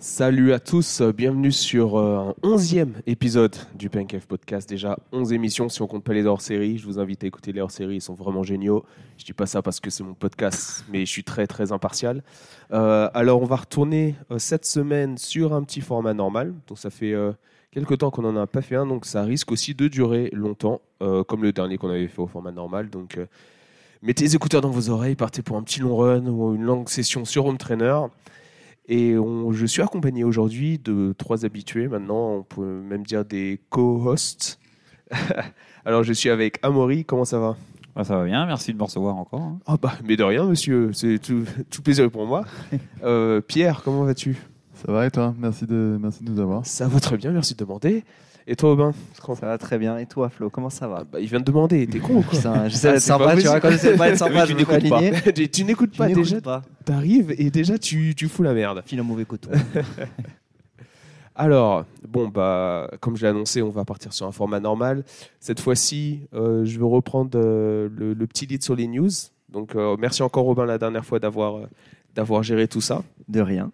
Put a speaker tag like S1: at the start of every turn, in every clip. S1: Salut à tous, euh, bienvenue sur euh, un onzième épisode du PNKF Podcast. Déjà 11 émissions si on compte pas les hors-séries. Je vous invite à écouter les hors-séries, ils sont vraiment géniaux. Je dis pas ça parce que c'est mon podcast, mais je suis très très impartial. Euh, alors on va retourner euh, cette semaine sur un petit format normal. Donc ça fait euh, quelques temps qu'on n'en a pas fait un, donc ça risque aussi de durer longtemps, euh, comme le dernier qu'on avait fait au format normal. Donc euh, mettez les écouteurs dans vos oreilles, partez pour un petit long run ou une longue session sur Home Trainer. Et on- je suis accompagné aujourd'hui de trois habitués, maintenant on peut même dire des co-hosts. Alors je suis avec Amaury, comment ça va
S2: Ah, ça va bien, merci de me recevoir encore. hein.
S1: Ah bah mais de rien monsieur, c'est tout, tout plaisir pour moi. Euh, Pierre, comment vas-tu
S3: Ça va et toi Merci de, merci de nous avoir.
S1: Ça va très bien, merci de demander. Et toi Aubin Comment-
S4: Ça va très bien. Et toi, Flo, comment ça va
S1: Ah bah, Il vient de demander, t'es con ou quoi
S4: Putain,
S1: Ah,
S4: j'essaie d'être
S1: c'est pas
S4: sympa, tu vois,
S1: possible.
S4: quand j'essaie de pas être
S1: Oui,
S4: sympa,
S1: tu
S4: je me
S1: n'écoutes
S4: fais
S1: pas.
S4: aligner.
S1: tu tu n'écoutes
S4: Tu
S1: pas déjà,
S4: n'écoutes pas.
S1: t'arrives et déjà tu, tu fous la merde.
S4: File un mauvais coton.
S1: Alors, bon, bah, comme je l'ai annoncé, on va partir sur un format normal. Cette fois-ci, euh, je vais reprendre euh, le, le petit lead sur les news. Donc, euh, merci encore, Robin, la dernière fois d'avoir euh, d'avoir géré tout ça.
S4: De rien.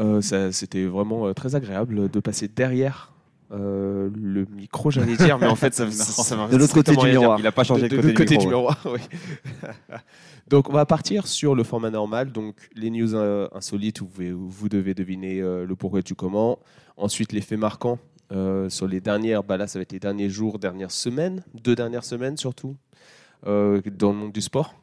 S1: Euh, ça- C'était vraiment euh, très agréable de passer derrière euh, le micro, j'allais dire, mais en fait, ça, ça, ça m'a
S4: De l'autre côté
S1: strictement
S4: du
S1: rien dire.
S4: miroir.
S2: Il n'a pas changé de,
S1: de,
S2: côté,
S1: l'autre côté
S2: du
S1: du
S2: micro.
S1: miroir. oui. donc on va partir sur le format normal, donc les news euh, insolites où vous, où vous devez deviner euh, le pourquoi du comment. Ensuite les faits marquants euh, sur les dernières, bah là ça va être les derniers jours, dernières semaines, deux dernières semaines surtout euh, dans le monde du sport.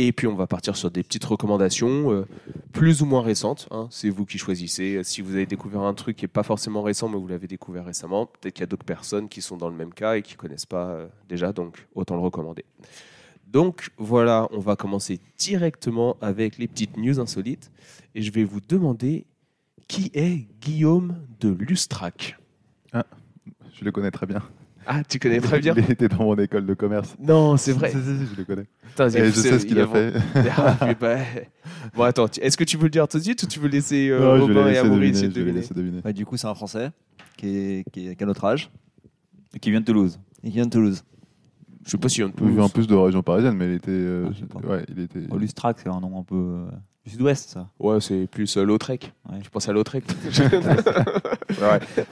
S1: Et puis on va partir sur des petites recommandations, euh, plus ou moins récentes. hein. C'est vous qui choisissez. Euh, Si vous avez découvert un truc qui n'est pas forcément récent, mais vous l'avez découvert récemment, peut-être qu'il y a d'autres personnes qui sont dans le même cas et qui ne connaissent pas euh, déjà, donc autant le recommander. Donc voilà, on va commencer directement avec les petites news insolites. Et je vais vous demander qui est Guillaume de Lustrac.
S3: Je le connais très bien.
S1: Ah, tu connais très bien
S3: Il était dans mon école de commerce.
S1: Non, c'est vrai.
S3: Si, si, si, je le connais.
S1: Putain, il y a-
S3: Et je sais ce
S1: il
S3: qu'il
S1: y
S3: a fait.
S1: Ah, mais bah, Bon, attends, tu- est-ce que tu veux le dire tout de suite ou tu veux laisser euh,
S3: Non, je
S1: Robin
S3: l'ai
S1: et
S3: laissé
S1: Amaury
S3: deviner,
S1: essayer de
S3: je l'ai
S1: deviner
S3: laissé deviner.
S4: Bah, du coup, c'est un Français qui, est, qui, est- qui a notre âge
S2: Et Qui vient de Toulouse.
S4: et qui vient de Toulouse.
S1: Je sais pas si on peut.
S3: Il vient plus de région parisienne, mais il était. euh,
S2: Ah, je sais pas.
S3: ouais, il était.
S2: Oh, Lustrac, c'est un nom un peu euh, du sud-ouest, ça.
S1: Ouais, c'est plus euh, Lautrec.
S2: Ouais.
S1: Je pense à Lautrec.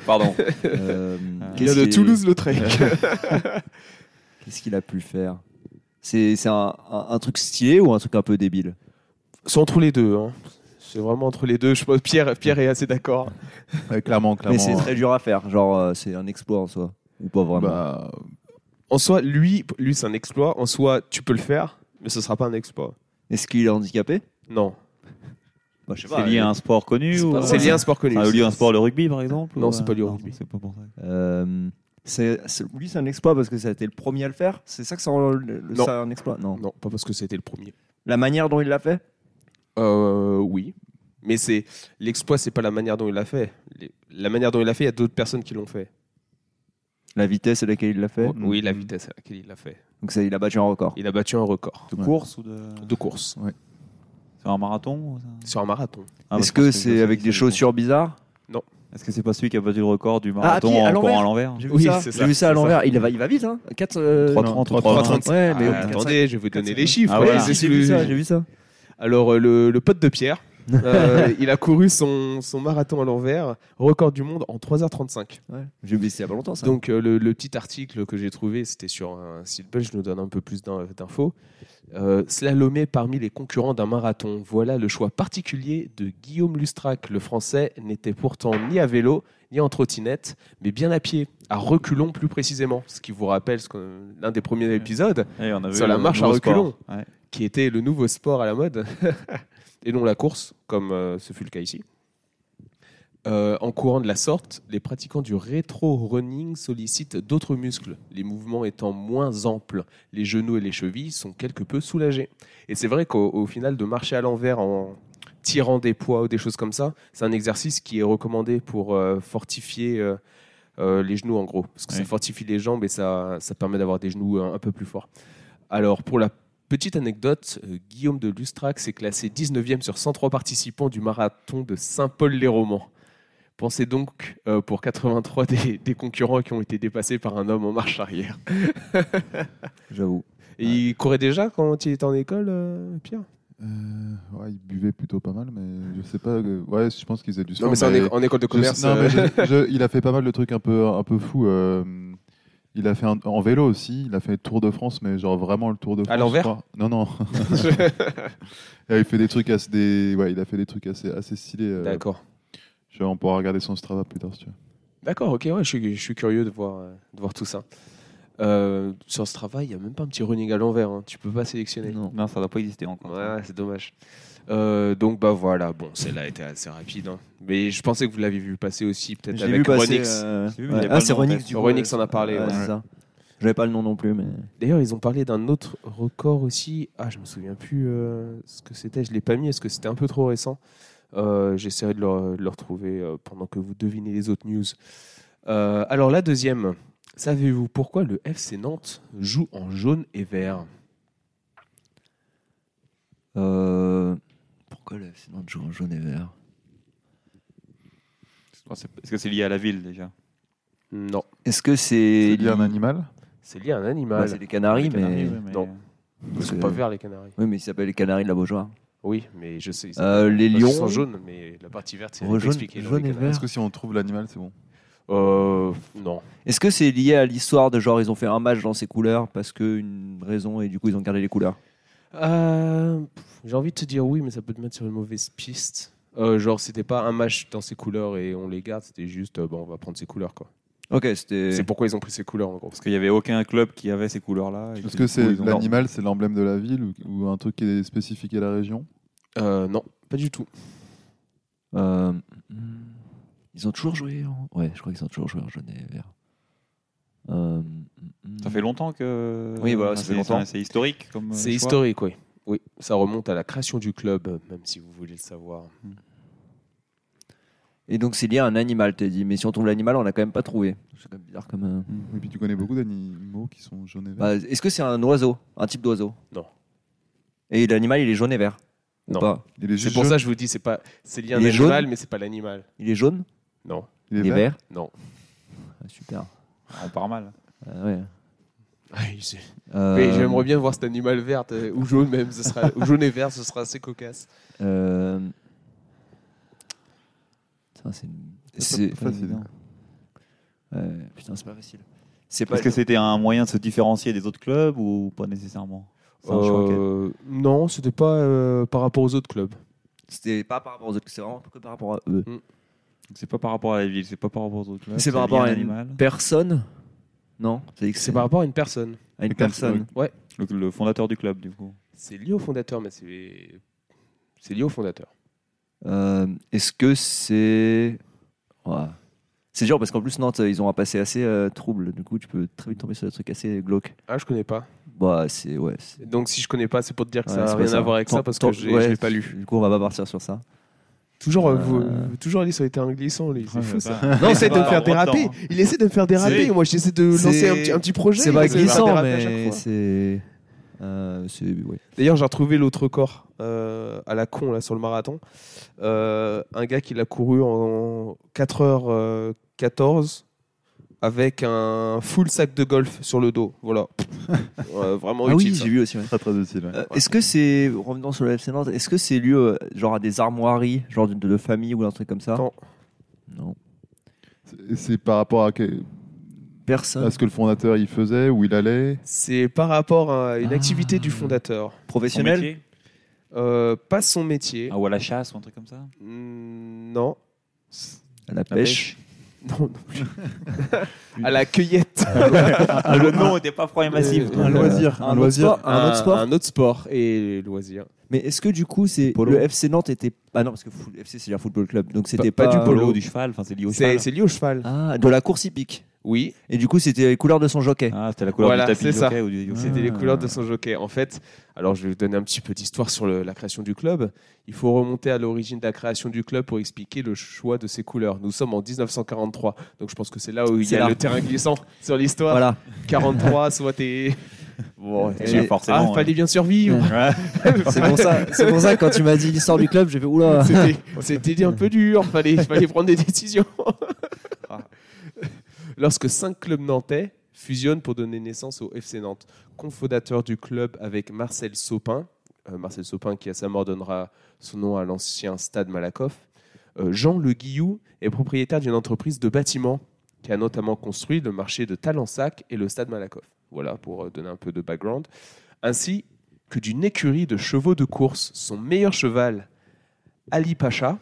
S2: Pardon.
S4: Euh,
S1: Il
S4: qu'est-ce
S1: vient de
S4: qu'il-
S1: Toulouse-Lautrec.
S4: Qu'est-ce qu'il a pu faire C'est c'est un, un- un truc stylé ou un truc un peu débile
S1: C'est entre les deux. hein. C'est vraiment entre les deux. Je pense Pierre, Pierre est assez d'accord.
S3: Ouais, clairement,
S4: Mais
S3: clairement.
S4: c'est très dur à faire. Genre, euh, c'est un exploit en soi. Ou pas vraiment.
S3: Bah,
S1: En soi, lui, lui c'est un exploit. En soi, tu peux le faire, mais ce sera pas un exploit.
S4: Est-ce qu'il est handicapé
S1: Non.
S4: bah, je sais
S2: C'est
S1: hein.
S2: lié à un sport connu ou...
S1: C'est lié à un sport connu.
S2: Ah, lié à un sport, le rugby, par exemple
S1: Non,
S2: ou,
S1: c'est
S2: euh,
S1: pas lié au
S2: non,
S1: rugby.
S2: C'est pas pour ça.
S4: Euh, c'est- c'est- lui, c'est un exploit parce que ça a été le premier à le faire. C'est ça que ça rend le- le-
S1: Non.
S4: ça un exploit Non.
S1: Non, pas parce que c'était le premier.
S4: La manière dont il l'a fait
S1: Euh, oui. Mais c'est l'exploit, c'est pas la manière dont il l'a fait. Les- La manière dont il l'a fait, il y a d'autres personnes qui l'ont fait.
S4: La vitesse à laquelle il l'a fait
S1: Oui, la vitesse à laquelle il l'a fait.
S4: Donc ça, il a battu un record.
S1: Il a battu un record
S2: De
S3: Ouais.
S2: course ou de...
S1: de course
S2: Sur un marathon ou ça
S1: sur un marathon.
S2: Ah, parce
S4: Est-ce
S2: je
S4: que
S2: pense je
S4: c'est
S2: sais
S4: avec
S2: qui
S4: des chaussures bizarres
S2: Est-ce que c'est pas celui qui a battu le record du marathon
S4: pied, à
S2: en courant
S4: l'envers.
S2: à l'envers
S4: J'ai vu
S1: Oui,
S4: ça.
S1: c'est
S4: J'ai
S1: ça,
S4: vu ça
S1: c'est
S4: à l'envers. Il, va- il va vite, hein 4 euh...
S3: Trois-
S2: 3,30,
S3: non,
S2: 3,30.
S1: 3,30.
S4: Ouais, mais
S1: Ah, attendez, je vais vous donner les chiffres.
S2: Ah,
S4: Ouais,
S2: voilà.
S1: Allez, c'est
S4: J'ai vu
S1: le-
S4: ça, j'ai vu ça.
S1: Alors, euh, le, le pote de Pierre, euh, il a couru son, son marathon à l'envers, record du monde en 3h35.
S4: Ouais. J'ai vu ça il y a pas longtemps, ça.
S1: Donc, euh, le, le petit article que j'ai trouvé, c'était sur un site belge, je nous donne un peu plus d'in- d'infos. Euh, slalomé parmi les concurrents d'un marathon. Voilà le choix particulier de Guillaume Lustrac. Le français n'était pourtant ni à vélo, ni en trottinette, mais bien à pied, à reculons plus précisément. Ce qui vous rappelle ce que- l'un des premiers épisodes,
S2: Eh, on a vu
S1: Sur la
S2: le
S1: marche à
S2: nouveau sport.
S1: reculons.
S2: Ouais.
S1: qui était le nouveau sport à la mode, et non la course, comme euh, ce fut le cas ici. Euh, en courant de la sorte, les pratiquants du rétro-running sollicitent d'autres muscles, les mouvements étant moins amples. Les genoux et les chevilles sont quelque peu soulagés. Et c'est vrai qu'au au final, de marcher à l'envers en tirant des poids ou des choses comme ça, c'est un exercice qui est recommandé pour euh, fortifier euh, euh, les genoux en gros, parce que ça
S2: Oui.
S1: fortifie les jambes et ça, ça permet d'avoir des genoux euh, un peu plus forts. Alors pour la Petite anecdote, euh, Guillaume de Lustrac s'est classé 19e sur 103 participants du marathon de Saint-Paul-les-Romans. Pensez donc euh, pour 83 des, des concurrents qui ont été dépassés par un homme en marche arrière.
S4: J'avoue.
S1: Et il courait déjà quand il était en école, euh, Pierre
S3: Euh, ouais, ils buvaient plutôt pas mal, mais je sais pas. euh, ouais, je pense qu'ils faisaient du sport.
S1: Non, mais c'est en,
S3: mais
S1: éco- en école de
S3: je-
S1: commerce.
S3: non,
S1: euh,
S3: mais je- je- il a fait pas mal de trucs un peu, un peu fous. euh, il a fait un- en vélo aussi. Il a fait le Tour de France, mais genre vraiment le Tour de France. je
S1: l'envers
S3: crois. Non, non. il a fait des trucs assez, des- ouais, il a fait des trucs assez, assez stylés. euh,
S1: D'accord.
S3: je- on pourra regarder son Strava plus tard si tu veux.
S1: D'accord, ok, ouais, je suis, je suis curieux de voir, euh, de voir tout ça. Euh, sur ce travail, il n'y a même pas un petit running à l'envers, hein. tu peux pas sélectionner.
S2: Non, ça n'a pas existé encore. ça.
S4: hein.
S1: Ouais, c'est dommage. Euh, donc bah voilà, bon, celle-là était assez rapide. hein. Mais je pensais que vous l'aviez vu passer aussi, peut-être
S4: J'ai vu
S1: avec
S4: passer.
S1: Ronix.
S4: euh,
S2: J'ai vu, mais
S4: ouais.
S2: il y a pas
S4: Ah,
S2: le
S4: c'est
S2: nom en
S4: Ronix
S2: tête.
S4: du coup.
S1: Ronix en a parlé, ouais.
S4: c'est ça. J'avais pas le nom non plus, mais.
S1: D'ailleurs, ils ont parlé d'un autre record aussi. Ah, je me souviens plus euh, ce que c'était. Je l'ai pas mis. Est-ce que c'était un peu trop récent Euh, J'essaierai de le, de le retrouver euh, pendant que vous devinez les autres news. Euh, alors la deuxième. Savez-vous pourquoi le FC Nantes joue en jaune et vert
S4: Euh, Pourquoi le FC Nantes joue en jaune et vert
S2: Non, c'est- Est-ce que c'est lié à la ville déjà
S1: Non,
S4: Est-ce que
S3: C'est
S4: c'est.
S3: lié à un animal
S1: c'est lié à un
S4: Ouais,
S1: animal.
S4: c'est des Canaries,
S2: Les Canaries,
S4: mais.
S2: ouais, mais-
S1: non. Ils sont
S4: c'est-
S1: pas verts les Canaries.
S4: Oui, mais ils s'appellent les Canaries de la Beaujoire.
S1: Oui, mais je sais. ils
S4: Euh, les
S1: Parce qu'ils
S4: lions.
S1: sont jaunes, mais la partie verte, c'est
S4: Ouais, jaune-
S1: expliqué. dans les
S4: jaune et
S1: Canaries.
S3: Est-ce que si on trouve l'animal, c'est bon
S1: Euh, non.
S4: Est-ce que c'est lié à l'histoire de genre ils ont fait un match dans ces couleurs parce que une raison et du coup ils ont gardé les couleurs
S1: Euh, pff, J'ai envie de te dire oui, mais ça peut te mettre sur une mauvaise piste. Euh, genre, c'était pas un match dans ses couleurs et on les garde, c'était juste, euh, bon, on va prendre ses couleurs, quoi.
S4: Ok, c'était.
S1: C'est pourquoi ils ont pris ses couleurs, en gros.
S2: Parce qu'il n'y avait aucun club qui avait ces couleurs-là. et
S3: Est-ce
S2: puis,
S3: que
S2: du coup,
S3: c'est
S2: ils ont-
S3: l'animal, c'est l'emblème de la ville ou, ou un truc qui est spécifique à la région
S1: Euh, non, pas du tout.
S4: Euh, hmm, Ils ont toujours joué en. Ouais, je crois qu'ils ont toujours joué en jaune et vert. Euh, hmm,
S2: Ça fait longtemps que.
S4: Oui, voilà,
S2: Enfin,
S4: ça fait
S2: bah, c'est-
S4: longtemps.
S2: C'est historique comme. euh,
S1: C'est
S2: choix.
S1: historique, oui. Oui, ça remonte à la création du club, euh, même si vous voulez le savoir.
S4: hmm. Et donc c'est lié à un animal, t'as dit. Mais si on trouve l'animal, on l'a quand même pas trouvé. C'est quand même bizarre comme. euh,
S3: Et puis tu connais beaucoup d'animaux qui sont jaunes et verts.
S4: bah, Est-ce que c'est un oiseau Un type d'oiseau
S1: Non.
S4: Et l'animal, il est jaune et vert ou
S1: Non.
S4: pas
S3: il est
S1: C'est
S3: juste
S1: pour
S3: jaune,
S1: ça que je vous dis, c'est pas, c'est lié à un
S4: Il est
S1: animal,
S4: jaune
S1: mais c'est pas l'animal.
S4: Il est jaune
S1: Non,
S3: il est
S4: Il est
S3: vert.
S4: vert
S1: non.
S4: Ah, Super.
S2: On part mal.
S4: Ah, ouais.
S1: Mais
S4: Euh,
S1: j'aimerais bien voir cet animal vert euh, ou jaune même, ce sera, ou jaune et vert, ce sera assez cocasse.
S4: euh, Putain, c'est.
S3: C'est pas facile.
S4: évident. Ouais, Putain, c'est pas facile. C'est pas.
S2: Parce que c'était un moyen de se différencier des autres clubs ou pas nécessairement C'est un choix qui est-
S1: Euh, non, c'était pas euh, par rapport aux autres clubs.
S4: C'était pas par rapport aux autres, c'est vraiment que par rapport à eux.
S2: C'est pas par rapport à la ville, c'est pas par rapport aux autres clubs.
S4: C'est par rapport
S2: lié
S4: à une
S2: l'animal.
S4: personne Non C'est
S1: C'est par rapport à une personne.
S4: à une
S3: C'est par-
S4: personne.
S2: Le, le fondateur du club, du coup.
S1: C'est lié au fondateur, mais c'est c'est lié au fondateur.
S4: Euh, Est-ce que c'est. Ouais. C'est dur parce qu'en plus, Nantes, ils ont un passé assez euh, trouble. Du coup, tu peux très vite tomber sur des trucs assez glauques.
S1: Ah, je connais pas.
S4: Bah, c'est. Ouais. c'est-
S1: Donc si je connais pas, c'est pour te dire que
S4: ouais,
S1: ça
S4: c'est
S1: n'a
S4: pas
S1: rien à voir avec
S4: Tant-
S1: ça parce
S4: tant-
S1: que j'ai- je
S4: ouais,
S1: l'ai pas lu.
S4: Du coup, on va pas partir sur ça.
S1: Toujours, euh,
S4: Euh.
S1: vous, vous- toujours aller sur les terrains glissants, lui. C'est
S2: Ouais,
S1: fou
S2: bah,
S1: ça.
S2: bah,
S1: Il essaie de
S2: bah,
S1: me faire
S2: bah, bah,
S1: déraper.
S2: attends.
S1: Il essaie de me faire déraper.
S2: C'est-
S1: Moi, j'essaie de lancer
S4: c'est-
S1: un petit, un petit projet.
S4: C'est
S1: il
S4: pas
S1: essaie de me faire
S4: glissant,
S1: déraper à chaque
S4: mais
S1: fois.
S4: c'est. euh, c'est- ouais.
S1: D'ailleurs, j'ai retrouvé l'autre record euh, à la con là, sur le marathon. Euh, un gars qui l'a couru en 4h14 avec un full sac de golf sur le dos. Voilà. Euh, vraiment
S4: Ah oui,
S1: utile. ça.
S4: j'ai vu aussi. ouais.
S3: Très très utile. ouais.
S4: Euh, est-ce que c'est, revenons sur le FC Nantes, est-ce que c'est lié euh, genre à des armoiries, genre de, de famille ou un truc comme ça
S1: Non.
S4: Non.
S3: C'est- C'est par rapport à, que-
S4: Personne.
S3: à Ah, ce que le fondateur il faisait, où il allait.
S1: C'est par rapport à une
S4: Ah.
S1: activité du fondateur.
S2: Son
S4: Professionnel
S2: métier
S1: Euh, pas son métier.
S2: Ah, ou à la chasse ou un truc comme ça
S1: Mm, Non.
S4: À la pêche.
S1: Non, non plus. à la cueillette.
S2: Ah, Le nom n'était pas problématique.
S1: Euh,
S4: Un loisir. Un loisir. Un autre sport
S1: Un autre sport et loisirs.
S4: Mais est-ce que du coup, c'est
S2: Polo.
S4: le FC Nantes était. Ah non, parce que fou- FC, c'est un football club. Donc c'était
S1: pas
S4: pas,
S1: du
S2: Polo du cheval, enfin c'est lié au
S1: C'est
S2: cheval.
S1: c'est lié au cheval.
S4: Ah, de la course hippique.
S1: Oui.
S4: Et du coup, c'était les couleurs de son jockey.
S2: Ah, c'était la couleur
S1: Voilà,
S2: du tapis
S1: c'est
S2: du
S1: ça.
S2: hockey ou du- du-
S1: C'était les
S4: Ah.
S1: couleurs de son jockey. En fait, alors je vais vous donner un petit peu d'histoire sur le- la création du club. Il faut remonter à l'origine de la création du club pour expliquer le choix de ses couleurs. Nous sommes en 1943, donc je pense que c'est là où il y
S4: C'est
S1: a
S4: là.
S1: le terrain glissant sur l'histoire.
S4: Voilà.
S1: 43, soit t'es. Bon,
S2: Et
S1: j'ai-
S2: forcément,
S1: Ah,
S2: ouais.
S1: fallait bien survivre.
S2: Ouais.
S4: C'est pour ça. C'est pour ça que quand tu m'as dit l'histoire du club, j'ai fait oula.
S1: C'était- C'était un peu dur, fallait, fallait prendre des décisions. Lorsque cinq clubs nantais fusionnent pour donner naissance au FC Nantes, cofondateur du club avec Marcel Sopin, euh, Marcel Sopin, qui à sa mort donnera son nom à l'ancien stade Malakoff, euh, Jean Le Guillou est propriétaire d'une entreprise de bâtiments qui a notamment construit le marché de Talensac et le stade Malakoff. Voilà, pour euh, donner un peu de background. Ainsi que d'une écurie de chevaux de course, son meilleur cheval, Ali Pacha.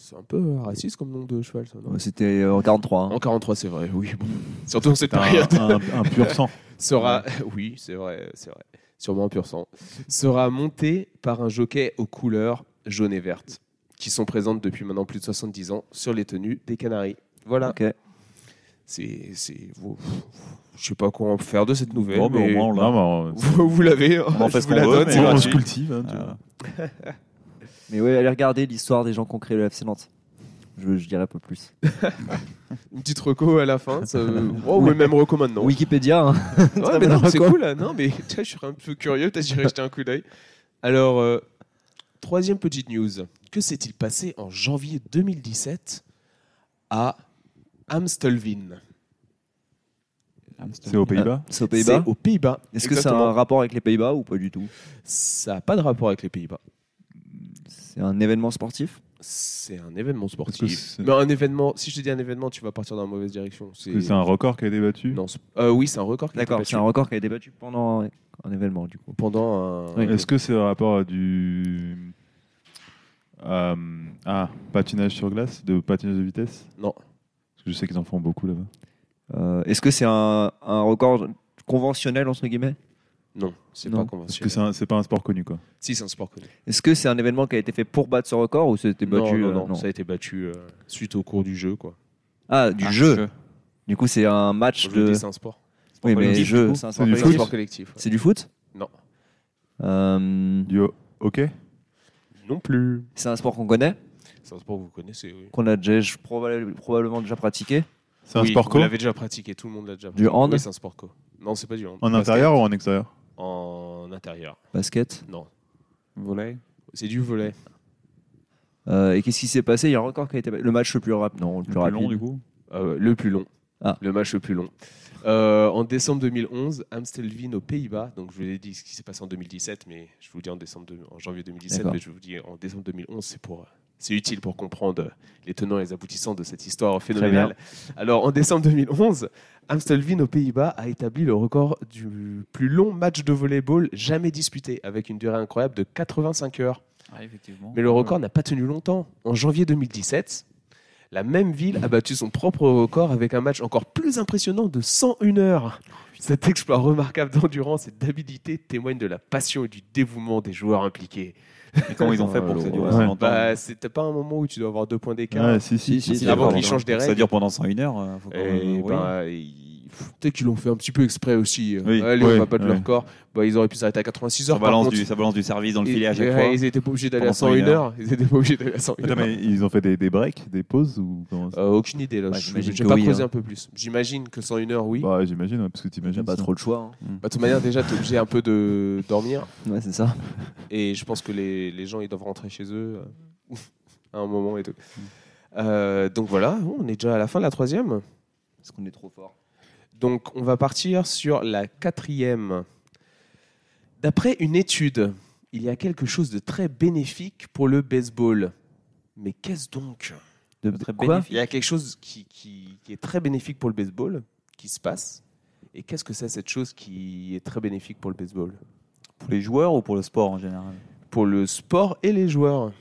S1: C'est un peu raciste comme nom de cheval, ça, non
S4: Ouais, C'était euh, en 43. hein.
S1: En 43, c'est vrai, oui. bon. Surtout en cette
S3: T'as
S1: période
S3: un, un- un pur sang.
S1: sera, oui, c'est vrai, c'est vrai, sûrement un pur sang, sera monté par un jockey aux couleurs jaune et verte, qui sont présentes depuis maintenant plus de 70 ans sur les tenues des Canaries. Voilà.
S4: Ok.
S1: C'est, c'est, vous- je sais pas quoi en faire de cette nouvelle,
S2: Bon, mais
S1: mais
S2: au moins, on l'a.
S3: Non, mais
S1: vous, vous l'avez.
S2: On en
S1: je
S2: fait ce
S1: vous
S2: qu'on
S1: la
S2: veut,
S1: donne,
S2: mais
S1: c'est
S3: on, on
S1: gratuit. Ah.
S3: se cultive. hein, tu vois.
S4: Mais ouais, allez regarder l'histoire des gens qui ont créé le FC Nantes. Je, je dirais un peu plus.
S1: Une petite reco à la fin. Ça... Oh, ouais, même reco maintenant.
S4: Wikipédia, hein.
S1: Ouais, mais non, c'est cool. là. Non, mais tu vois, je serais un peu curieux. Peut-être j'irai jeter un coup d'œil. Alors, euh, troisième petite news. Que s'est-il passé en janvier 2017 à Amstelveen
S3: C'est aux Pays-Bas
S4: c'est aux
S1: Euh, C'est
S4: Pays-Bas.
S1: aux Pays-Bas.
S4: Est-ce que c'est
S1: Exactement.
S4: un rapport avec les Pays-Bas ou pas du tout
S1: Ça n'a pas de rapport avec les Pays-Bas.
S4: C'est un événement sportif
S1: C'est un événement
S3: Est-ce que
S1: sportif.
S3: c'est-
S1: Mais un événement, si je te dis un événement, tu vas partir dans la mauvaise direction.
S3: Parce que C'est un record qui a été battu.
S1: Non, c'est- euh, oui, c'est un record qui a été
S4: D'accord, c'est
S1: battu
S4: un record qui a été battu pendant un- un événement du coup.
S1: pendant un.
S4: Oui.
S3: Est-ce que c'est un rapport à du. euh, ah, patinage sur glace, de patinage de vitesse
S1: Non.
S3: Parce que je sais qu'ils en font beaucoup là-bas.
S4: Euh, Est-ce que c'est un, un record conventionnel entre guillemets
S1: Non, c'est
S4: Non.
S1: pas
S3: Parce que
S1: conventionnel.
S3: c'est un- c'est pas un sport connu quoi.
S1: Si, c'est un sport connu.
S4: Est-ce que c'est un événement qui a été fait pour battre ce record ou c'était
S1: Non,
S4: battu
S1: non,
S4: euh,
S1: non, ça a été battu euh, suite au cours du jeu, quoi.
S4: Ah, du jeu. Du coup, c'est un match
S1: Je vous
S4: de.
S1: dis, c'est un sport.
S4: Oui, mais
S3: collectif, du
S4: jeu,
S3: coup.
S4: c'est un
S3: C'est
S4: sport
S3: du
S1: C'est un
S4: collectif.
S1: sport collectif. ouais.
S4: C'est du foot
S1: Non.
S4: Euh,
S3: Du ho- hockey
S1: Non plus.
S4: c'est un sport qu'on connaît,
S1: C'est un sport que vous connaissez, oui.
S4: qu'on a déjà, je- probable- probablement déjà pratiqué.
S3: C'est un
S1: Oui,
S3: sport
S1: Vous
S3: co
S1: l'avez déjà pratiqué, tout le monde l'a déjà pratiqué.
S4: hand
S1: Oui, c'est un sport co. Non, c'est pas du hand.
S3: En
S1: Basket.
S3: intérieur ou en extérieur
S1: Ah, En intérieur,
S4: Basket.
S1: non.
S2: Volet.
S1: C'est du volet.
S4: Euh, et qu'est-ce qui s'est passé Il y a un record qui a été battu. Le match le plus rapide. Non, le plus,
S2: Le plus
S4: rapide.
S2: long du coup.
S1: Euh, le plus long.
S4: Ah.
S1: Le match le plus long. Euh, en décembre 2011, Amstelveen aux Pays-Bas. Donc je vous ai dit ce qui s'est passé en 2017, mais je vous dis en décembre, de- en janvier 2017,
S4: D'accord.
S1: mais je vous dis en décembre 2011, c'est pour, c'est utile pour comprendre les tenants et les aboutissants de cette histoire phénoménale. Alors en décembre 2011, Amstelveen aux Pays-Bas a établi le record du plus long match de volleyball jamais disputé, avec une durée incroyable de 85 heures.
S2: Ah, effectivement.
S1: Mais le record n'a pas tenu longtemps. En janvier 2017, la même ville a battu son propre record avec un match encore plus impressionnant de 101 heures. Cet exploit remarquable d'endurance et d'habilité témoigne de la passion et du dévouement des joueurs impliqués.
S2: Et comment ils ont fait pour que ça dure aussi
S3: Ouais.
S2: longtemps
S1: Bah, c'était pas un moment où tu dois avoir deux points d'écart.
S3: Ah, si, si.
S4: Si, si,
S1: c'est avant
S4: d'accord.
S1: qu'ils changent des
S2: Bah, Ça
S1: règles.
S2: dure pendant 101 heures. euh, faut quand
S1: Et
S2: même- oui.
S1: bah, ils- pff, Peut-être qu'ils l'ont fait un petit peu exprès aussi.
S2: Oui,
S1: Allez, on
S3: oui,
S1: va battre leur
S3: oui.
S1: corps. Bah, ils auraient pu s'arrêter à 86
S2: ça
S1: heures. par
S2: balance,
S1: contre.
S2: du, ça balance du service dans le
S1: Ils-
S2: filet à chaque
S1: ouais,
S2: fois.
S1: ils étaient pas obligés d'aller à
S2: Pendant
S1: 101
S2: 101
S1: heures. Ils étaient pas obligés d'aller à 101
S3: Attends,
S1: heures.
S3: mais ils ont fait des, des breaks, des pauses ou comment ça
S1: Euh, aucune idée là.
S4: Bah,
S1: je
S4: j'imagine
S1: J'ai
S4: que
S1: pas
S4: oui,
S1: creusé
S4: hein.
S1: un peu plus. J'imagine que 101 heures, oui. Bah,
S3: Bah, j'imagine, ouais, parce que
S4: Il n'y
S3: t'imagines.
S4: a pas
S3: ça.
S4: trop le choix.
S1: de toute manière, déjà, t'es obligé un peu de dormir.
S4: hein. Ouais, c'est ça.
S1: Et je pense que les, les gens, ils doivent rentrer chez eux euh, à un moment et tout. Euh, donc voilà, on est déjà à la fin de la troisième.
S4: Parce qu'on est trop fort.
S1: Donc on va partir sur la quatrième. D'après une étude, il y a quelque chose de très bénéfique pour le baseball. Mais qu'est-ce donc
S4: De
S2: Très
S4: quoi
S2: bénéfique.
S1: Il y a quelque chose qui, qui- qui est très bénéfique pour le baseball, qui se passe. Et qu'est-ce que c'est cette chose qui est très bénéfique pour le baseball
S2: Pour les joueurs ou pour le sport en général
S1: Pour le sport et les joueurs.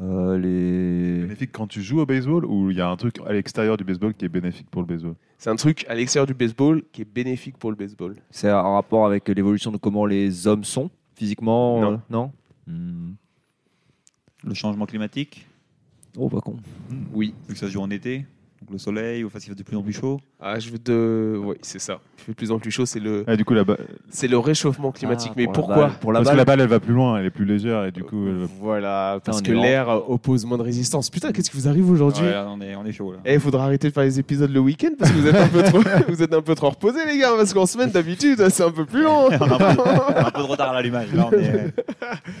S4: Euh, les...
S3: Bénéfique quand tu joues au baseball ou il y a un truc à l'extérieur du baseball qui est bénéfique pour le baseball
S1: C'est un truc à l'extérieur du baseball qui est bénéfique pour le baseball.
S4: C'est en rapport avec l'évolution de comment les hommes sont physiquement
S1: Non.
S4: euh, non Hmm.
S2: Le changement climatique,
S4: Oh, pas con.
S1: Oui.
S2: vu que ça se joue en été, donc le soleil, ou face il fait de plus en plus chaud.
S1: Ah, je veux de. Oui, c'est ça. Il fait de plus en plus chaud, c'est le,
S3: Ah, Du coup, la ba-
S1: c'est le réchauffement climatique.
S4: Ah,
S1: Mais
S4: pour la
S1: pourquoi
S4: balle- Pour la
S3: Parce que la
S4: balle
S3: balle, elle va plus loin, elle est plus légère et du coup. euh, elle va-
S1: Voilà, parce
S4: on
S1: que
S4: est lent.
S1: l'air oppose moins de résistance. Putain, qu'est-ce qui vous arrive aujourd'hui
S2: Ouais, là, on, est, on est chaud là.
S1: Eh, il faudra arrêter de faire les épisodes le week-end parce que vous êtes un peu trop, vous êtes un peu trop reposés, les gars, parce qu'en semaine, d'habitude, c'est un peu plus long.
S2: on, a un peu, on a un peu de retard à l'allumage. Là, on est,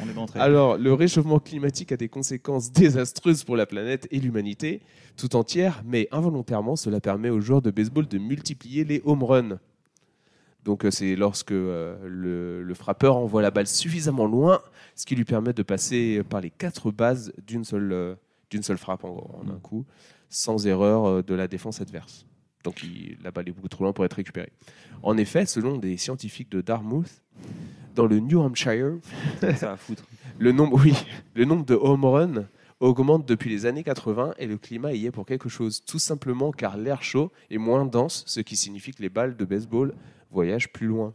S2: on est dans le train.
S1: Alors, le réchauffement climatique a des conséquences désastreuses pour la planète et l'humanité tout entière, mais involontairement, cela permet aux joueurs de baseball de multiplier les home runs. Donc euh, c'est lorsque euh, le, le frappeur envoie la balle suffisamment loin, ce qui lui permet de passer par les quatre bases d'une seule, euh, d'une seule frappe en, gros, en un coup, sans erreur euh, de la défense adverse. Donc il- la balle est beaucoup trop loin pour être récupérée. En effet, selon des scientifiques de Dartmouth, dans le New Hampshire,
S4: Ça va foutre.
S1: le nombre, oui, le nombre de home runs augmente depuis les années 80 et le climat y est pour quelque chose, tout simplement car l'air chaud est moins dense, ce qui signifie que les balles de baseball voyagent plus loin.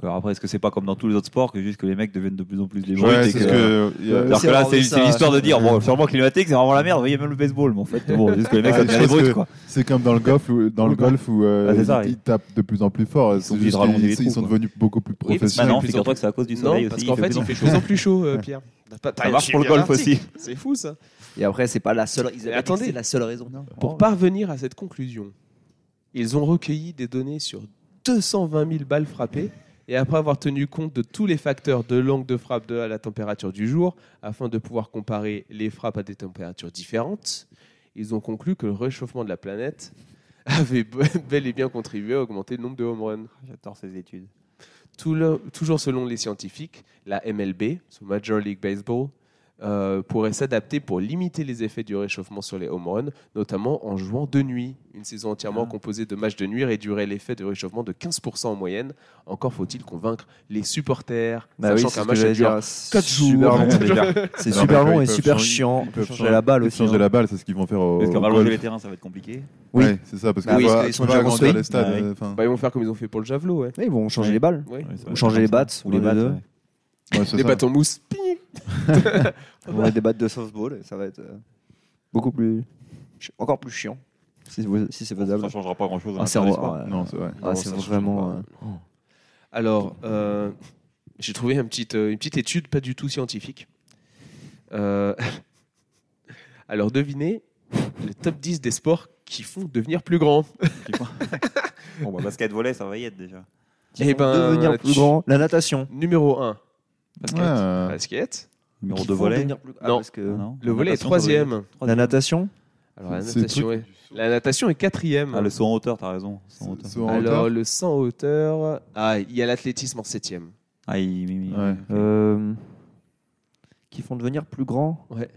S2: Alors après, est-ce que c'est pas comme dans tous les autres sports que juste que les mecs deviennent de plus en plus des
S3: Ouais,
S2: brutes et
S3: c'est
S2: que-
S3: ce que. il y a-
S2: Alors que
S4: C'est
S2: là,
S4: vraiment
S2: c'est
S4: ça,
S2: c'est l'histoire de
S4: je-
S2: dire, bon, le changement climatique, c'est vraiment la merde. Il y a même le baseball, mais en fait, bon, c'est juste que les mecs,
S3: Ouais,
S2: ça
S3: je
S2: devient des
S3: pense
S2: brutes,
S3: que-
S2: quoi.
S3: C'est comme dans le golf où, dans le
S2: Ouais.
S3: golf où euh,
S2: Ah, c'est ça,
S3: ils,
S2: oui.
S3: ils tapent de plus en plus fort.
S2: Ils
S3: C'est
S2: sont obligés
S3: juste
S2: de rallonger
S3: qu'ils-
S2: les
S3: ils
S2: trous,
S3: sont
S2: quoi.
S3: devenus beaucoup plus
S1: Oui, parce que
S3: professionnels.
S2: Maintenant,
S1: plus en
S2: figure-toi que c'est à cause du soleil
S1: non,
S2: aussi.
S1: parce
S2: il
S1: qu'en
S2: fait
S1: fait,
S2: plus en
S1: il fait
S2: plus
S1: de plus en plus chaud, euh, Pierre. T'as pas- t'as
S2: Ça marche pour le
S1: suivi un
S2: golf aussi.
S1: article. C'est fou ça.
S4: Et après, c'est pas la seule. Ils
S1: Mais
S4: avaient dit que
S1: attendez.
S4: c'est la seule raison.
S1: Pour parvenir à cette conclusion, ils ont recueilli des données sur 220 000 balles frappées et après avoir tenu compte de tous les facteurs de l'angle de frappe de à la température du jour, afin de pouvoir comparer les frappes à des températures différentes, ils ont conclu que le réchauffement de la planète avait bel et bien contribué à augmenter le nombre de home runs.
S2: J'adore ces études.
S1: Tout le- toujours selon les scientifiques, la MLB, so Major League Baseball, euh, pourrait s'adapter pour limiter les effets du réchauffement sur les home runs, notamment en jouant de nuit. Une saison entièrement
S2: Ah.
S1: composée de matchs de nuit réduirait l'effet de réchauffement de 15% en moyenne. Encore faut-il convaincre les supporters,
S4: Bah
S1: sachant qu'un match dure 4 jours.
S4: long,
S1: Déjà.
S4: C'est
S3: Non,
S4: super
S3: mais
S4: long
S3: ils
S4: et
S3: peuvent
S4: super
S3: changer-
S4: chiant.
S3: ils
S4: On peut
S3: peuvent
S4: changer la balle
S3: Ils
S4: aussi.
S3: changent de
S4: hein.
S3: la balle, c'est ce qu'ils vont faire au.
S2: Parce que
S3: au
S2: rallonger les
S3: golf.
S2: terrains, ça va être compliqué.
S4: Oui.
S3: Ouais, c'est ça, parce
S4: Bah
S3: qu'on
S4: oui,
S3: va-
S4: parce qu'ils
S3: on
S4: sont
S3: va
S4: déjà
S3: agrandir
S4: construits.
S3: les stades.
S2: Ah oui.
S3: euh, enfin,
S1: Bah, ils vont faire comme ils ont fait pour le javelot. Ouais.
S4: Ouais, Ils vont changer les balles.
S1: Ouais.
S2: Ouais, ça va
S4: Ou
S2: être
S4: changer
S2: comme
S4: les
S2: ça.
S4: bats. Ou
S2: Ou
S4: les
S2: les
S4: deux.
S2: battes.
S3: ouais, c'est
S1: Des
S3: ça.
S1: bâtons mousse.
S4: On va mettre des battes de softball. et Ça va être euh, beaucoup plus. ch- Encore plus chiant. Si si c'est faisable.
S2: Ça changera pas grand-chose. dans
S4: Ah,
S2: la
S4: c'est
S2: fin des
S4: re-
S2: sports.
S4: ah,
S3: Non, c'est vrai.
S4: ah, c'est
S1: ça change
S4: vraiment.
S1: pas.
S4: euh,
S1: Alors, euh, j'ai trouvé une petite, euh, une petite étude pas du tout scientifique. Euh, alors, devinez le top 10 des sports qui font devenir plus grand.
S2: Bon, bah, basket volet, ça va y être déjà.
S4: qui
S1: Eh
S4: vont
S1: ben,
S4: devenir plus
S1: tu-
S4: grand. La natation.
S1: Numéro 1,
S2: Basket.
S3: Ouais.
S1: basket.
S2: Numéro
S4: Qui
S2: 2
S4: vont
S2: volet.
S4: devenir plus- Ah,
S1: Non.
S4: parce que-
S2: Non.
S1: Le volet est
S2: Natation, ça va y être.
S1: troisième.
S4: La natation.
S1: Alors, la
S3: C'est le
S1: natation, est... la natation est quatrième.
S2: Ah, le saut en hauteur, t'as raison. Saut en hauteur.
S3: Saut en hauteur.
S1: alors, le 100 hauteur. Ah, il y a l'athlétisme en septième.
S2: Ah, il- il- il-
S3: Ouais.
S4: euh, Qui font devenir plus grand.
S1: Ouais.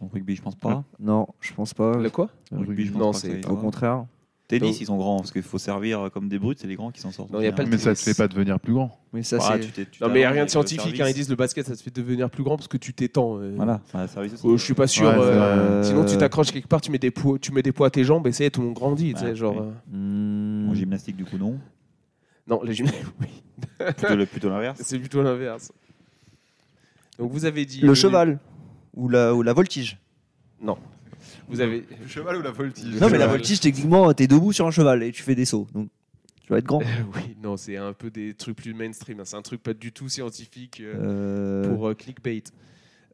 S2: Donc, rugby, je pense pas.
S4: Non, je pense pas.
S1: Hein Le quoi
S2: Rugby, je pense
S1: Non,
S2: pas que ça
S1: c'est
S2: y
S1: pas
S4: Au
S2: soit.
S4: contraire.
S2: Tennis,
S1: Donc-
S2: ils sont grands parce qu'il faut servir comme des brutes, c'est les grands qui s'en sortent.
S1: Non, y a pas le-
S3: Mais ça te fait pas devenir plus grand.
S4: Mais
S1: Bah,
S4: ça,
S2: Ah,
S4: c'est.
S2: tu t'es- tu
S1: Non,
S2: t'as
S1: mais il n'y a rien
S2: vraiment
S1: de
S2: avec le
S1: scientifique. hein.
S2: service.
S1: Ils disent le basket, ça te fait devenir plus grand parce que tu t'étends. euh.
S2: Voilà, voilà, service aussi.
S1: Oh, je suis pas sûr.
S3: Ouais, c'est
S1: euh,
S3: vrai.
S4: Euh,
S1: Sinon, tu t'accroches quelque part, tu mets des poids, tu mets des poids à tes jambes et ça y est, tout le monde grandit. tu
S4: Bah,
S1: sais,
S2: Ouais,
S1: genre,
S2: oui.
S1: euh,
S4: hmm,
S2: En gymnastique, du coup, non.
S1: Non, les gymnastes, oui,
S2: Plutôt le- Plutôt l'inverse.
S1: c'est plutôt l'inverse. Donc vous avez dit
S4: Le cheval. Ou la, ou la voltige.
S1: Vous avez
S3: Le cheval ou la voltige
S4: Non, mais la
S1: cheval.
S4: voltige, techniquement, t'es debout sur un cheval et tu fais des sauts. Donc, tu vas être grand.
S1: oui, non, c'est un peu des trucs plus mainstream. hein. C'est un truc pas du tout scientifique euh,
S4: Euh,
S1: pour euh, clickbait.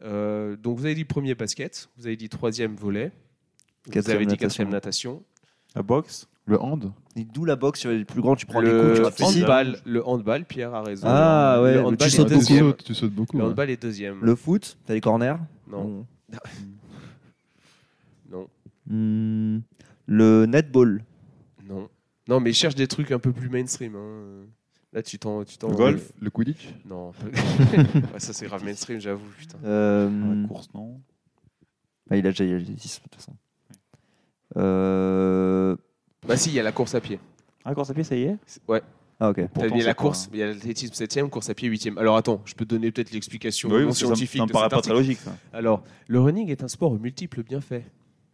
S1: Euh, donc vous avez dit premier basket, vous avez dit troisième volet, vous
S4: Quatrième
S1: avez dit
S4: natation.
S1: quatrième natation,
S2: La boxe
S3: Le hand
S4: et D'où la boxe, tu vas être plus grand, tu prends des coups, tu
S1: le bah.
S4: vas pisser.
S1: handball, le handball, Pierre a raison.
S4: Ah, ouais,
S1: le
S4: mais tu
S1: handball est
S4: sautes
S3: Ah,
S4: beaucoup.
S1: deuxième.
S3: sautes, tu sautes beaucoup.
S1: Le
S3: ouais.
S1: handball est deuxième.
S4: Le Mmh. foot, t'as les corners.
S1: Non,
S4: Bon.
S1: non,
S4: Hmm, Le netball.
S1: non, non, mais cherche des trucs un peu plus mainstream. hein. Là, tu t'en, tu t'en.
S2: Le golf
S3: Le quidditch
S1: Non. Ouais, ça, c'est grave mainstream, j'avoue. Putain.
S4: Euh,
S1: Ah
S2: La course, non.
S4: bah, il a déjà il a déjà dit ça, de toute façon. Euh,
S1: Bah, si, il y a la course à pied.
S2: Ah, course à pied, ça y est
S1: C'est- Ouais,
S4: Ah, ok.
S1: t'as
S2: Pourtant,
S1: mis
S2: c'est hein
S1: la
S2: pas-
S1: course, mais il y a l'athlétisme 7 course à pied 8 Alors attends, je peux te donner peut-être l'explication
S2: Oui,
S1: non
S2: parce que ça me-
S1: scientifique.
S2: Ça me
S1: de
S2: paraît
S1: cet
S2: pas très
S1: article.
S2: logique, ça.
S1: Alors, le running est un sport aux multiples bienfaits.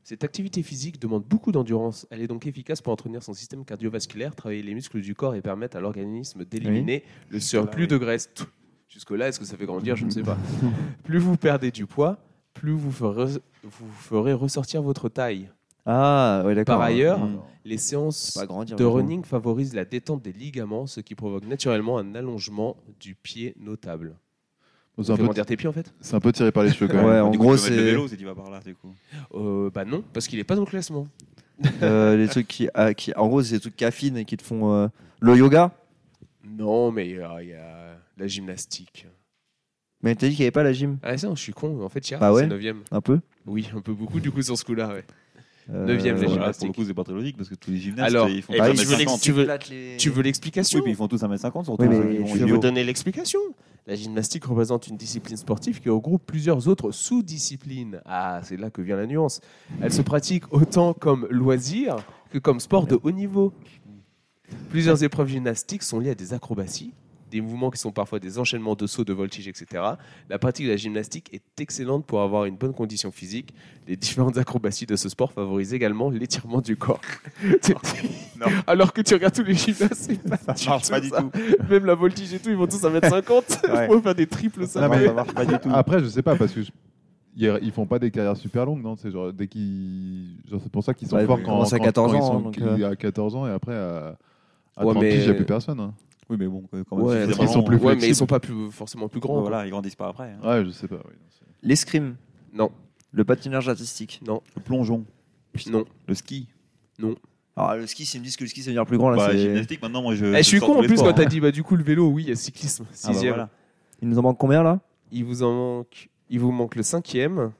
S1: Cette activité physique demande beaucoup d'endurance. Elle est donc efficace pour entretenir son système cardiovasculaire, travailler les muscles du corps et permettre à l'organisme d'éliminer le surplus
S2: oui.
S1: de graisse. Tout- Jusque-là, est-ce que ça fait grandir Je ne sais pas. plus vous perdez du poids, plus vous ferez, vous ferez ressortir votre taille.
S4: Ah, ouais, d'accord.
S1: Par ailleurs,
S4: Hmm.
S1: les séances
S4: Pas grandir,
S1: de
S4: mais bon.
S1: running favorise la détente des ligaments, ce qui provoque naturellement un allongement du pied notable.
S3: C'est
S1: Tu
S3: un,
S1: fais
S3: peu-
S1: grandir tes pieds en fait
S3: c'est un peu tiré par les cheveux quand même.
S4: Ouais, en
S2: Du coup,
S4: gros,
S2: tu peux mettre
S4: c'est-
S2: le vélo si tu vas par là, du coup.
S1: euh, Bah non, parce qu'il n'est pas dans le classement.
S4: Euh, les trucs qui, ah, qui- en gros, c'est des trucs qui affinent et qui te font euh, le yoga.
S1: Non, mais euh, il y a la gymnastique.
S4: Mais t'as dit qu'il n'y avait pas la gym,
S1: Ah ça, je suis con, en fait, Chiara,
S4: Bah ouais.
S1: c'est 9
S4: un peu. Euh,
S1: Oui, un peu beaucoup du coup sur ce coup-là. ouais. Neuvième, les
S4: bah,
S2: voilà,
S1: gymnastiques.
S2: Pour le coup, c'est pas très logique parce que tous les gymnastes,
S1: Alors,
S2: ils font
S1: eh
S2: tous
S1: ben,
S2: 1m50.
S1: tu veux l'ex- tu veux- Tu veux
S2: Oui,
S1: l'explication
S2: mais ils font tous 1m50, surtout.
S4: Oui, mais
S2: ils vont-
S4: je
S1: Je
S2: ils
S1: vais vous
S2: vont-
S1: donner l'explication. La gymnastique représente une discipline sportive qui regroupe plusieurs autres sous-disciplines. Ah, c'est là que vient la nuance. Elle se pratique autant comme loisir que comme sport de haut niveau. Plusieurs épreuves gymnastiques sont liées à des acrobaties, des mouvements qui sont parfois des enchaînements de sauts, de voltige, etc. La pratique de la gymnastique est excellente pour avoir une bonne condition physique. Les différentes acrobaties de ce sport favorisent également l'étirement du corps. Alors que tu regardes tous les gymnastes, c'est pas
S2: Ça
S1: du
S2: marche pas
S1: tout
S2: du
S1: ça.
S2: tout.
S1: Même la voltige et tout, ils vont tous à 1m50.
S2: Ouais.
S1: Ils vont faire des triples
S2: Ça
S1: salés.
S2: marche pas du tout.
S3: Après, je sais pas, parce que je- ils ils font pas des carrières super longues, non C'est genre, dès qu'ils. genre, c'est pour ça qu'ils sont
S4: Ouais,
S3: forts
S4: ils
S3: quand,
S4: commencent à
S3: quand-
S4: 14
S3: quand
S4: ans,
S3: ils
S4: donc,
S3: sont
S4: euh.
S3: à 14 ans et après à, à
S1: Ouais,
S3: 30 piges, il n'y a
S1: mais-
S3: plus personne. hein.
S2: Oui, mais bon, quand même. suffisamment
S4: Ouais,
S3: parce qu'ils sont plus
S2: longs.
S1: Ouais, mais
S3: flexibles.
S1: ils sont pas plus, forcément plus grands.
S2: Voilà, ils grandissent pas après. hein.
S3: Ouais, je sais pas. oui, non, c'est-
S4: L'escrime,
S1: quoi. Non,
S4: le patinage artistique.
S2: Le plongeon,
S1: non.
S2: le ski.
S4: Alors, Ah, le ski, s'ils me disent que le ski, ça veut dire plus grand, là,
S2: Bah,
S4: c'est-
S2: gymnastique, maintenant, moi, je.
S1: Eh, je suis
S2: sors
S1: con
S2: tous
S1: en
S2: les
S1: plus
S2: sports,
S1: quand t'as
S2: hein.
S1: dit bah du coup le vélo, oui, il y a cyclisme.
S2: Euh, Ah, bah,
S1: Sixième.
S2: voilà.
S4: Il nous en manque combien, là
S1: Il vous en manque. Il vous manque le cinquième.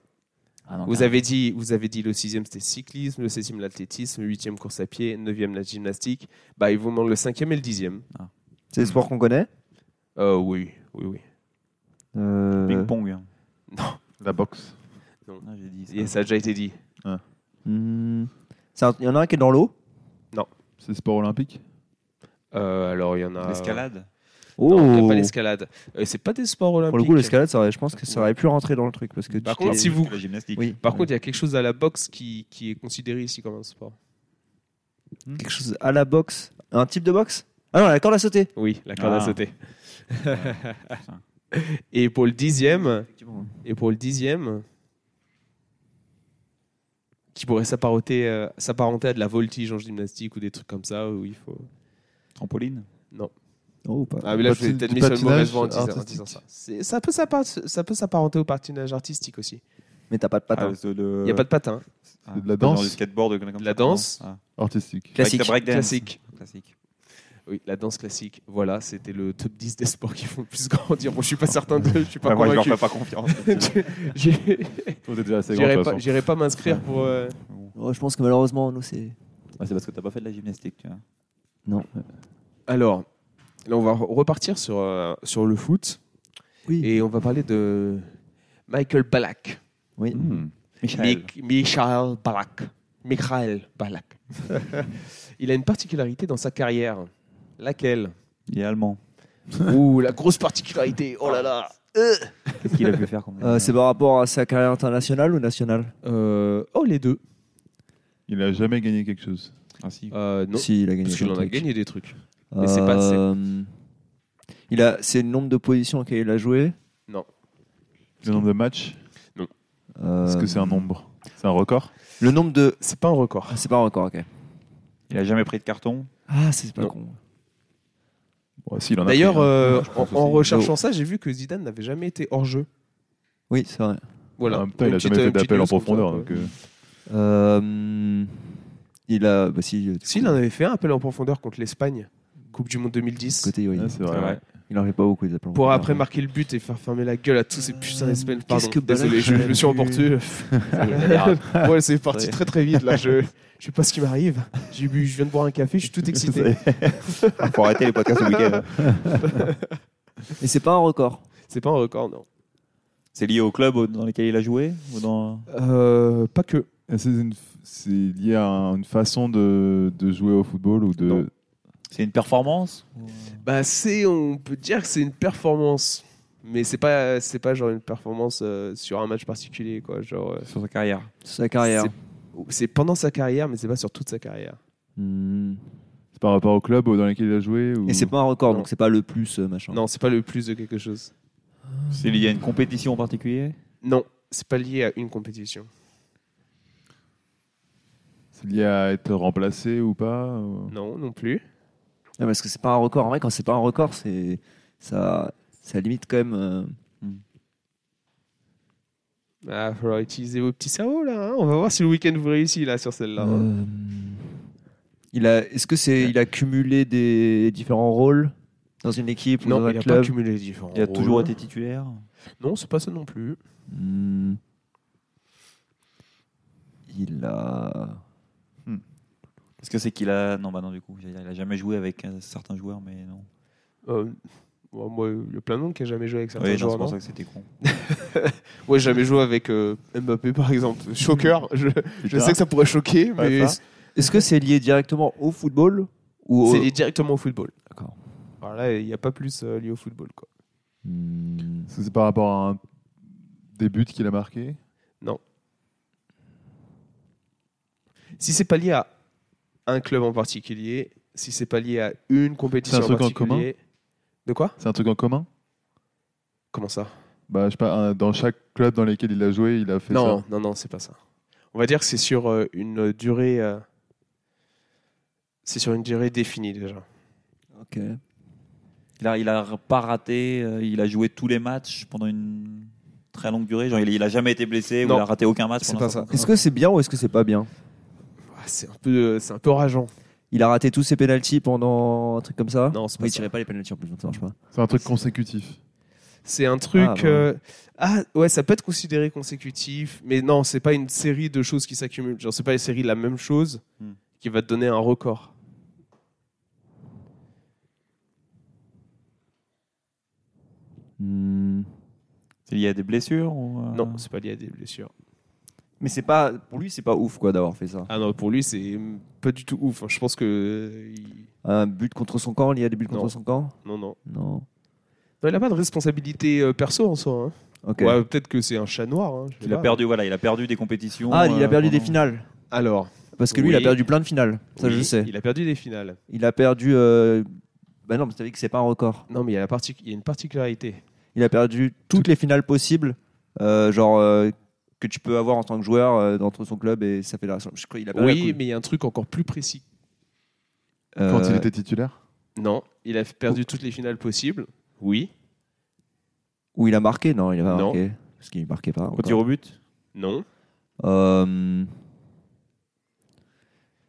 S4: Ah non,
S1: Vous avez dit, vous avez dit le sixième c'était cyclisme, le septième l'athlétisme, le huitième course à pied, le neuvième la gymnastique. Bah il vous manque le cinquième et le dixième.
S4: C'est des sports qu'on connaît
S1: Euh, oui, oui, oui.
S4: Euh,
S2: Ping-pong. hein.
S1: Non,
S3: La boxe.
S2: Ah, j'ai dit ça.
S1: et ça a déjà été dit.
S4: hmm, c'est un- Il y en a un qui est dans l'eau.
S3: C'est sport olympique
S1: Euh, alors il y en a.
S2: L'escalade.
S1: Non, il y a
S4: Oh.
S1: pas l'escalade. Euh, c'est pas des sports olympiques.
S4: Pour le coup, l'escalade, ça aurait- je pense que ça aurait pu rentrer dans le truc. Parce que
S1: Par
S4: tu
S1: contre,
S4: t'es-
S1: si vous-
S2: La gymnastique.
S4: Oui.
S1: Par contre, il y a quelque chose à la boxe qui, qui est considéré ici comme un sport.
S4: Quelque chose à la boxe. Un type de boxe Mhm. Ah non, la corde à sauter.
S1: Oui, la corde à
S2: Ah.
S1: sauter. Et pour le dixième, et pour le dixième, qui pourrait s'apparenter, euh, s'apparenter à de la voltige en gymnastique ou des trucs comme ça où il faut.
S2: Trampoline.
S4: Oh, pas.
S1: Ah mais là, je
S3: Patin-
S1: vais peut-être
S3: du
S1: mis sur le mauvais
S3: patinage
S1: vent en disant- hein, en disant
S3: artistique.
S1: ça. C'est- Ça peut, s'appar- ça peut s'apparenter au patinage artistique aussi.
S4: Mais t'as pas de patin.
S2: Ah, c'est le-
S1: Il n'y a pas de patin.
S2: Ah,
S3: C'est de la
S2: c'est pas
S3: danse.
S2: genre du skateboard. comme- comme
S1: De la
S2: ça, non
S1: danse.
S2: Ah.
S3: Artistique.
S4: Classique.
S2: Avec la breakdance.
S1: Classique.
S2: Classique.
S1: Oui, la danse classique. Voilà, c'était le top 10 des sports qui font le plus grandir. Bon, je suis pas certain de, je suis pas
S2: Bah, moi, je leur
S1: convaincu.
S2: fais pas confiance.
S1: J'ai-
S3: Toi, t'es déjà assez grand, de
S1: J'irai
S3: toute
S1: pas,
S3: façon.
S1: j'irai pas m'inscrire pour. euh,
S4: Oh, je pense que malheureusement, nous, c'est.
S2: Ah, c'est parce que t'as pas fait de la gymnastique, tu vois.
S4: Non.
S1: Alors, là, on va re- repartir sur, euh, sur le foot
S4: Oui.
S1: et on va parler de Michael Balak.
S4: Oui.
S3: Hmm.
S2: Michael.
S1: Mich- Michael Balak. Michael Balak. Il a une particularité dans sa carrière. Laquelle
S2: Il est allemand.
S1: Ouh, la grosse particularité. Oh là là.
S2: Qu'est-ce qu'il a pu faire comme
S4: Euh, c'est par rapport à sa carrière internationale ou nationale
S1: Euh, oh, les deux.
S3: Il a jamais gagné quelque chose.
S2: Ah, si.
S1: Euh, non,
S4: Si, il a gagné.
S1: parce qu'il
S4: plein
S1: en
S4: de
S1: a
S4: trucs.
S1: gagné des trucs. mais c'est pas-
S4: Euh, Il a, c'est le nombre de positions auxquelles il a joué.
S3: Le nombre de matchs
S4: Euh,
S3: Est-ce que c'est un nombre C'est un record
S4: Le nombre de.
S1: C'est pas un record.
S4: Ah, c'est pas un record, ok.
S2: Il a jamais pris de carton.
S4: Ah, c'est pas
S1: Non.
S4: con.
S3: Ouais, si, il en a
S1: D'ailleurs,
S3: pris, hein.
S1: euh,
S3: Je
S1: en,
S3: pense
S1: en
S3: aussi.
S1: recherchant ça, j'ai vu que Zidane n'avait jamais été hors jeu.
S4: Oui, c'est vrai.
S1: Voilà.
S3: En même temps, Ah, il
S1: Une
S3: a
S1: petite- euh,
S3: jamais fait
S1: une petite
S3: d'appel en
S1: news comme ça,
S3: profondeur.
S1: quoi.
S3: donc, euh,
S4: Euh, il a. Bah, si, euh, du
S1: Si,
S4: coup,
S1: il en avait fait un appel en profondeur contre l'Espagne, Coupe du Monde 2010.
S4: côté, oui.
S3: ouais, c'est
S2: C'est
S3: vrai.
S2: vrai.
S4: Il en fait pas beaucoup, des appels en
S1: Pour
S4: profondeur.
S1: après marquer le but et faire fermer la gueule à tous ces putains d'Espagnols. Pardon,
S4: Euh, qu'est-ce que Balak
S1: désolé, je, je me suis
S4: aurait
S1: emporté. ouais, c'est parti très très vite là. Je, je sais pas ce qui m'arrive. J'ai bu, je viens de boire un café, je suis tout excité.
S2: Faut arrêter les podcasts au week-end.
S4: Et c'est pas un record.
S1: C'est pas un record, non.
S2: C'est lié au club au- dans lequel il a joué ou dans...
S1: Euh, pas que.
S3: Et C'est une- c'est lié à un- une façon de, de jouer au football ou de.
S1: Non.
S2: C'est une performance ou-
S1: Bah c'est, on peut dire que c'est une performance, mais c'est pas, c'est pas genre une performance euh, sur un match particulier quoi. Genre, euh,
S2: Sur sa carrière.
S4: Sa carrière.
S1: c'est- C'est pendant sa carrière, mais c'est pas sur toute sa carrière.
S4: Hmm.
S3: C'est par rapport au club ou dans lequel il a joué ou...
S4: Et c'est pas un record,
S1: Non.
S4: donc c'est pas le plus euh, machin.
S1: Non, c'est pas le plus de quelque chose.
S2: C'est lié à une compétition en particulier
S1: Non, c'est pas lié à une compétition.
S3: C'est lié à être remplacé ou pas ou-
S1: Non, non plus.
S4: Non, parce que c'est pas un record. En vrai, quand c'est pas un record, c'est ça, ça limite quand même. euh,
S1: Ah, il faudra utiliser vos petits cerveaux là. hein. On va voir si le week-end vous réussit là sur celle-là. hein.
S4: euh, il a, est-ce que c'est, il a cumulé des différents rôles dans une équipe ou
S1: non,
S4: dans
S1: il
S4: un
S1: n'a pas
S4: club
S1: cumulé les différents.
S2: Il a
S1: rôles.
S2: toujours été titulaire
S1: Non, c'est pas ça non plus.
S4: Hmm. il a.
S2: Est-ce que c'est qu'il a. Non, bah non, du coup, j'allais dire, il a jamais joué avec euh, certains joueurs, mais non.
S1: Euh, bon, moi, il y a plein de monde qui a jamais joué avec certains
S2: Oui, non,
S1: joueurs.
S2: c'est pour
S1: non
S2: ça que c'était con.
S1: Ouais, j'ai jamais joué avec euh, Mbappé par exemple. Choqueur, je, je sais que ça pourrait choquer,
S2: Ouais,
S1: mais
S2: pas.
S1: c'est
S4: Est-ce que c'est lié directement au football ou au-
S1: lié directement au football.
S4: D'accord.
S1: Alors là, il n'y a pas plus euh, lié au football. Quoi.
S4: Hmm.
S3: Est-ce que C'est par rapport à un... des buts qu'il a marqué.
S1: Si c'est pas lié à un club en particulier, si c'est pas lié à une compétition
S3: C'est un truc en
S1: en particulier. de quoi
S3: C'est un truc en commun
S1: Comment ça
S3: Bah, je sais pas, un- dans chaque club dans lequel il a joué, il a fait
S1: Non,
S3: ça.
S1: non, non, c'est pas ça. On va dire que c'est sur euh, une euh, durée. euh, c'est sur une durée définie déjà.
S4: Ok.
S2: Il a, il a pas raté, euh, il a joué tous les matchs pendant une très longue durée. Genre, il, il a jamais été blessé
S1: Non.
S2: ou il a raté aucun match.
S1: C'est
S2: pendant
S1: pas
S2: sa-
S1: ça.
S4: Est-ce que c'est bien ou est-ce que c'est pas bien
S1: Ah, C'est un peu, c'est un peu rageant.
S4: Il a raté tous ses pénalties pendant un truc comme ça
S1: Non, c'est
S4: Ouais,
S1: pas
S4: il
S1: ça.
S4: tirait pas les pénalties en plus, donc ça marche pas.
S3: C'est un truc consécutif.
S1: C'est un truc.
S4: Ah,
S1: Ah,
S4: bah.
S1: ah ouais, ça peut être considéré consécutif, mais non, c'est pas une série de choses qui s'accumulent. Genre, c'est pas une série de la même chose
S2: Hmm.
S1: qui va te donner un record.
S4: Hmm.
S2: C'est lié à des blessures ou, euh,
S1: Non, c'est pas lié à des blessures.
S4: Mais c'est pas pour lui, c'est pas ouf quoi d'avoir fait ça.
S1: Ah non, pour lui, c'est pas du tout ouf. hein. Je pense que. euh, il-
S4: Un but contre son camp, il y a des buts contre
S1: Non.
S4: son camp
S1: Non, non.
S4: Non.
S1: Non, il a pas de responsabilité euh, perso en soi. hein.
S4: Ok.
S1: Ouais, peut-être que c'est un chat noir. hein, je sais
S2: Il a
S1: pas.
S2: perdu, voilà, il a perdu des compétitions.
S4: ah, il a
S2: euh,
S4: perdu des
S2: pendant-
S4: finales.
S1: Alors.
S4: Parce que lui, il a
S1: Oui.
S4: perdu plein de finales. Ça,
S1: oui,
S4: je sais.
S1: Il a perdu des finales.
S4: Il a perdu. euh, Bah non, mais t'as vu que c'est pas un record.
S1: Non, mais il y a, la partic- il y a une particularité.
S4: Il a perdu toutes les finales possibles, euh, genre euh, que tu peux avoir en tant que joueur euh, entre son club et ça fait la. Je crois qu'il a perdu. la
S1: Oui,
S4: coupe.
S1: mais il y a un truc encore plus précis.
S4: Euh,
S3: Quand il était titulaire
S1: Non, il a perdu toutes les finales possibles. Oui.
S4: Où il a marqué Non, il a pas
S1: Non.
S4: marqué. Parce qu'il marquait pas.
S2: Au
S4: encore.
S2: tir au but
S1: Non.
S4: Euh,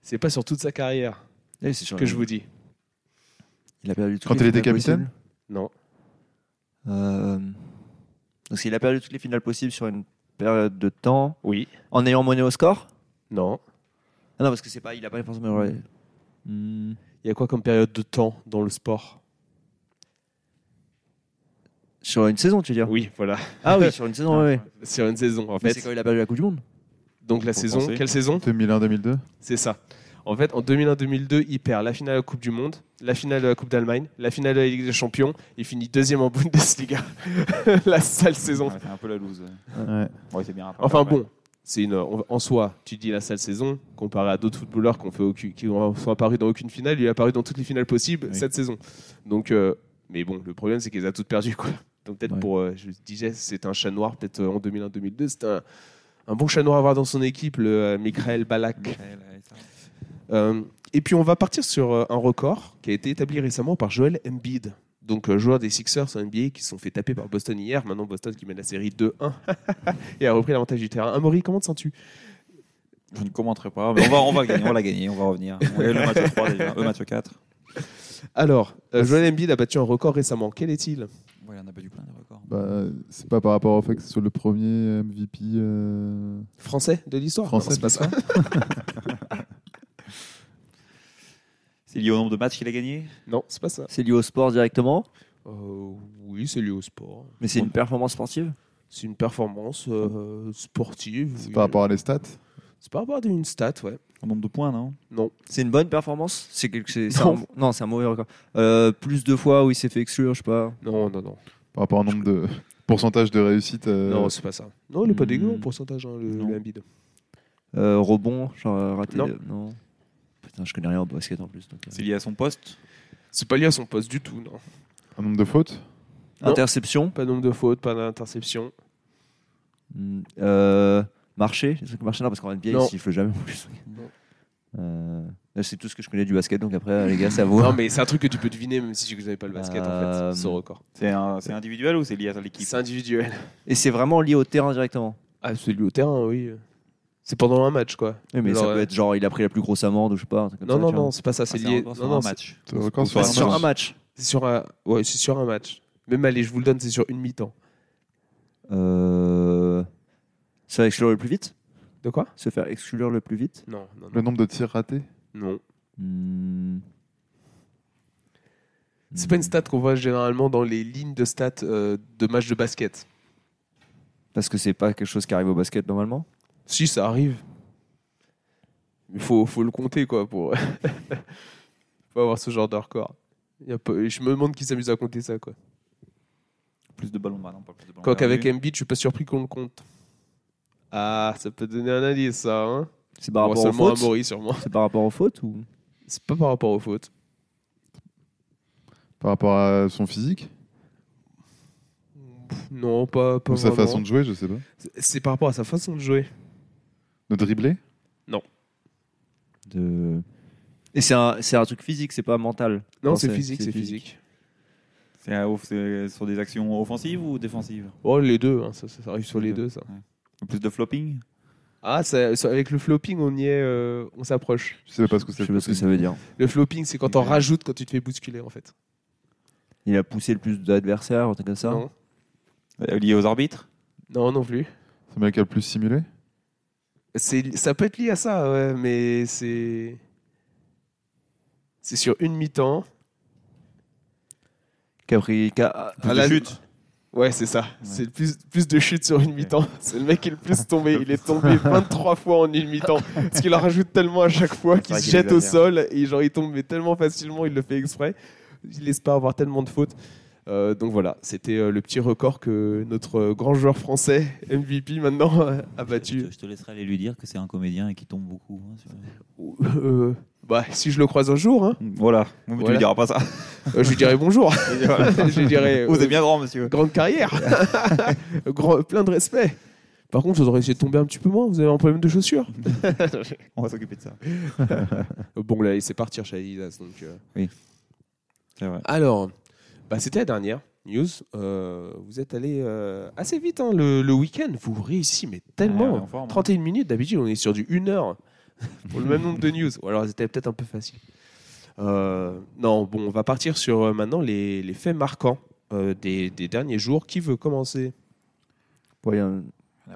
S1: C'est pas sur toute sa carrière
S4: eh, c'est sûr,
S1: que je vous dis.
S4: Il a perdu toutes
S3: Quand
S4: les
S3: il était
S4: finales
S3: capitaine
S4: possibles.
S1: Non.
S4: Euh, Donc il a perdu toutes les finales possibles sur une période de temps
S1: Oui.
S4: en ayant mené au score.
S1: Non.
S4: Ah non, parce que c'est pas, il a pas forcément. Hmm,
S1: Il y a quoi comme période de temps dans le sport
S4: Sur une saison, tu veux dire
S1: Oui, voilà.
S4: Ah oui, sur une saison, oui.
S1: Sur une saison, en
S4: Mais
S1: fait.
S4: c'est quand il a perdu la Coupe du Monde.
S1: Donc la
S2: Faut
S1: saison,
S2: penser.
S1: quelle saison
S3: 2001-2002
S1: C'est ça. En fait, en 2001-2002, il perd la finale de la Coupe du Monde, la finale de la Coupe d'Allemagne, la finale de la Ligue des Champions. Il finit deuxième en Bundesliga. la sale saison.
S2: Ouais, C'est un peu la loose.
S3: Ouais.
S2: Ouais, c'est bien. après,
S1: Enfin
S2: ouais.
S1: bon, c'est une en- en soi, tu dis la sale saison comparé à d'autres footballeurs qu'on fait aucune- qui n'ont- sont apparus dans aucune finale, il est apparu dans toutes les finales possibles
S2: Oui.
S1: cette saison. Donc euh, mais bon, le problème c'est qu'ils a toutes perdues quoi. Donc peut-être
S4: Ouais.
S1: pour euh, je disais c'est un chat noir peut-être euh, en 2001-2002, c'était un, un bon chat noir à avoir dans son équipe le euh, Michael Balak.
S2: Michael, ouais, ça.
S1: Euh, et puis on va partir sur euh, un record qui a été établi récemment par Joel Embiid. Donc euh, joueur des Sixers en NBA qui se sont fait taper par Boston hier, maintenant Boston qui mène la série 2-1 et a repris l'avantage du terrain. Amaury, comment te sens-tu
S2: Je ne commenterai pas, mais on va, on va gagner, on va la gagner, on va revenir. On est le match 3 déjà, le match 4.
S1: Alors, euh, Joel Embiid a battu un record récemment. Quel est-il
S2: Ouais, il en a battu plein des records.
S3: bah, C'est pas par rapport au fait que c'est le premier MVP euh,
S1: Français de l'histoire
S3: français.
S1: Non, c'est pas
S3: de
S1: ça.
S3: l'histoire
S2: C'est lié au nombre de matchs qu'il a gagné
S1: Non, c'est pas ça.
S4: C'est lié au sport directement,
S1: Euh, oui, c'est lié au sport.
S4: mais c'est une performance sportive.
S1: C'est une performance euh, sportive.
S3: C'est
S1: oui.
S3: par rapport à les stats
S1: C'est par rapport à une stat, ouais.
S2: Au nombre de points, non
S1: Non,
S4: C'est une bonne performance. C'est quelque, c'est, c'est
S1: Non.
S4: un, non, c'est un mauvais record. Euh, plus de fois où il s'est fait exclure, je sais pas.
S1: non, non, non.
S3: Par rapport au nombre de pourcentage de réussite euh,
S1: Non, c'est pas ça. Non, il est pas
S4: hmm.
S1: dégueu en pourcentage, hein, le,
S2: Non.
S1: le Embiid.
S4: Euh, rebond, genre euh, raté.
S1: Non.
S4: euh, Putain, je connais rien au basket en plus. donc, euh.
S2: C'est lié à son poste
S1: C'est pas lié à son poste du tout, non.
S3: Un nombre de fautes
S1: Non.
S4: Interception,
S1: Pas de nombre de fautes, pas d'interception.
S4: Mm, euh, marché, des trucs marché non parce qu'en NBA
S1: Non.
S4: il siffle jamais en plus.
S1: Non.
S4: Euh, là, c'est tout ce que je connais du basket, donc après euh, les gars, c'est à vous.
S1: Non, mais c'est un truc que tu peux deviner, même si tu connais pas le basket, en
S4: Euh,
S1: fait, ce record.
S2: C'est un- c'est individuel ou c'est lié à l'équipe
S1: C'est individuel.
S4: Et c'est vraiment lié au terrain directement.
S1: Ah, c'est lié au terrain, oui. C'est pendant un match, quoi.
S4: Oui, mais
S1: Genre,
S4: ça peut
S1: euh,
S4: être genre il a pris la plus grosse amende ou je sais pas. un truc comme
S1: Non,
S4: ça,
S1: non,
S4: tu vois.
S1: non, c'est pas ça.
S2: Ah,
S1: hein. C'est lié.
S2: encore sur
S1: Non,
S2: un
S1: non, c'est-
S2: match.
S3: C'est un record
S4: Ah,
S3: sur un
S4: c'est sur
S3: match.
S4: un match.
S1: C'est sur un, ouais, c'est sur un match. Même allez, je vous le donne, c'est sur une mi-temps.
S4: Euh... C'est avec le plus vite
S1: De quoi
S4: Se faire exclure le plus vite
S1: Non, non,
S3: Le
S1: non.
S3: nombre de tirs ratés
S1: non.
S4: Hmm.
S1: C'est pas une stat qu'on voit généralement dans les lignes de stats euh, de matchs de basket.
S4: Parce que c'est pas quelque chose qui arrive au basket normalement
S1: Si, ça arrive. Il faut, faut le compter, quoi, pour, pour avoir ce genre de record. Il y a pas- Je me demande qui s'amuse à compter ça, quoi.
S2: Plus de ballons, bah non, pas plus de ballons.
S1: Quoique avec
S2: perdus.
S1: Embiid, je suis pas surpris qu'on le compte. Ah, ça peut donner un indice, ça, hein
S4: C'est par
S1: Bon,
S4: rapport aux
S1: seulement à
S4: fautes
S1: Maury, sûrement.
S4: C'est par rapport aux fautes ou
S1: C'est pas par rapport aux fautes.
S3: par rapport à son physique
S1: Pff, Non, pas, pas
S3: ou sa
S1: vraiment.
S3: façon de jouer, je sais pas.
S1: C'est- C'est par rapport à sa façon de jouer.
S3: De dribbler
S4: de... Et c'est un, c'est un truc physique, c'est pas mental.
S1: Non,
S4: Non,
S1: c'est
S4: c'est-
S1: physique,
S4: c'est
S1: c'est physique.
S2: C'est à off- c'est sur des actions offensives ou défensives
S1: Oh, les deux, hein, ça, ça- ça arrive sur les deux, ça.
S2: Plus de flopping
S1: Ah, ça- ça- avec le flopping, on y est, euh, on s'approche.
S3: Je sais pas ce que
S4: Je
S3: c'est.
S4: sais pas ce que ça veut dire.
S1: Le flopping, c'est quand on
S2: Ouais.
S1: rajoute quand tu te fais bousculer, en fait.
S4: Il a poussé le plus d'adversaires, un truc comme ça
S1: Non,
S2: euh, lié aux arbitres
S1: non, non plus.
S3: C'est le mec qui a le plus simulé
S1: C'est- Ça peut être lié à ça, ouais, mais c'est. C'est sur une mi-temps.
S4: Qui a pris- qui a-
S1: À
S2: de
S1: la-
S2: chutes.
S1: Ouais, c'est ça. C'est le plus, plus de chutes sur une mi-temps. C'est le mec qui est le plus tombé. Il est tombé 23 fois en une mi-temps. Parce qu'il en rajoute tellement à chaque fois qu'il
S2: vrai
S1: se
S2: qu'il
S1: jette au
S2: exagère.
S1: sol. Et genre, il tombe mais tellement facilement, il le fait exprès. Il espère avoir tellement de fautes. Euh, donc voilà, c'était euh, le petit record que notre euh, grand joueur français, MVP maintenant, euh, a battu.
S2: Je, te laisserai aller lui dire que c'est un comédien et qui tombe beaucoup. hein,
S1: Euh, bah, si je le croise un jour, hein,
S2: Voilà. Mais Tu
S1: Voilà.
S2: lui diras pas ça.
S1: euh, je lui dirai bonjour. je lui dirai.
S2: Vous
S1: euh,
S2: êtes bien grand, monsieur.
S1: Grande carrière. Grand- plein de respect. Par contre, vous aurez essayé de tomber un petit peu moins. Vous avez un problème de chaussures.
S2: On va s'occuper de ça. Mm.
S1: Euh, Bon, là, il sait partir chez Adidas. Donc, euh.
S2: C'est vrai.
S1: Alors, bah, c'était la dernière news. Euh, vous êtes allé euh, assez vite hein, le, le week-end. Vous réussissez, mais
S2: Ouais,
S1: tellement.
S2: ouais, en forme, hein.
S1: 31 minutes, d'habitude, on est sur du 1 heure pour le même nombre de news. Ou alors, c'était peut-être un peu facile. Euh, non, bon, on va partir sur euh, maintenant les, les faits marquants euh, des, des derniers jours. Qui veut commencer
S4: Ouais, il y en-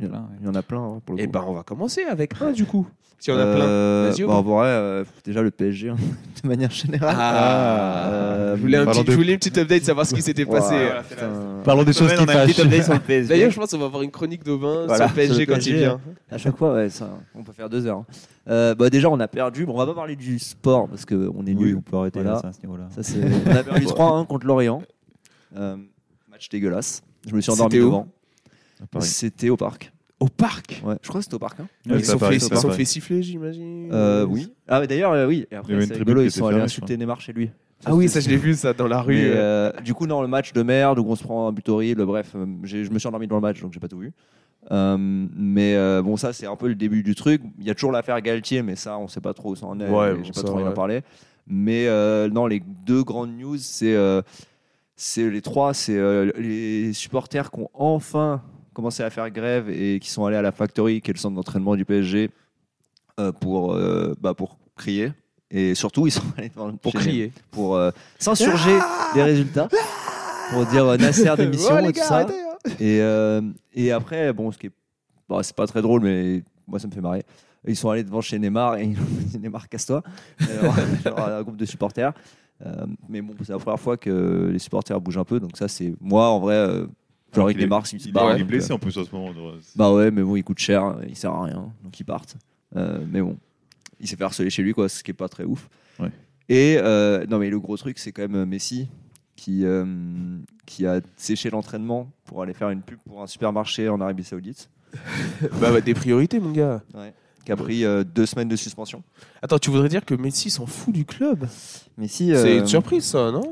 S2: Il y en a
S4: il y
S2: plein,
S4: en-
S2: ouais.
S4: il y en a plein. hein, pour le
S1: Eh
S4: coup.
S1: ben, on va commencer avec un du coup. Si on a plein.
S4: Euh,
S1: Vas-y, Aubin.
S4: bah, en vrai, euh, déjà le PSG, hein, de manière générale.
S1: Ah.
S4: Euh,
S1: Je voulais, un
S3: Parlons
S1: petit,
S3: de-
S1: je voulais une petite update, savoir ce qui s'était
S4: Ouah,
S1: passé.
S2: voilà.
S4: putain.
S5: Parlons des choses qui fâchent.
S1: D'ailleurs, je pense qu'on va avoir une chronique d'Auvin
S4: Voilà,
S1: sur PSG
S4: sur le
S1: quand il
S4: PSG.
S1: vient.
S4: À chaque fois, ouais, ça, on peut faire deux heures. hein. Euh, bah, déjà, on a perdu. Bon, on va pas parler du sport parce qu'on est
S2: Oui,
S4: nuls.
S2: on peut arrêter
S4: Voilà.
S2: là, ça, à ce niveau-là.
S4: Ça, c'est- on a perdu 3-1 contre Lorient. Euh, match dégueulasse. Je me suis endormi
S1: C'était où
S4: devant.
S3: à Paris.
S4: C'était au parc.
S1: Au parc
S4: Ouais. Je crois que c'était au parc. hein.
S1: Ils
S3: Ouais,
S1: se sont,
S3: ça paraît,
S1: fait,
S3: ça
S1: ils se sont
S3: paraît.
S1: fait siffler, j'imagine.
S4: Euh, oui. Ah, mais d'ailleurs, euh, oui. Et
S3: Il y avait
S4: après,
S3: une
S4: c'est
S3: tribune
S4: rigolo,
S3: qui
S4: ils
S3: était
S4: sont allés
S3: fermée, je
S4: insulter Neymar chez lui.
S1: Ah oui, ça, je l'ai vu, ça, dans la rue.
S4: Mais,
S1: euh.
S4: euh, du coup, non, le match de merde où on se prend un but horrible, bref, euh, j'ai- je me suis endormi dans le match donc j'ai pas tout vu. Euh, mais euh, bon, ça c'est un peu le début du truc. Il y a toujours l'affaire Galtier, mais ça on sait pas trop où ça en est.
S1: Ouais,
S4: et
S1: bon,
S4: j'ai
S1: ça,
S4: pas trop envie
S1: ouais.
S4: d'en parler. Mais euh, non, les deux grandes news, c'est euh, c'est les trois c'est euh, les supporters qui ont enfin commencé à faire grève et qui sont allés à la Factory, qui est le centre d'entraînement du PSG, euh, pour, euh, bah, pour crier. Et surtout, ils sont allés devant le
S1: pour
S4: chez-
S1: crier.
S4: pour euh, s'insurger des résultats, pour dire euh, Nasser démission
S1: Oh,
S4: et
S1: Ah les
S4: tout
S1: gars,
S4: ça.
S1: arrêtez, hein.
S4: Et, euh, et après, bon, ce qui est, bah, c'est pas très drôle, mais moi ça me fait marrer. Ils sont allés devant chez Neymar et ils ont dit Neymar, casse-toi. Alors, genre, un groupe de supporters. Euh, mais bon, c'est la première fois que les supporters bougent un peu, donc ça, c'est moi en vrai. Euh, genre, avec
S3: Il est-
S4: Neymar, s'il se
S3: Il
S4: barre,
S3: est
S4: donc,
S3: blessé en plus en ce moment. donc,
S4: euh, Bah ouais, mais bon, il coûte cher, il sert à rien, donc ils partent. Euh, mais bon, il s'est fait harceler chez lui, quoi, ce qui est pas très ouf.
S3: Ouais.
S4: Et euh, non, mais le gros truc, c'est quand même euh, Messi qui, euh, qui a séché l'entraînement pour aller faire une pub pour un supermarché en Arabie Saoudite,
S1: Bah, bah, des priorités, mon gars.
S4: qui a pris euh, deux semaines de suspension.
S1: Attends, tu voudrais dire que Messi s'en fout du club
S4: Messi,
S1: C'est
S4: euh,
S1: une surprise, ça, non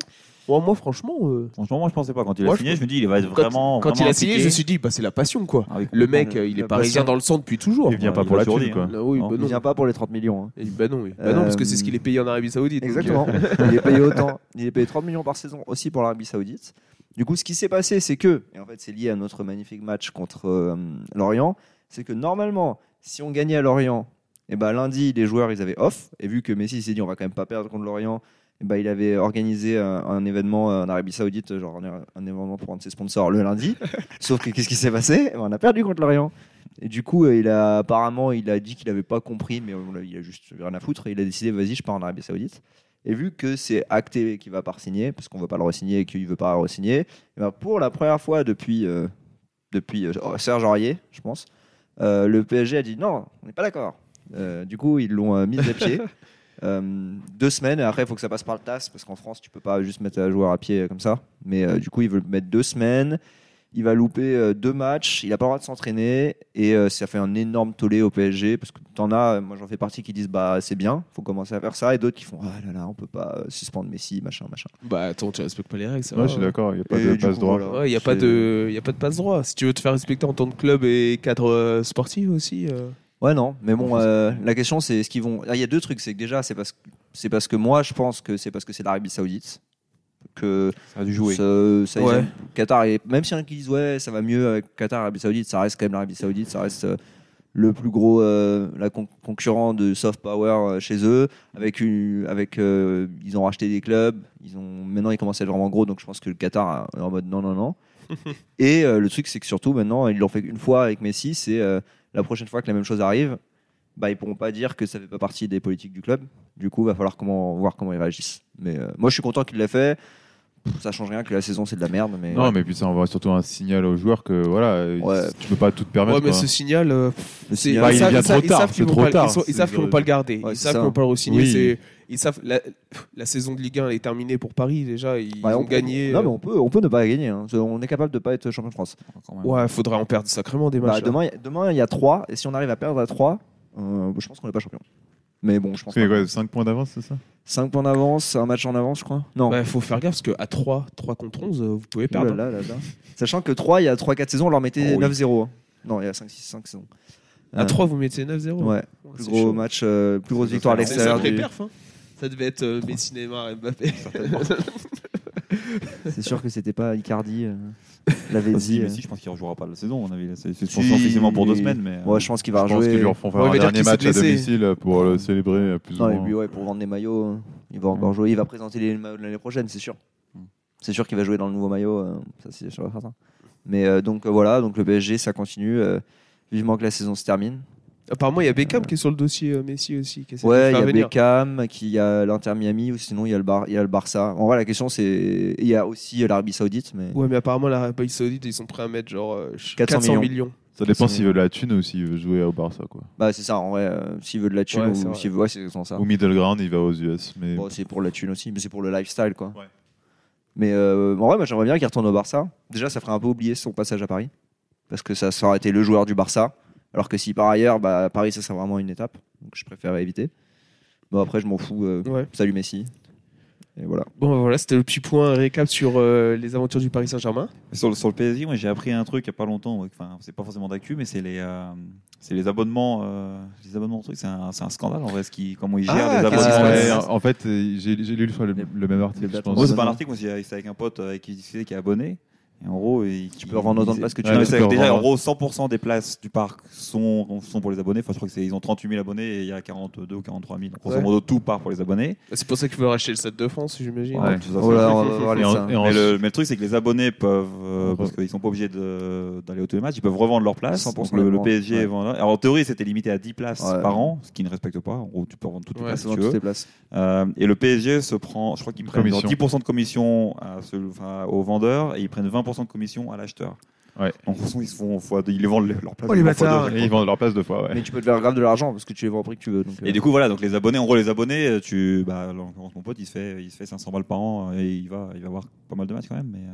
S1: Ouais, Moi, franchement, euh,
S2: Franchement, moi, je pensais pas. Quand il
S1: Moi,
S2: a
S1: je-
S2: signé, je me dis, il va être
S1: quand,
S2: vraiment.
S1: quand il
S2: vraiment
S1: a signé,
S2: impliqué.
S1: je me suis dit, bah, c'est la passion, quoi.
S2: Ah oui,
S1: Le mec,
S2: comprends,
S1: euh, il est
S4: la
S1: parisien
S4: passion.
S1: dans le sang depuis toujours.
S3: Il vient
S2: Ouais,
S3: pas
S2: il
S3: pour
S2: a
S3: la
S2: toujours
S3: thune,
S2: dit,
S3: quoi.
S1: Là, oui,
S2: Non,
S1: bah,
S4: il
S1: non.
S4: vient pas pour les 30 millions. hein.
S1: Et Bah non, oui. Bah non, parce que c'est ce qu'il est payé en Arabie Saoudite. donc,
S4: Euh,
S1: euh,
S4: Exactement. il est payé autant. Il est payé 30 millions par saison aussi pour l'Arabie Saoudite. Du coup, ce qui s'est passé, c'est que, et en fait, c'est lié à notre magnifique match contre euh, l'Orient, c'est que normalement, si on gagnait à l'Orient, et ben lundi, les joueurs, ils avaient off. Et vu que Messi s'est dit, on va quand même pas perdre contre l'Orient, et ben il avait organisé un, un événement euh, en Arabie Saoudite, genre un, un événement pour un de ses sponsors le lundi. Sauf que qu'est-ce qui s'est passé Eh ben, On a perdu contre l'Orient. Et du coup, euh, il a, apparemment, il a dit qu'il n'avait pas compris, mais on l'a- il a juste rien à foutre. Et il a décidé, vas-y, je pars en Arabie Saoudite. Et vu que c'est acté qu'il va pas signer, parce qu'on ne veut pas le re-signer et qu'il ne veut pas re-signer, eh ben, pour la première fois depuis, euh, depuis euh, Serge Aurier, je pense, euh, le PSG a dit non, on n'est pas d'accord. Euh, du coup, ils l'ont euh, mis à pied. Euh, deux semaines, et après, il faut que ça passe par le TAS, parce qu'en France, tu peux pas juste mettre un joueur à pied euh, comme ça. Mais euh, du coup, ils veulent mettre deux semaines. Il va louper euh, deux matchs, il n'a pas le droit de s'entraîner, et euh, ça fait un énorme tollé au PSG, parce que t'en as, euh, moi j'en fais partie, qui disent bah c'est bien, faut commencer à faire ça, et d'autres qui font ah là là, on peut pas euh, suspendre Messi, machin, machin.
S1: Bah attends, tu respectes pas les règles, ça.
S3: Ouais,
S1: va,
S3: je suis
S1: ouais.
S3: d'accord, il n'y a pas
S4: Et
S3: de
S4: du
S3: passe
S4: coup,
S3: droit.
S4: voilà.
S1: Ouais, il n'y a, pas
S4: C'est-
S1: de- y a pas de passe droit. Si tu veux te faire respecter en tant que club et cadre euh, sportif aussi. euh.
S4: Ouais, non, mais bon,
S1: Enfin,
S4: euh, la question c'est est-ce qu'ils vont. Ah, Il y a deux trucs, c'est que déjà, c'est parce, que- c'est parce que moi je pense que c'est parce que c'est l'Arabie Saoudite. Que
S2: Ça a dû jouer.
S4: ça, ça, ils
S1: Ouais.
S4: aiment Qatar, et même s'il y en a qui disent ouais, ça va mieux avec Qatar, Arabie Saoudite, ça reste quand même l'Arabie Saoudite, ça reste euh, le plus gros euh, la con- concurrent de soft power euh, chez eux. Avec une, avec, euh, ils ont racheté des clubs, ils ont, maintenant ils commencent à être vraiment gros, donc je pense que le Qatar euh, est en mode non, non, non. et euh, le truc c'est que surtout maintenant, ils l'ont fait une fois avec Messi, c'est. euh, la prochaine fois que la même chose arrive, bah, ils pourront pas dire que ça fait pas partie des politiques du club. Du coup, va falloir comment, voir comment ils réagissent. Mais euh, moi, je suis content qu'il l'ait fait. Pff, Ça change rien que la saison, c'est de la merde. Mais
S3: Non, mais puis ça envoie surtout un signal aux joueurs que voilà, euh,
S4: Ouais.
S3: tu peux pas tout te permettre.
S1: Ouais, mais
S3: quoi.
S1: ce signal, euh,
S4: Ah, Le
S1: c'est-
S4: signal,
S3: Bah, il
S1: ils savent-
S3: vient
S1: ils
S3: trop
S1: savent- ils
S3: tard,
S1: savent
S3: c'est
S1: qu'ils vont
S3: trop
S1: pas- ils
S3: tard,
S1: savent- Ils
S3: c'est
S1: savent qu'ils vont
S3: le-
S1: pas le garder.
S4: Ouais,
S1: Ils
S4: c'est
S1: savent
S4: ça.
S1: qu'ils vont pas le re-signer.
S3: Oui.
S1: c'est- Ils savent la, la saison de Ligue 1 elle est terminée pour Paris déjà. Ils
S4: bah,
S1: ont
S4: on peut-
S1: gagné. euh.
S4: Non, mais on peut, on peut ne pas gagner. hein. On est capable de pas être champion de France.
S2: quand même.
S1: euh, Ouais, faudra en perdre sacrément des
S4: Bah,
S1: matchs. hein. là.
S4: demain, il y a- demain, il y a 3 et si on arrive à perdre à 3 je pense qu'on n'est pas champion. Mais bon, je pense.
S3: C'est quoi, 5 points d'avance, c'est ça
S4: 5 points d'avance, un match en avance, je crois. Non.
S1: Bah, faut faire gaffe parce qu'à 3, 3 contre 11, euh, vous pouvez
S4: Ouh
S1: perdre.
S4: Oh là là là là. Sachant que 3, il y a 3-4 saisons, on leur
S1: Oh
S4: mettait
S1: oui.
S4: 9-0. hein. Non, il y a 5-6-5 saisons.
S1: À
S4: Euh,
S1: 3, vous mettez 9-0.
S4: Ouais.
S1: Ouais,
S4: plus
S1: Oh. c'est
S4: gros
S1: chaud.
S4: match, euh, plus grosse
S3: Ça
S4: victoire à
S3: doit
S1: C'est
S3: faire
S1: un
S4: l'extérieur.
S1: sacré
S4: du-
S1: perf. hein. Ça devait être euh, Messi, Neymar et Mbappé.
S4: C'est sûr que c'était pas Icardi. euh, l'avait
S2: Parce que
S4: dit. euh.
S2: Messi, je pense qu'il ne rejouera pas la saison, à mon avis. C'est c'est
S4: Si.
S2: suspension officiellement pour deux semaines. Mais, euh,
S4: Ouais, je pense qu'il va
S3: Je pense
S4: rejouer.
S3: qu'ils leur font faire
S1: Ouais, on va
S3: un
S1: dire
S3: dernier
S1: qu'il s'est
S3: match à
S1: blessé.
S3: domicile pour le célébrer euh, plus
S4: Non,
S3: ou
S4: et
S3: moins.
S4: puis, ouais, pour vendre des maillots, euh, il va encore jouer. Il va présenter les maillots de l'année prochaine, c'est sûr.
S2: Mm.
S4: C'est sûr qu'il va jouer dans le nouveau maillot. euh, ça, c'est sûr et certain. Mais euh, donc euh, voilà, donc le PSG, ça continue. euh, vivement que la saison se termine.
S1: Apparemment, il y a Beckham qui est sur le dossier euh, Messi aussi. Qui essaie de le
S4: Ouais, il y
S1: faire
S4: a
S1: venir.
S4: Beckham, qui- il y a l'Inter Miami, ou sinon il y a le Bar, il y a le Barça. En vrai, la question c'est, il y a aussi euh, l'Arabie Saoudite, mais
S1: Ouais, mais apparemment, l'Arabie Saoudite, ils sont prêts à mettre genre euh,
S4: 400
S1: 400,
S4: millions.
S1: millions.
S3: Ça dépend
S4: C'est-
S3: s'il veut de la thune ou s'il veut jouer au Barça. Quoi.
S4: bah c'est ça. En vrai, euh, s'il veut de la thune
S1: Ouais, c'est
S4: ou
S1: vrai.
S4: s'il veut, ouais, c'est exactement ça.
S3: Ou middle ground, il va aux US. Mais
S4: Ah. Bon, c'est pour la thune aussi, mais c'est pour le lifestyle, quoi.
S3: Ouais.
S4: Mais euh, en vrai, moi, j'aimerais bien qu'il retourne au Barça. Déjà, ça ferait un peu oublier son passage à Paris, parce que ça ça aurait été le joueur du Barça. Alors que si par ailleurs, bah, à Paris, ça c'est vraiment une étape, donc je préfère éviter. Bon, après, je m'en fous. euh,
S1: Ouais.
S4: Salut Messi. Et voilà.
S1: Bon, bah, voilà, c'était le petit point récap sur euh, les aventures du Paris Saint-Germain.
S2: Sur le, sur le PSG, moi j'ai appris un truc il n'y a pas longtemps. ouais, Enfin, c'est pas forcément d'actu, mais c'est les, euh, c'est les abonnements. euh, les abonnements, trucs. C'est un, c'est un scandale en vrai, ce qui, comment ils
S1: Ah,
S2: gèrent les
S1: qu'est-ce
S2: abonnements.
S1: qui se passe
S2: Ouais,
S3: Ouais, en fait, euh, j'ai j'ai lu je crois, le,
S4: Les-
S3: le même article.
S4: les
S3: je
S4: plateformes.
S3: pense.
S2: Moi, c'est pas un
S4: Ouais.
S2: article, moi, c'est c'est avec un pote euh, avec qui discutais qui est abonné. Et en gros, il-
S4: Tu peux revendre autant de
S2: il-
S4: places que tu
S2: Non,
S3: veux.
S2: mais c'est
S3: Tu peux
S2: déjà, en
S3: revendre.
S2: gros, 100% des places du parc sont, sont pour les abonnés. Enfin, je crois qu'ils ont 38 000 abonnés et il y a 42 ou 43 000. Donc, grosso
S1: Ouais.
S2: modo, tout part pour les abonnés.
S1: Bah, C'est pour ça qu'il veut racheter le Stade de France, j'imagine.
S3: Ouais.
S2: tout ça,
S4: Oh là,
S2: c'est-
S4: on va voir les-
S3: Et en-
S4: ça.
S3: et en-
S2: mais, le, mais le truc, c'est que les abonnés peuvent, euh,
S3: Ouais.
S2: parce qu'ils sont pas obligés de- d'aller au tous les matchs, ils peuvent revendre leurs places.
S4: 100%
S2: Donc, le, le
S4: de
S2: PSG
S4: vente,
S2: vend. Alors, en théorie, c'était limité à 10 places
S4: Ouais.
S2: par an, ce qui ne respecte pas. En gros, tu peux revendre toutes les
S1: Ouais,
S2: places
S4: C'est
S2: si
S4: dans
S2: tu
S4: toutes
S2: veux.
S4: les places.
S2: Euh, et le PSG se prend, je crois qu'ils
S3: Une
S2: prennent genre
S3: commission.
S2: 10% de commission à ce- enfin, au vendeur et ils prennent 20% de commission à l'acheteur.
S3: Ouais.
S2: Donc, de toute façon, ils, se font, fois- ils les vendent leur place.
S1: Oh, les
S2: deux fois
S1: bâtards.
S2: deux.
S3: Et ils vendent leur place deux fois. Ouais.
S4: Mais tu peux te faire grave de l'argent parce que tu les vends au prix que tu veux. Donc, euh,
S2: Et du coup, voilà, donc les abonnés, en gros, les abonnés, euh, tu, bah, en l'occurrence, mon pote, il se, fait, il se fait 500 balles par an euh, et il va, il va avoir pas mal de matchs quand même. Mais, euh,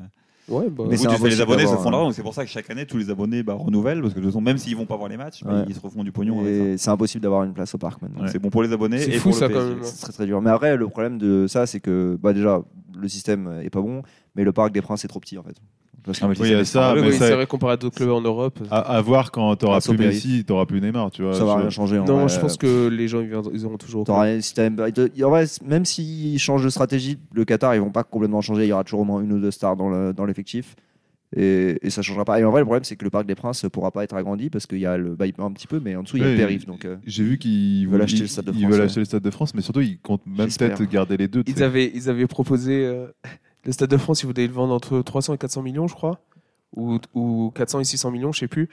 S1: Ouais, bah,
S2: du coup, tu
S4: Mais c'est
S2: fais les
S4: impossible
S2: abonnés se
S4: d'avoir
S2: font
S4: un-
S2: l'argent. Donc, c'est pour ça que chaque année, tous les abonnés bah, renouvellent parce que de toute façon, même s'ils vont pas voir les matchs, bah,
S4: Ouais.
S2: ils se refont du pognon. avec ça.
S4: et c'est impossible d'avoir une place au parc maintenant.
S2: Donc, C'est bon pour les abonnés
S1: C'est
S2: et
S1: fou,
S2: pour
S1: ça,
S2: le
S1: quand
S2: PSG.
S1: même.
S4: C'est très très dur. Mais après, le problème de ça, c'est que bah, déjà, le système est pas bon, mais le Parc des Princes est trop petit en fait. Parce que-
S2: Ah, mais
S3: Oui, il y a ça,
S1: ouais,
S3: mais
S1: oui,
S3: ça-
S1: c'est vrai Ah, comparé à d'autres clubs en Europe.
S3: À, à voir quand t'auras
S4: Grâce au
S3: plus
S4: périph.
S3: Messi, t'auras plus Neymar, tu vois.
S4: ça va
S3: Je-
S4: rien changer. en
S1: non,
S4: vrai.
S1: je pense que les gens, ils, viendront- ils auront toujours.
S4: T'auras rien- si t'as- en vrai, même s'ils changent de stratégie, le Qatar, ils vont pas complètement changer. Il y aura toujours au moins une ou deux stars dans le- dans l'effectif. et, et ça changera pas. Et en vrai, le problème, c'est que le Parc des Princes pourra pas être agrandi parce qu'il y a le bah, il peut un petit peu, mais en dessous, il y a le
S3: Oui,
S4: périph'. Donc, euh,
S3: J'ai vu qu'ils
S4: Ils veulent
S3: vou-
S4: acheter
S3: ils-
S4: le Stade de
S3: ils
S4: France,
S3: veulent
S4: ouais.
S3: acheter le Stade de France, mais surtout ils comptent même
S4: J'espère.
S3: peut-être garder les deux. tu
S1: Ils
S3: sais.
S1: avaient, ils avaient proposé euh, le Stade de France, ils voulaient le vendre entre 300 et 400 millions, je crois, ou, ou 400 et 600 millions, je sais plus.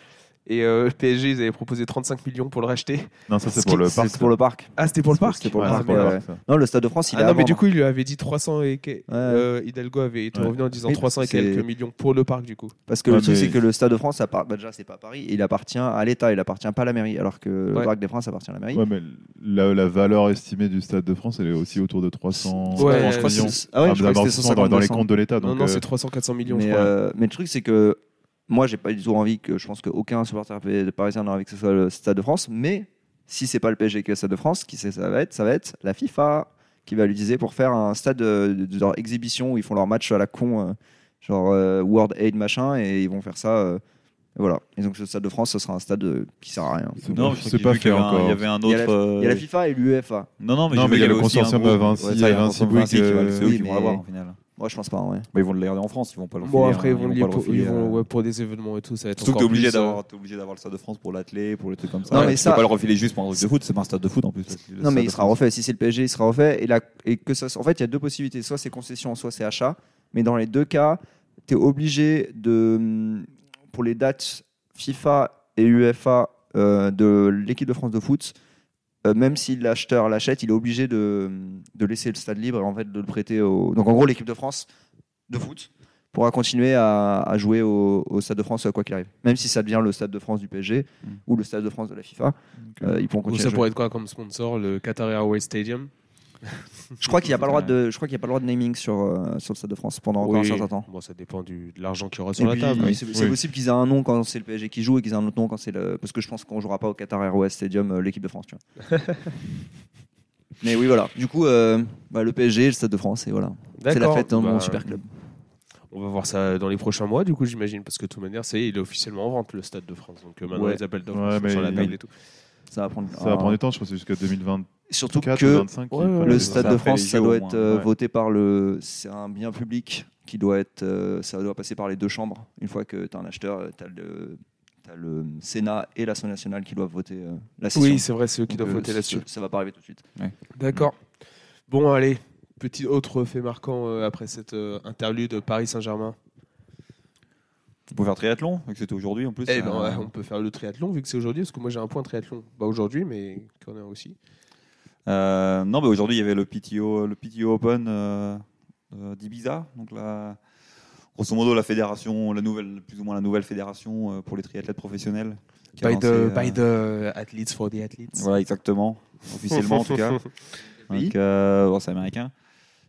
S1: Et euh, le PSG, ils avaient proposé 35 millions pour le racheter.
S3: Non, ça c'est
S1: Ce
S3: pour
S1: qui-
S3: le
S4: C'est
S3: parc.
S4: pour le parc.
S1: Ah, c'était pour le
S4: C'est-
S1: parc
S4: c'était pour le
S3: Ouais,
S1: Ah,
S4: parc,
S3: c'est pour le
S1: mais,
S4: ouais.
S3: parc, ça.
S4: Non, le Stade de France, il est
S1: Ah
S4: à
S1: non, mais
S4: vendre.
S1: du coup, il lui avait dit 300 et quelques. euh, Hidalgo avait été
S3: Ouais.
S1: revenu en disant
S4: Oui,
S1: 300 et
S4: c'est-
S1: quelques millions pour le parc, du coup.
S4: Parce que
S3: Ouais,
S4: le truc,
S3: mais-
S4: c'est que le Stade de France, appart- bah, déjà, c'est pas à Paris, il appartient à l'État, il appartient pas à la mairie, alors que le
S1: Ouais.
S4: Parc des Princes appartient à la mairie.
S3: Ouais, mais la, la valeur estimée du Stade de France, elle est aussi autour de 300
S1: Ouais,
S3: millions.
S1: je crois que
S4: c'est- Ah ouais,
S3: Ah,
S4: je
S3: mais
S4: crois que c'était
S3: d'abord, dans-
S4: 150
S3: dans les comptes de l'État.
S1: non,
S3: donc,
S1: non,
S3: euh,
S1: c'est 300-400 millions, je
S4: mais,
S1: crois.
S4: euh, mais le truc, c'est que moi, j'ai pas du tout envie que je pense qu'aucun supporter pa- parisien n'aura envie que ce soit le Stade de France. Mais si c'est pas le PSG qui est le Stade de France, qui c'est- ça va être Ça va être la FIFA qui va l'utiliser pour faire un stade euh, de, de leur exhibition où ils font leur match à la con, euh, genre euh, World Aid machin, et ils vont faire ça. euh, voilà. Et donc, le Stade de France, ce sera un stade euh, qui sert à rien.
S3: c'est-
S2: Non, parce que
S3: c'est
S2: j'ai
S3: pas
S2: vu qu'il
S3: fait
S2: y avait un-
S3: encore.
S2: Il y avait un
S4: Il y a
S2: autre. euh,
S4: Il y a la FIFA et l'UEFA.
S2: Non, non, mais,
S3: Non,
S2: j'ai vu
S3: mais il y a
S2: qu'il
S3: le
S2: aussi un
S3: consortium
S2: gros-
S3: de Vinci,
S2: Ouais, ça, il y a un
S3: Vinci
S2: consortium
S3: Bouygues,
S2: qui va le-
S3: euh,
S2: C'est eux qui
S4: oui,
S2: vont
S4: mais-
S2: l'avoir en finale.
S4: Moi, je pense pas, ouais.
S2: Bah, ils vont le garder en France, ils vont pas le
S1: Bon,
S2: filer,
S1: après,
S2: hein,
S1: ils vont,
S2: pas
S1: lier
S2: le
S1: pour,
S2: refiler,
S1: ils vont-
S2: euh.
S1: ouais, pour des événements et tout. Ça va être
S2: Surtout que
S1: encore
S2: t'es obligé
S1: plus, euh,
S2: d'avoir t'es obligé d'avoir le stade de France pour l'athlé, pour les trucs comme ça.
S4: Non,
S2: Tu
S4: mais
S2: peux
S4: ça-
S2: pas le refiler juste pour un truc de foot, c'est pas un stade de foot en plus. le
S4: Non,
S2: stade
S4: mais
S2: de
S4: il sera
S2: France.
S4: refait. Si c'est le PSG, il sera refait. Et, la, et que ça, en fait, il y a deux possibilités. Soit c'est concession, soit c'est achat. Mais dans les deux cas, tu es obligé de, mm, pour les dates FIFA et UEFA euh, de l'équipe de France de foot, euh, même si l'acheteur l'achète, il est obligé de, de laisser le stade libre et en fait de le prêter au. Donc en gros, l'équipe de France de foot pourra continuer à, à jouer au, au Stade de France euh, quoi qu'il arrive. Même si ça devient le Stade de France du PSG
S2: Mm.
S4: ou le Stade de France de la FIFA,
S3: Ok.
S4: euh, ils pourront
S1: Ou
S4: continuer. à
S1: ça
S4: jouer.
S1: pourrait être quoi comme sponsor Le Qatar Airways Stadium
S4: Je crois qu'il n'y a pas le droit de, je crois qu'il y a pas le droit de naming sur, euh, sur le Stade de France pendant encore
S1: Oui.
S4: un certain temps.
S1: Bon, ça dépend du, de l'argent qu'il y aura
S4: Et
S1: sur la
S4: puis,
S1: table.
S4: oui, c'est c'est
S3: Oui.
S4: possible qu'ils aient un nom quand c'est le PSG qui joue et qu'ils aient un autre nom quand c'est le. Parce que je pense qu'on jouera pas au Qatar Airways Stadium euh, l'équipe de France. Tu vois. Mais oui, voilà. Du coup, euh, bah, le PSG, le Stade de France, et voilà. C'est la
S1: D'accord,
S4: fête dans mon
S1: bah,
S4: super club.
S1: On va voir ça dans les prochains mois, du coup, j'imagine, parce que de toute manière, ça y est, il est officiellement en vente, le Stade de France. Donc euh, maintenant,
S4: Ouais.
S1: les appels d'offres
S3: Ouais,
S1: sont
S3: mais
S1: sur la
S3: il-
S1: table et tout.
S4: Ça va prendre.
S3: Ça va
S4: un-
S3: prendre du temps, je pense que c'est jusqu'à 2024
S4: Ah. Surtout
S3: ou
S4: que
S3: 2025.
S1: Ouais, ouais,
S4: le
S1: ouais,
S2: ça
S4: Stade de
S2: après
S4: France,
S2: les
S4: ça
S2: JO,
S4: doit
S2: au
S4: être
S2: moins,
S4: euh,
S3: ouais.
S4: voté par le. C'est un bien public qui doit être. euh, ça doit passer par les deux chambres. Une fois que tu as un acheteur, tu as le. t'as le Sénat et l'Assemblée nationale qui doivent voter euh, la session.
S1: Oui, c'est vrai, c'est eux qui
S4: Donc,
S1: doivent
S4: euh,
S1: voter
S4: ça-
S1: là-dessus.
S4: Ça va pas arriver tout de suite.
S1: D'accord. Bon, allez, petit autre fait marquant euh, après cette euh, interlude Paris Saint-Germain.
S2: Tu peux faire triathlon, vu que c'était aujourd'hui en plus.
S1: Eh ben,
S2: euh,
S1: ouais, on peut faire le triathlon vu que c'est aujourd'hui, parce que moi j'ai un point triathlon. Bah aujourd'hui, mais qu'on a aussi.
S2: Euh, non, mais aujourd'hui, il y avait le PTO, le PTO Open euh, euh, d'Ibiza. Donc, la, grosso modo, la fédération, la nouvelle, plus ou moins la nouvelle fédération euh, pour les triathlètes professionnels. qui a
S1: By the,
S2: lancé, euh,
S1: by the athletes for the athletes.
S2: Voilà, exactement. Officiellement, en tout cas.
S4: Oui.
S2: Donc, euh, bon, c'est américain.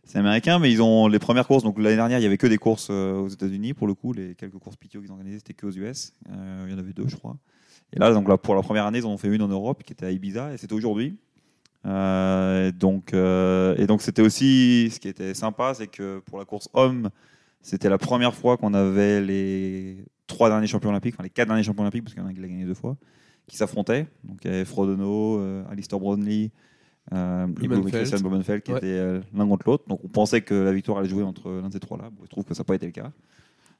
S2: C'est américain, mais ils ont les premières courses. Donc l'année dernière, il y avait que des courses euh, aux États-Unis pour le coup. Les quelques courses PTO qu'ils ont organisées, c'était que aux US. Euh, il y en avait deux, je crois. Et là, donc là, pour la première année, ils en ont fait une en Europe qui était à Ibiza et c'était aujourd'hui. Euh, donc euh, et donc c'était aussi ce qui était sympa, c'est que pour la course homme, c'était la première fois qu'on avait les trois derniers champions olympiques, enfin les quatre derniers champions olympiques parce qu'il y en a un qui l'a gagné deux fois, qui s'affrontaient. Donc il y avait Frodeno, euh, Alistair Brownlee. Euh, et
S1: Blumenfeld.
S2: Bo- Christian Blumenfeld qui
S1: Ouais.
S2: étaient euh, l'un contre l'autre. Donc on pensait que la victoire allait jouer entre l'un de ces trois-là. Bon, il se trouve que ça n'a pas été le cas.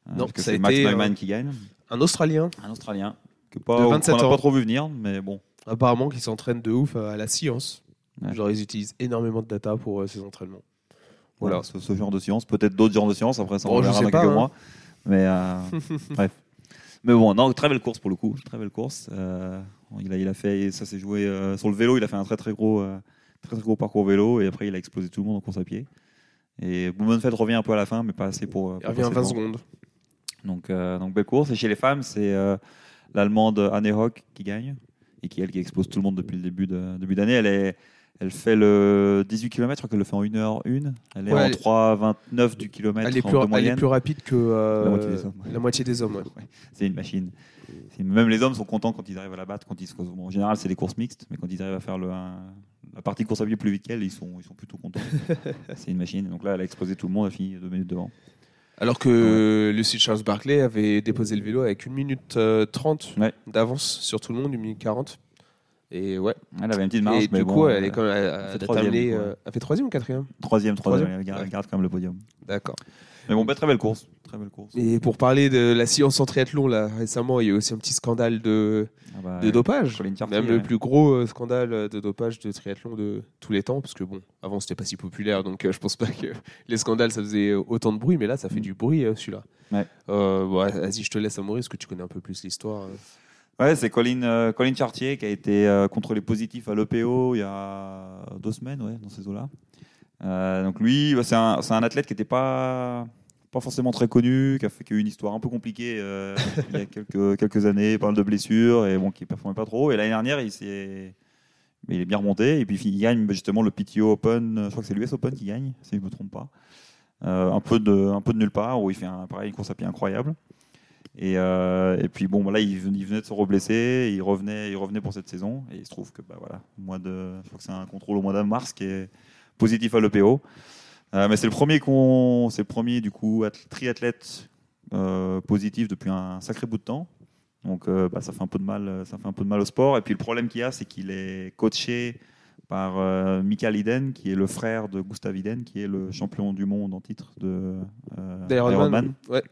S2: Euh,
S1: Non,
S2: parce que
S1: ça a
S2: c'est Max
S1: été,
S2: Neumann
S1: euh,
S2: qui gagne,
S1: Un Australien,
S2: un Australien que pas,
S1: de
S2: qu'on
S1: 27
S2: n'a
S1: ans.
S2: pas trop vu venir, mais bon.
S1: apparemment, qui s'entraîne de ouf euh, à la science.
S2: Ouais.
S1: Genre, ils utilisent énormément de data pour euh, ses entraînements.
S2: Voilà,
S1: Voilà.
S2: ce, ce genre de science, peut-être d'autres genres de sciences, après ça on
S1: Bon, je
S2: verra
S1: sais
S2: dans
S1: pas,
S2: quelques
S1: hein.
S2: mois. Mais euh, bref. Mais bon, non, très belle course pour le coup, très belle course. Euh, il, a, il a fait, ça s'est joué euh, sur le vélo, il a fait un très très gros, euh, très, très gros parcours vélo et après il a explosé tout le monde en course à pied. Et Blumenfeld revient un peu à la fin, mais pas assez pour. euh,
S1: Il
S2: pour
S1: revient
S2: passer
S1: 20
S2: devant.
S1: secondes.
S2: Donc, euh, donc belle course. Et chez les femmes, c'est euh, l'Allemande Anne Hock qui gagne et qui elle qui expose tout le monde depuis le début de, début d'année. Elle est elle fait le 18 km, je crois qu'elle le fait en 1h1. Elle est
S1: Ouais,
S2: en
S1: elle-
S2: 3,29 du kilomètre
S1: Elle est,
S2: en
S1: plus,
S2: de
S1: elle est
S2: moyenne.
S1: plus rapide que euh,
S2: La moitié des hommes.
S1: la moitié des hommes, ouais.
S2: Ouais, C'est une machine. C'est- Même les hommes sont contents quand ils arrivent à la battre. Quand ils, se- bon, en général, c'est des courses mixtes, mais quand ils arrivent à faire le, un- la partie course à pied plus vite qu'elle, ils sont, ils sont plutôt contents. c'est une machine. Donc là, elle a explosé tout le monde, elle finit deux minutes devant.
S1: Alors que Lucy Charles Barclay avait déposé le vélo avec 1 minute euh, 30
S2: Ouais.
S1: d'avance sur tout le monde, 1 minute 40. Et ouais.
S2: Elle avait une petite marge,
S1: et
S2: mais
S1: du
S2: bon,
S1: coup, elle, est
S2: euh,
S1: quand même, elle, a
S2: fait troisième,
S1: terminé.
S2: du coup, ouais.
S1: euh, elle fait troisième ou quatrième
S2: Troisième, troisième,
S1: Troisième
S2: elle garde,
S1: Ouais.
S2: elle garde quand même le podium.
S1: D'accord.
S2: Mais bon, bah, très belle course. Très belle course.
S1: Et pour parler de la science en triathlon, là, récemment, il y a eu aussi un petit scandale de,
S2: Ah bah,
S1: de dopage.
S2: Colin Chartier,
S1: Même
S2: ouais.
S1: le plus gros euh, scandale euh, de dopage de triathlon de tous les temps, parce que bon, avant c'était pas si populaire, donc euh, je pense pas que les scandales ça faisait euh, autant de bruit, mais là ça fait
S2: Mm.
S1: du bruit euh, celui-là.
S2: Ouais.
S1: Euh, bon, vas-y, je te laisse à Maurice, parce que tu connais un peu plus l'histoire. euh.
S2: Ouais, c'est Colin, euh, Colin Chartier qui a été euh, contrôlé positif à l'EPO il y a deux semaines, ouais, dans ces eaux-là. Euh, donc lui, bah, c'est un, c'est un athlète qui n'était pas, pas forcément très connu, qui a, fait, qui a eu une histoire un peu compliquée euh, il y a quelques, quelques années, pas mal de blessures, et bon, qui ne performait pas trop. Et l'année dernière, il, s'est- mais il est bien remonté, et puis il gagne bah, justement le PTO Open, euh, je crois que c'est l'US Open qui gagne, si je ne me trompe pas. Euh, un, peu de, un peu de nulle part, où il fait un, pareil, une course à pied incroyable. Et, euh, et puis bon, bah là, il, ven- il venait de se reblesser, il revenait, il revenait pour cette saison, et il se trouve que bah voilà, au mois de, je crois que c'est un contrôle au mois de mars qui est positif à l'EPO. Euh, mais c'est le premier qu'on, c'est le premier du coup ath- triathlète euh, positif depuis un sacré bout de temps. Donc euh, bah, ça fait un peu de mal, euh, ça fait un peu de mal au sport. Et puis le problème qu'il y a, c'est qu'il est coaché par euh, Michael Iden, qui est le frère de Gustav Iden, qui est le champion du monde en titre de euh, Ironman
S1: Ouais.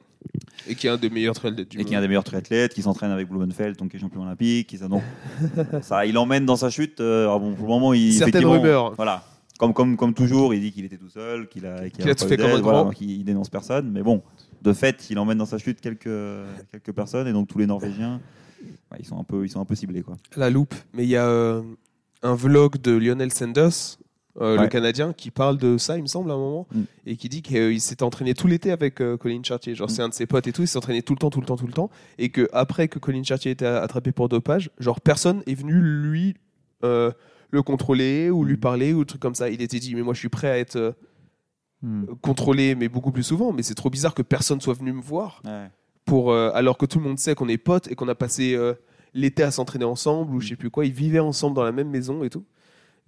S1: Et qui est un des meilleurs triathlètes du
S2: et
S1: monde.
S2: qui est un des meilleurs triathlètes, qui s'entraîne avec Blumenfeld, donc qui est champion olympique, qui ça, donc, ça, il emmène dans sa chute. euh, alors bon, pour le moment, il
S1: Certaines
S2: effectivement,
S1: rumeurs.
S2: Voilà, comme comme comme toujours, il dit qu'il était tout seul, qu'il a qu'il
S1: Qu'il a
S2: pas
S1: fait
S2: eu
S1: comme
S2: d'aide,
S1: un
S2: voilà,
S1: grand.
S2: donc il, il dénonce personne, mais bon, de fait, il emmène dans sa chute quelques quelques personnes et donc tous les Norvégiens, bah, ils sont un peu ils sont un peu ciblés quoi.
S1: La loupe. Mais il y a euh, un vlog de Lionel Sanders, euh, le
S2: Ouais.
S1: Canadien, qui parle de ça, il me semble, à un moment,
S2: Mm.
S1: et qui dit qu'il s'est entraîné tout l'été avec euh, Colin Chartier. Genre,
S2: Mm.
S1: c'est un de ses potes et tout, il s'entraînait tout le temps, tout le temps, tout le temps. Et que après que Colin Chartier était attrapé pour dopage, genre, personne est venu lui euh, le contrôler ou lui
S2: Mm.
S1: parler ou truc comme ça. Il était dit, mais moi, je suis prêt à être euh,
S2: Mm.
S3: Hmm.
S1: contrôlé, mais beaucoup plus souvent. Mais c'est trop bizarre que personne soit venu me voir pour euh, alors que tout le monde sait qu'on est potes et qu'on a passé euh, l'été à s'entraîner ensemble ou je sais plus quoi. Ils vivaient ensemble dans la même maison et tout.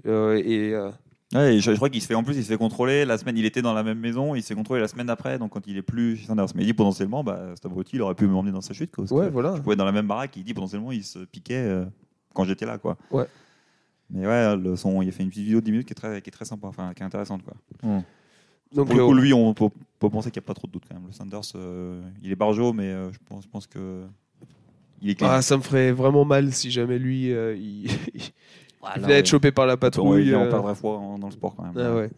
S1: Euh, et euh,
S2: Ouais, et je, je crois qu'il se fait en plus, il se fait contrôler la semaine. Il était dans la même maison, il s'est contrôlé la semaine d'après. Donc quand il est plus chez Sanders, mais il dit potentiellement, bah, cet abruti, il aurait pu m'emmener dans sa chute. Quoi, parce
S1: ouais,
S2: que
S1: voilà.
S2: je pouvais être dans la même baraque. Il dit potentiellement, il se piquait euh, quand j'étais là, quoi.
S1: Ouais.
S2: Mais ouais, le son, il a fait une petite vidéo de 10 minutes qui est très, qui est très sympa, enfin qui est intéressante, quoi.
S1: Donc
S2: Pour le coup,
S1: euh,
S2: lui, on peut, peut penser qu'il n'y a pas trop de doute quand même. Le Sanders, euh, il est barjo, mais euh, je pense, je pense que il est clean.
S1: ah, ça me ferait vraiment mal si jamais lui euh, il, il
S4: Ah
S2: Voilà,
S1: venait à être
S2: ouais.
S1: chopé par la
S2: Bon,
S1: patrouille.
S2: il est en
S1: euh,
S2: perdrait foi en- dans le sport quand même.
S1: ah ouais.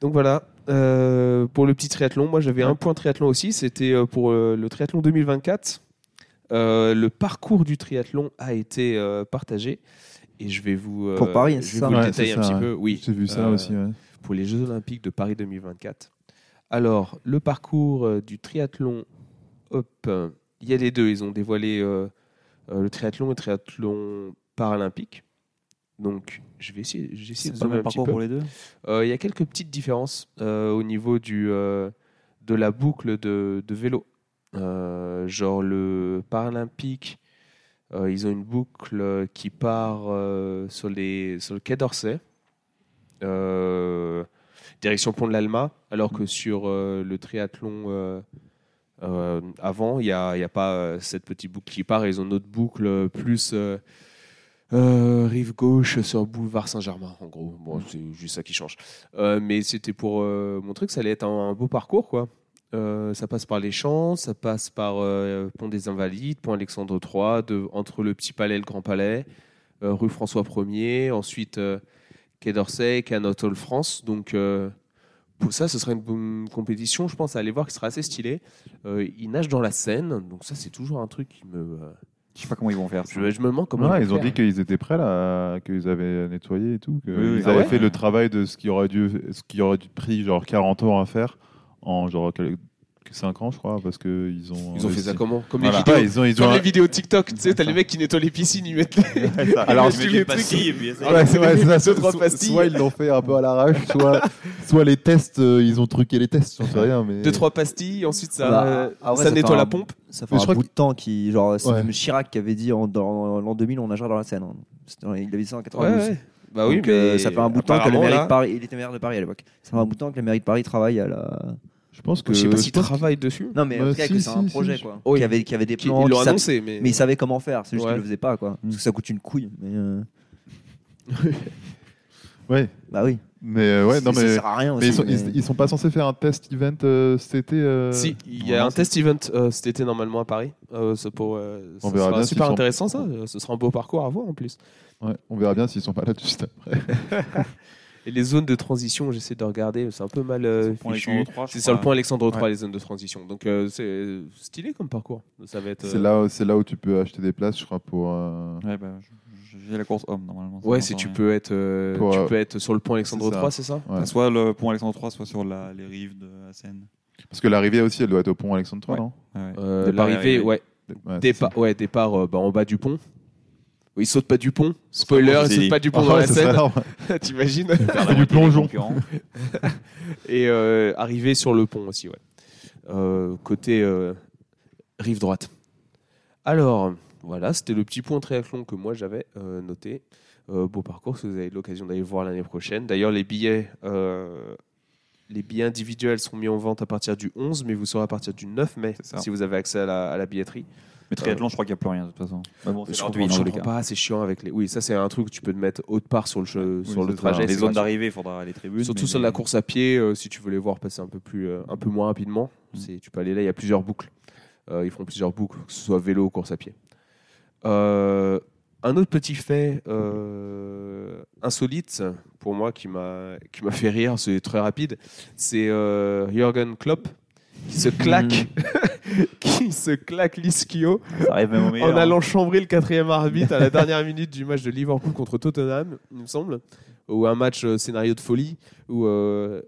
S1: Donc voilà. Euh, pour le petit triathlon, moi j'avais un point triathlon aussi. C'était euh, pour euh, le triathlon 2024. Euh, le parcours du triathlon a été euh, partagé et je vais vous euh,
S4: Pour Paris,
S1: je
S4: c'est
S1: vais
S4: ça
S1: vous le
S3: Ouais,
S1: détailler
S3: c'est
S1: un
S3: ça,
S1: petit
S3: ouais.
S1: peu. Oui,
S3: J'ai vu ça
S4: Ah.
S1: Euh,
S3: aussi. ouais.
S1: pour les Jeux Olympiques de Paris 2024. Alors, le parcours euh, du triathlon, hop, euh, il y a les deux. Ils ont dévoilé euh, euh, le triathlon et le triathlon paralympique. Donc, je vais essayer, j'essaie de
S2: C'est pas le
S1: zoomer
S2: même
S1: un petit
S2: parcours
S1: peu.
S2: pour les deux.
S1: Euh, Il y a quelques petites différences euh, au niveau du, euh, de la boucle de, de vélo. Euh, genre le Paralympique, euh, ils ont une boucle euh, qui part euh, sur, les, sur le quai d'Orsay, euh, direction Pont de l'Alma, alors que sur euh, le triathlon euh, euh, avant, il n'y a, il y a pas euh, cette petite boucle qui part, ils ont une autre boucle euh, plus... euh, euh, rive gauche sur boulevard Saint-Germain, en gros. Bon, c'est juste ça qui change. Euh, mais c'était pour euh, montrer que ça allait être un, un beau parcours, quoi. Euh, ça passe par les champs, ça passe par euh, Pont des Invalides, Pont Alexandre III, de- entre le Petit Palais et le Grand Palais, euh, rue François 1er, ensuite euh, Quai d'Orsay, Canotol France. Donc euh, pour ça, ce serait une bonne compétition, je pense, à aller voir qui sera assez stylée. Euh, ils nagent dans la Seine, donc ça, c'est toujours un truc qui me. euh,
S2: Je sais pas comment ils vont faire. ça.
S1: je, je me demande comment.
S3: Ouais,
S1: vont
S3: ils ont
S1: faire.
S3: dit qu'ils étaient prêts là, qu'ils avaient nettoyé et tout, qu'ils
S2: Oui, oui.
S3: avaient
S1: Ah ouais
S3: fait le travail de ce qui aurait dû, ce qui aurait dû pris genre 40 ans à faire en genre 5 ans, je crois, parce que ils ont.
S1: Ils ont fait ça
S3: investi.
S1: comment Comme
S2: Voilà.
S1: les
S3: Je sais
S1: vidéos
S3: pas, ils ont, ils
S1: Comme
S3: ont.
S1: les vidéos TikTok, tu sais, t'as les mecs qui nettoient les piscines, ils mettent les.
S2: Alors,
S1: je mets des pastilles
S2: et puis
S3: Ah ouais, c'est vrai, c'est ça,
S1: Deux,
S3: so-
S1: trois
S3: so-
S1: pastilles.
S3: Soit ils l'ont fait un peu à l'arrache, soit, soit les tests, euh, ils ont truqué les tests, j'en sais rien. Mais...
S1: Deux, trois pastilles, ensuite ça,
S4: Bah,
S1: euh,
S4: ah ouais,
S1: ça
S4: ça fait
S1: nettoie
S4: un-
S1: la pompe.
S4: Ça fait
S3: Mais je
S4: un
S3: crois
S4: bout de temps qui, genre, c'est
S3: Ouais.
S4: même Chirac qui avait dit en, dans l'an 2000, on nagera dans la Seine. hein. C'était dans- Il avait dit ça en 92.
S1: Bah oui,
S4: Donc, euh,
S1: mais
S4: ça fait un bout de temps que la
S1: apparemment,
S4: mairie
S1: là,
S4: de Paris, il était maire de Paris à l'époque. Ça fait un bout de temps que la mairie de Paris travaille à la.
S3: Je pense que.
S1: Je sais pas s'ils
S3: je pense que-
S1: travaillent dessus.
S4: Non, mais en
S3: Bah,
S4: tout cas,
S3: si,
S4: que c'est
S3: si,
S4: un
S3: si,
S4: projet,
S3: je-
S4: quoi.
S1: Oui.
S4: Qui avait, qui avait des
S1: Qui-
S4: plans.
S1: Ils l'ont
S4: qui savait-
S1: annoncé, mais.
S4: Mais ils savaient comment faire, c'est juste
S1: Ouais.
S4: qu'ils le faisaient pas, quoi. Parce que ça coûte une couille. Mais euh,
S3: Ouais,
S4: Bah oui.
S3: mais euh, ouais,
S4: C'est-
S3: non,
S4: Ça
S3: mais.
S4: sert à rien
S3: mais
S4: aussi.
S3: ils, sont,
S4: mais-
S3: ils- ils sont pas censés faire un test event euh, cet été euh,
S1: Si, il y a
S3: non,
S1: un
S3: c'est-
S1: test event euh, cet été normalement à Paris. Euh, ça pour, euh, ça
S3: On verra
S1: sera
S3: bien
S1: super
S3: s'ils sont-
S1: intéressant ça. Euh, Ce sera un beau parcours à voir en plus.
S3: ouais, on verra bien s'ils sont pas là juste après.
S1: Et les zones de transition, j'essaie de regarder, c'est un peu mal euh, fichu. C'est sur le point Alexandre 3,
S3: Ouais.
S1: les zones de transition. Donc euh, c'est stylé comme parcours. Ça va être. euh,
S3: C'est là, c'est là où tu peux acheter des places, je crois, pour. euh,
S2: Ouais, bah, je- j'ai la course homme normalement.
S1: Ouais,
S2: Ça
S1: si tu
S2: m'entend
S1: peux être, euh,
S3: Pour,
S1: tu
S3: euh,
S1: peux être sur le pont Alexandre
S3: c'est ça.
S1: 3, c'est ça
S2: rien.
S3: Ouais.
S2: Soit le pont Alexandre 3, soit sur la- les rives de la Seine.
S3: Parce que l'arrivée aussi, elle doit être au pont Alexandre III,
S2: Ouais.
S3: non
S2: Ouais, ouais.
S1: Euh,
S2: Départ et
S1: L'arrivée,
S2: arrivée.
S1: ouais.
S3: Ouais, c'est ça.
S1: Départ, ouais, départ euh, bah, en bas du pont. Ils sautent pas du pont. Spoiler,
S2: c'est
S1: ils sautent
S2: dit.
S1: pas du
S3: Ah
S1: pont
S3: ouais,
S1: dans la
S3: ça serait
S1: Seine.
S3: énorme.
S1: T'imagines
S2: Faire la
S3: du
S2: moitié des
S3: plongeon.
S2: concurrents.
S1: Et euh, arrivée sur le pont aussi, ouais. Euh, côté euh, rive droite. Alors, voilà, c'était le petit point triathlon que moi j'avais euh, noté. Euh, beau parcours, si vous avez l'occasion d'aller voir l'année prochaine. D'ailleurs, les billets, euh, les billets individuels sont mis en vente à partir du 11, mais vous saurez à partir du 9 mai
S2: C'est ça.
S1: si vous avez accès à la, à la billetterie.
S2: Mais triathlon, je crois qu'il n'y a plus rien de toute façon. Mais bon, c'est
S1: je
S2: gratuit
S1: comprends,
S2: dans
S1: je
S2: tous les
S1: comprends
S2: cas.
S1: pas, c'est chiant avec les. Oui, ça c'est un truc que tu peux te mettre haute part sur le, che-
S3: Oui,
S1: sur le
S3: c'est ça.
S1: trajet.
S2: Les
S1: c'est
S2: zones
S1: gratuit.
S2: d'arrivée, il faudra les tribunes.
S1: Surtout
S2: mais
S1: sur
S2: les-
S1: la course à pied, euh, si tu veux les voir passer un peu, plus, euh, un peu moins rapidement,
S2: Mm.
S1: c'est- tu peux aller là, il y a plusieurs boucles. Euh, ils font plusieurs boucles, que ce soit vélo ou course à pied. Euh, un autre petit fait euh, insolite pour moi qui m'a qui m'a fait rire, c'est très rapide, c'est euh, Jürgen Klopp qui se claque,
S2: Mm.
S1: qui se claque l'ischio
S2: Ça arrive même au meilleur. hein.
S1: en allant chambrer le quatrième arbitre à la dernière minute du match de Liverpool contre Tottenham, il me semble, ou un match euh, scénario de folie où euh,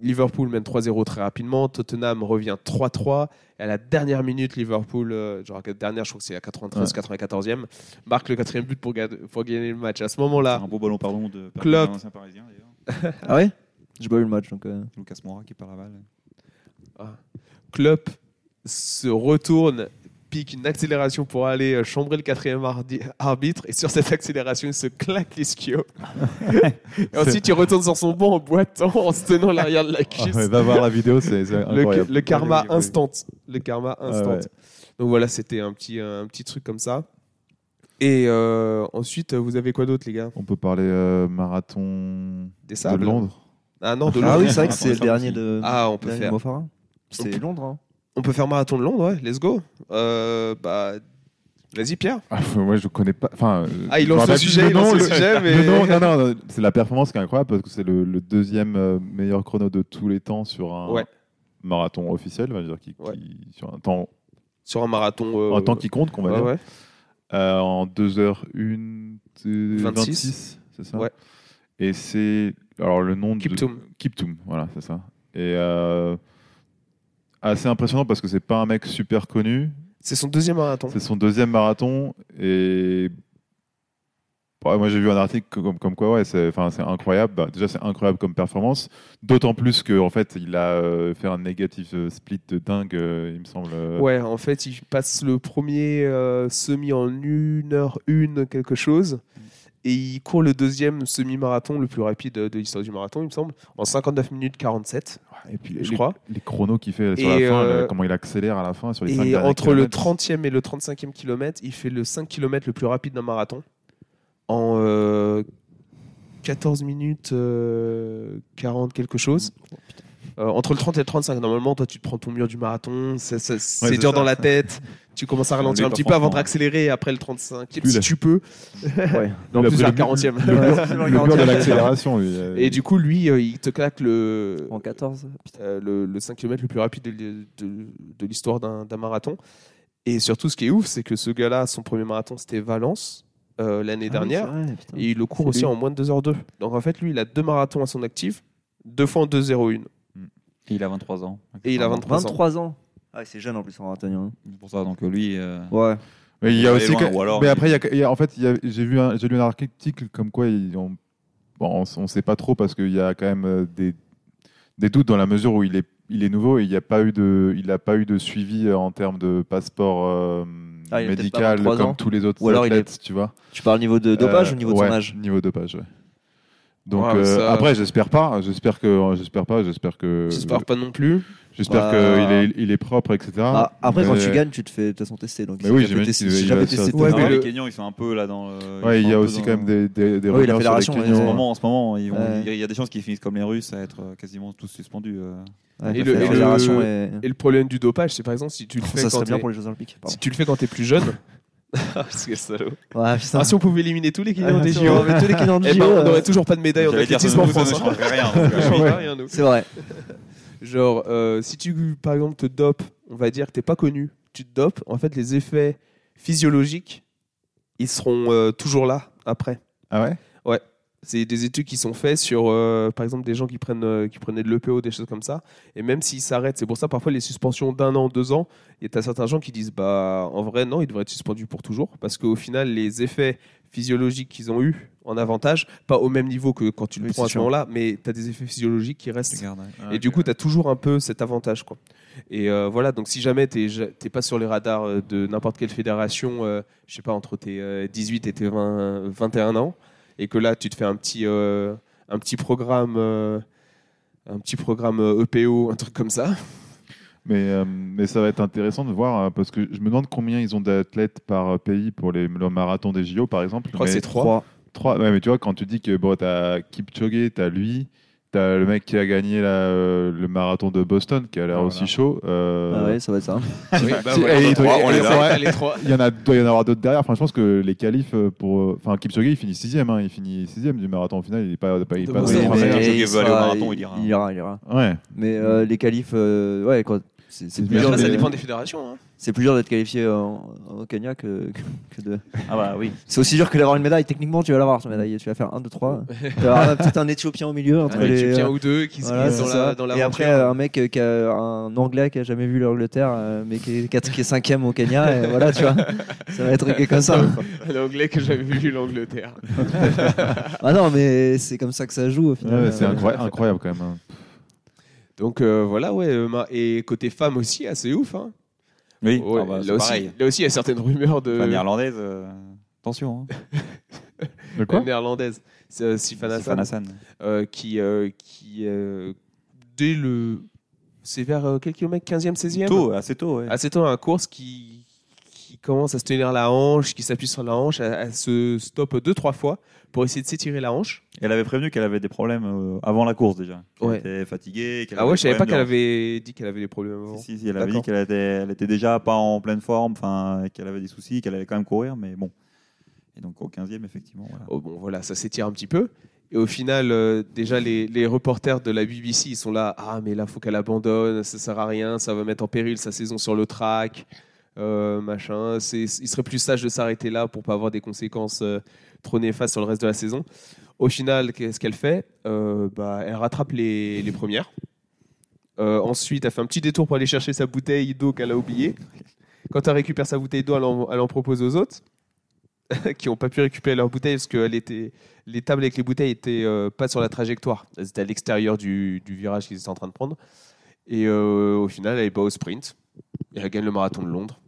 S1: Liverpool mène 3-0 très rapidement, Tottenham revient 3-3, et à la dernière minute, Liverpool, euh, genre la dernière, je crois que c'est la 93-94e, marque le quatrième but pour, ga- pour gagner le match. À ce moment-là,
S2: Un beau ballon, pardon, de
S1: Klopp.
S2: d'un ancien parisien d'ailleurs.
S4: Ah ouais J'ai pas vu le match donc. euh,
S2: Lucas Moura qui perd la balle.
S1: Klopp se retourne pique une accélération pour aller euh, chambrer le quatrième ardi- arbitre et sur cette accélération il se claque l'ischio et ensuite il retourne sur son banc en boitant en se tenant l'arrière de la
S3: Ah
S1: cuisse
S3: ouais, va voir la vidéo, c'est c'est
S1: le,
S3: incroyable.
S1: le karma
S2: Oui, oui, oui.
S1: instant. Le karma instant.
S3: ouais.
S1: Donc voilà, c'était un petit, un petit truc comme ça. Et euh, ensuite, vous avez quoi d'autre, les gars
S3: On peut parler euh, marathon
S1: Des
S3: de
S1: sables
S3: Londres.
S1: Ah non, de Londres.
S4: Ah oui, c'est vrai que
S2: Ah,
S4: c'est le
S2: ça
S4: dernier
S2: aussi.
S4: de.
S1: Ah, on peut
S4: dernier de
S1: faire.
S4: Mofara. C'est Londres. hein.
S1: On peut faire marathon de Londres, ouais, let's go. Euh, bah, vas-y, Pierre.
S3: Ah, moi, je connais pas. Enfin, euh,
S1: Ah, il
S3: je me
S1: lance le
S3: rappelle
S1: sujet,
S3: plus
S1: il lance
S3: nom,
S1: le sujet, mais.
S3: Le nom, non, non, non, c'est la performance qui est incroyable parce que c'est le, le deuxième euh, meilleur chrono de tous les temps sur un
S1: Ouais.
S3: marathon officiel, on va dire, qui, qui-
S1: Ouais.
S3: sur un temps,
S1: Sur un marathon. euh,
S3: un temps qui compte, qu'on va
S1: ouais,
S3: dire,
S1: ouais.
S3: Euh, en 2h1, 26,
S1: 26,
S3: c'est ça
S1: Ouais.
S3: Et c'est. Alors, le nom de.
S1: Kiptoum.
S3: Kiptoum, voilà, c'est ça. Et euh, assez impressionnant parce que c'est pas un mec super connu.
S1: C'est son deuxième marathon.
S3: C'est son deuxième marathon et Ouais, moi j'ai vu un article comme, comme quoi ouais c'est enfin c'est incroyable. Bah, déjà c'est incroyable comme performance, d'autant plus que en fait il a euh, fait un négatif euh, split de dingue, euh, il me semble. euh,
S1: Ouais, en fait, il passe le premier euh, semi en 1 heure une quelque chose. Et il court le deuxième semi-marathon, le plus rapide de l'histoire du marathon, il me semble, en 59 minutes 47,
S3: Et puis les,
S1: je crois.
S3: les chronos qu'il fait sur
S1: Et,
S3: la fin,
S1: euh,
S3: le- comment il accélère à la fin sur les cinq
S1: Et
S3: derniers
S1: entre le
S3: kilomètres.
S1: 30e et le 35e kilomètre, il fait le 5 km le plus rapide d'un marathon en euh, 14 minutes euh, 40 quelque chose. Euh, entre le 30 et le 35, normalement, toi, tu te prends ton mur du marathon, ça- ça- c'est
S3: c'est
S1: dur
S3: ça.
S1: dans la tête, tu commences à ralentir un
S2: Lui,
S1: petit peu
S2: franchement.
S1: avant de réaccélérer et après le 35,
S3: Lui,
S1: si
S3: là.
S1: tu peux.
S4: Ouais.
S1: Non,
S3: Lui,
S1: plus
S3: après,
S1: la
S3: le-
S1: 40e.
S3: Le mur- le mur de l'accélération. lui, euh,
S1: Et du coup, lui, euh, il te claque le,
S4: En 14. putain.
S1: euh, le, le 5 km le plus rapide de, l'hi- de- de l'histoire d'un d'un marathon. Et surtout, ce qui est ouf, c'est que ce gars-là, son premier marathon, c'était Valence euh, l'année
S4: Ah oui,
S1: dernière.
S4: c'est vrai, putain.
S1: et il le court
S4: C'est
S1: aussi
S4: lui.
S1: en moins de 2h02. Donc en fait, lui, il a deux marathons à son actif, deux fois en 2h01.
S2: Et il a 23 ans.
S1: Et il a 23 ans.
S4: 23 ans. Ah, c'est jeune en plus en marathon.
S2: C'est pour ça, donc euh, lui. euh,
S4: Ouais.
S3: Mais il y
S2: Il
S3: a
S2: va
S3: aussi.
S2: aller loin,
S3: que-
S2: ou alors
S3: mais
S2: il-
S3: après, il y a- il y a- en fait, il y a- j'ai vu, un- j'ai lu un article comme quoi ils ont- bon, on ne sait pas trop parce qu'il y a quand même euh, des, des doutes dans la mesure où il est, il est nouveau et il n'y a pas eu de, il n'a pas eu de suivi euh, en termes de passeport euh,
S4: Ah, il a peut-être pas
S3: médical
S4: 23
S3: comme
S4: ans.
S3: tous les autres
S4: Ou alors il
S3: athlètes, tu vois.
S4: Tu parles niveau de dopage ou niveau de
S3: Euh, ouais,
S4: son âge
S3: Niveau dopage. ouais. Donc
S1: Ouais, mais
S3: euh,
S1: ça-
S3: après, j'espère pas, j'espère que, j'espère pas, j'espère que,
S1: J'espère pas non plus. Euh,
S3: j'espère
S4: Bah.
S3: qu'il est, il est propre, etc.
S4: Ah, Après, quand
S3: Mais-
S4: tu gagnes, tu te fais de toute façon tester. Donc,
S3: Mais
S4: il
S3: oui,
S4: s'est déjà fait
S3: j'imagine
S4: tester-
S3: qu'il
S4: il
S3: va-
S4: s'est déjà fait
S3: il va
S4: tester.
S3: se-
S4: de
S1: Ouais,
S4: toute
S2: non,
S1: mais
S4: façon.
S1: le-
S2: Les Kenyans, ils sont un peu là dans. euh,
S3: Ouais,
S2: ils
S3: il y
S2: sont
S3: a
S2: un peu
S3: aussi
S2: dans-
S3: quand même des, des, des
S4: Oui,
S3: rumeurs
S4: la
S3: sur les
S4: fédération,
S3: Kenyans.
S2: En ce
S4: Ouais.
S2: moment, en ce moment ils vont-
S4: Ouais.
S2: il y a des chances qu'ils finissent comme les Russes à être euh, quasiment tous suspendus. euh.
S4: hein. Ouais,
S1: Et
S4: la
S1: le- et le-
S4: fédération est-
S1: Et le problème du dopage, c'est par exemple si tu le
S4: Oh,
S1: fais
S4: Ça
S1: quand
S4: serait bien
S1: t'es-
S4: pour les Jeux Olympiques. pardon.
S1: si tu le fais quand t'es plus jeune, Parce que salaud.
S4: Ouais, putain.
S1: Ah, si on pouvait éliminer tous les gagnants des
S4: Ouais,
S1: JO,
S4: mais tous les clients de
S1: eh
S4: JO,
S1: ben, on
S4: euh,
S1: n'aurait toujours pas de médaille en
S2: J'allais dire,
S1: athlétisme en
S2: ça
S1: France.
S2: ne
S1: hein.
S2: changerait rien. euh,
S1: Ça
S3: Ouais.
S1: change rien, nous.
S4: C'est vrai.
S1: Genre, euh, si tu, par exemple, te dopes, on va dire que t'es pas connu, tu te dopes, en fait, les effets physiologiques, ils seront euh, toujours là après.
S3: Ah ouais
S1: C'est des études qui sont faites sur, euh, par exemple, des gens qui, prennent, euh, qui prenaient de l'EPO, des choses comme ça. Et même s'ils s'arrêtent, c'est pour ça parfois les suspensions d'un an, deux ans, il y a certains gens qui disent, bah, en vrai, non, ils devraient être suspendus pour toujours. Parce qu'au final, les effets physiologiques qu'ils ont eu en avantage, pas au même niveau que quand tu le
S4: Oui,
S1: prends
S4: c'est
S1: à ce
S4: sûr.
S1: moment-là, mais tu as des effets physiologiques qui restent.
S2: hein.
S3: Ah,
S1: Et
S3: ok,
S1: du coup,
S3: ouais.
S1: tu as toujours un peu cet avantage. Quoi. Et euh, voilà, donc si jamais tu n'es pas sur les radars euh, de n'importe quelle fédération, euh, je sais pas, entre tes euh, 18 et tes 20, 21 ans, et que là, tu te fais un petit, euh, un petit programme. euh, un petit programme euh, EPO, un truc comme ça.
S3: Mais, euh, mais ça va être intéressant de voir, hein, parce que je me demande combien ils ont d'athlètes par euh, pays pour les, le marathon des JO, par exemple.
S1: Je crois que
S3: Mais-
S1: c'est 3.
S3: trois. Ouais, mais tu vois, quand tu dis que bon, t'as Kipchoge, t'as lui, t'as le mec qui a gagné la, euh, le marathon de Boston, qui a l'air
S2: Voilà.
S3: aussi chaud. euh,
S4: Ah ouais, ça va être ça.
S2: Bah
S3: Si-
S2: voilà,
S3: et
S2: on
S3: il
S2: est
S3: doit-
S2: trois,
S3: et
S2: on est
S3: il
S2: là.
S3: doit-
S1: T'as les trois.
S3: Il y en a, doit y en avoir d'autres derrière. Enfin, je pense que les qualifs euh, pour, euh, enfin, Kipchoge, il finit sixième, hein, il finit sixième du marathon au final. Il est pas, pas, il est pas
S1: Ouais,
S3: dans les
S1: mais-
S3: trois meilleurs.
S2: Kipchoge
S4: il
S2: veut aller au
S4: sera-
S2: marathon, il ira.
S4: Il ira, il ira.
S3: Ouais.
S4: Mais euh, les qualifs, euh, ouais, quoi. C'est c'est plus, dur
S1: Après, ça
S4: de-
S1: dépend des fédérations. hein.
S4: c'est plus dur d'être qualifié en- au Kenya que, que- que de.
S2: Ah bah oui.
S4: C'est aussi dur que d'avoir une médaille. Techniquement, tu vas l'avoir, ta médaille. Tu vas faire 1, 2, 3. Tu vas avoir peut-être un Éthiopien au milieu. Entre
S1: Un
S4: les...
S1: Éthiopien ou deux qui
S4: euh, Voilà,
S1: se glissent
S4: c'est
S1: dans
S4: ça.
S1: la, hein. dans
S4: et
S1: l'aventure.
S4: après, euh, un mec euh, qui a un Anglais qui a jamais vu l'Angleterre, euh, mais qui est, quatre- qui est cinquième au Kenya, et voilà, tu vois, ça va être quelque chose comme ça.
S1: L'anglais que j'avais vu l'Angleterre.
S4: Ah non, mais c'est comme ça que ça joue au
S3: Ouais,
S4: final.
S3: c'est
S4: Euh,
S3: incroy- incroyable quand même. hein.
S1: Donc euh, voilà, ouais. euh, ma- Et côté femme aussi, assez ouf. Hein.
S2: Oui,
S1: Ouais,
S2: ah bah,
S1: là,
S2: c'est
S1: aussi,
S2: pareil.
S1: là aussi, il y a certaines rumeurs de
S2: Enfin, néerlandaise, euh, attention. Hein.
S3: De quoi
S1: la néerlandaise, C'est, euh, Sifan Hassan,
S2: Sifan Hassan.
S1: euh, qui, euh, qui euh, dès le. C'est vers euh, quel kilomètre 15e, 16e
S2: Tôt, assez tôt, ouais.
S1: Assez tôt, un course qui, qui commence à se tenir la hanche, qui s'appuie sur la hanche, elle, elle se stoppe deux, trois fois pour essayer de s'étirer la hanche.
S2: Elle avait prévenu qu'elle avait des problèmes euh, avant la course déjà. Elle
S1: Ouais.
S2: était fatiguée. qu'elle
S1: Ah
S2: avait
S1: ouais,
S2: des
S1: je savais pas qu'elle
S2: problèmes de-
S1: avait dit qu'elle avait des problèmes avant.
S2: Si, si, si, elle avait dit
S1: D'accord.
S2: qu'elle était, elle était déjà pas en pleine forme, enfin, qu'elle avait des soucis, qu'elle allait quand même courir, mais bon. Et donc au 15e, effectivement. voilà.
S1: Oh, bon, voilà, ça s'étire un petit peu. Et au final, euh, déjà, les, les reporters de la BBC, ils sont là. Ah, mais là, faut qu'elle abandonne, ça sert à rien, ça va mettre en péril sa saison sur le track, euh, machin. C'est, il serait plus sage de s'arrêter là pour pas avoir des conséquences euh, trop néfastes sur le reste de la saison. Au final, qu'est-ce qu'elle fait Euh, bah, Elle rattrape les, les premières. Euh, ensuite, elle fait un petit détour pour aller chercher sa bouteille d'eau qu'elle a oubliée. Quand elle récupère sa bouteille d'eau, elle en- elle en propose aux autres qui n'ont pas pu récupérer leurs bouteilles parce que elle était- les tables avec les bouteilles étaient euh, pas sur la trajectoire. Elles étaient à l'extérieur du, du virage qu'ils étaient en train de prendre. Et euh, au final, elle est pas au sprint. Et elle gagne le marathon de Londres.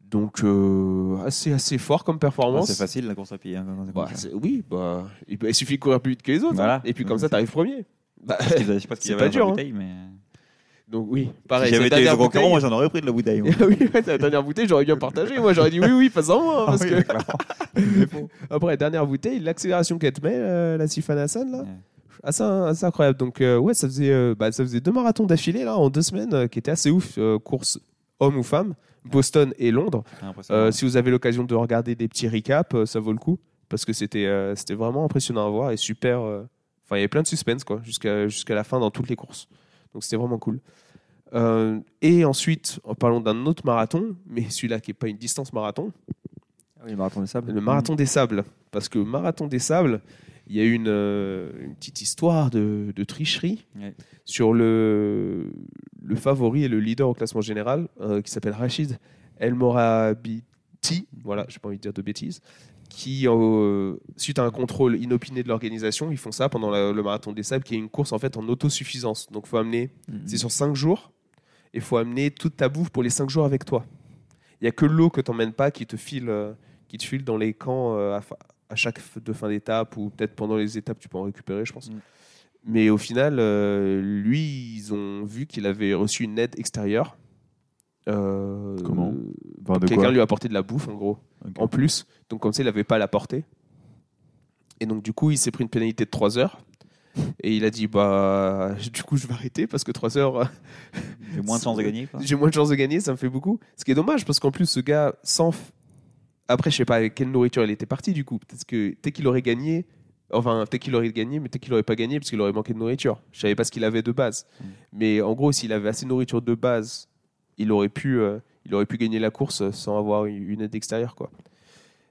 S1: Donc, euh, assez, assez fort comme
S2: Ah,
S1: performance.
S2: c'est facile la course à pied. hein, quand on est comme
S1: Bah,
S2: ça.
S1: c'est- oui, bah, il, il suffit de courir plus vite que les autres.
S2: Voilà.
S1: hein. Et puis comme ça, tu arrives premier. Bah,
S2: Parce qu'ils avaient- je sais pas ce qu'il y
S1: C'est
S2: avait
S1: pas dur,
S2: dans la
S1: hein.
S2: bouteille, mais.
S1: donc, oui,
S2: Si
S1: pareil.
S2: j'avais
S1: cette
S2: été
S1: dernière
S2: au concurrent, moi
S1: bouteille-
S2: j'en aurais pris de la bouteille. moi.
S1: Ah oui, la dernière bouteille, j'aurais bien partagé. Moi, j'aurais dit oui, oui, pas en moi. hein, parce
S2: Ah oui,
S1: que...
S2: clairement.
S1: Après, la dernière bouteille, l'accélération qu'elle te met, euh, la Sifan Hassan, là, Ah,
S2: Ouais.
S1: assez, assez incroyable. Donc, euh, ouais, ça faisait, euh, bah, ça faisait deux marathons d'affilée, là, en deux semaines, euh, qui étaient assez ouf, euh, course homme ou femme, Boston et Londres.
S2: C'est
S1: Euh,
S2: impressionnant.
S1: si vous avez l'occasion de regarder des petits recaps, euh, ça vaut le coup, parce que c'était euh, c'était vraiment impressionnant à voir et super. euh, Enfin, il y avait plein de suspense, quoi, jusqu'à jusqu'à la fin dans toutes les courses. Donc, c'était vraiment cool. Euh, et ensuite, en parlant d'un autre marathon, mais celui-là qui n'est pas une distance marathon,
S4: Ah oui, le marathon des sables.
S1: le marathon des sables. Parce que au marathon des sables, il y a eu une, euh, une petite histoire de, de tricherie
S2: Ouais.
S1: sur le, le favori et le leader au classement général euh, qui s'appelle Rachid El Morabiti. Voilà, j'ai pas envie de dire de bêtises. Qui, euh, suite à un contrôle inopiné de l'organisation, ils font ça pendant la- le marathon des sables, qui est une course en fait en autosuffisance. Donc, faut amener
S4: Mhm.
S1: c'est sur 5 jours et il faut amener toute ta bouffe pour les 5 jours avec toi. Il n'y a que l'eau que t'emmènes pas qui te file, euh, qui te file dans les camps euh, à, fa- à chaque f- de fin d'étape ou peut-être pendant les étapes, tu peux en récupérer, je pense.
S2: Mm.
S1: Mais au final, euh, lui, ils ont vu qu'il avait reçu une aide extérieure. Euh,
S3: Comment Enfin, de
S1: Quelqu'un
S3: quoi
S1: lui a apporté de la bouffe, en gros
S3: Ok.
S1: en plus. Donc comme ça, il n'avait pas à la portée. Et donc du coup, il s'est pris une pénalité de 3 heures. Et il a dit bah du coup je vais arrêter parce que 3 heures
S2: J'ai moins de chance de gagner. quoi.
S1: j'ai moins de chances de gagner, ça me fait beaucoup. Ce qui est dommage parce qu'en plus ce gars sans f- après je sais pas avec quelle nourriture il était parti du coup. Peut-être que dès qu'il aurait gagné Enfin, peut-être qu'il aurait gagné, mais peut-être qu'il aurait pas gagné parce qu'il aurait manqué de nourriture. Je savais pas ce qu'il avait de base.
S2: Mm.
S1: Mais en gros, s'il avait assez de nourriture de base, il aurait pu, euh, il aurait pu gagner la course euh, sans avoir eu- une aide extérieure, quoi.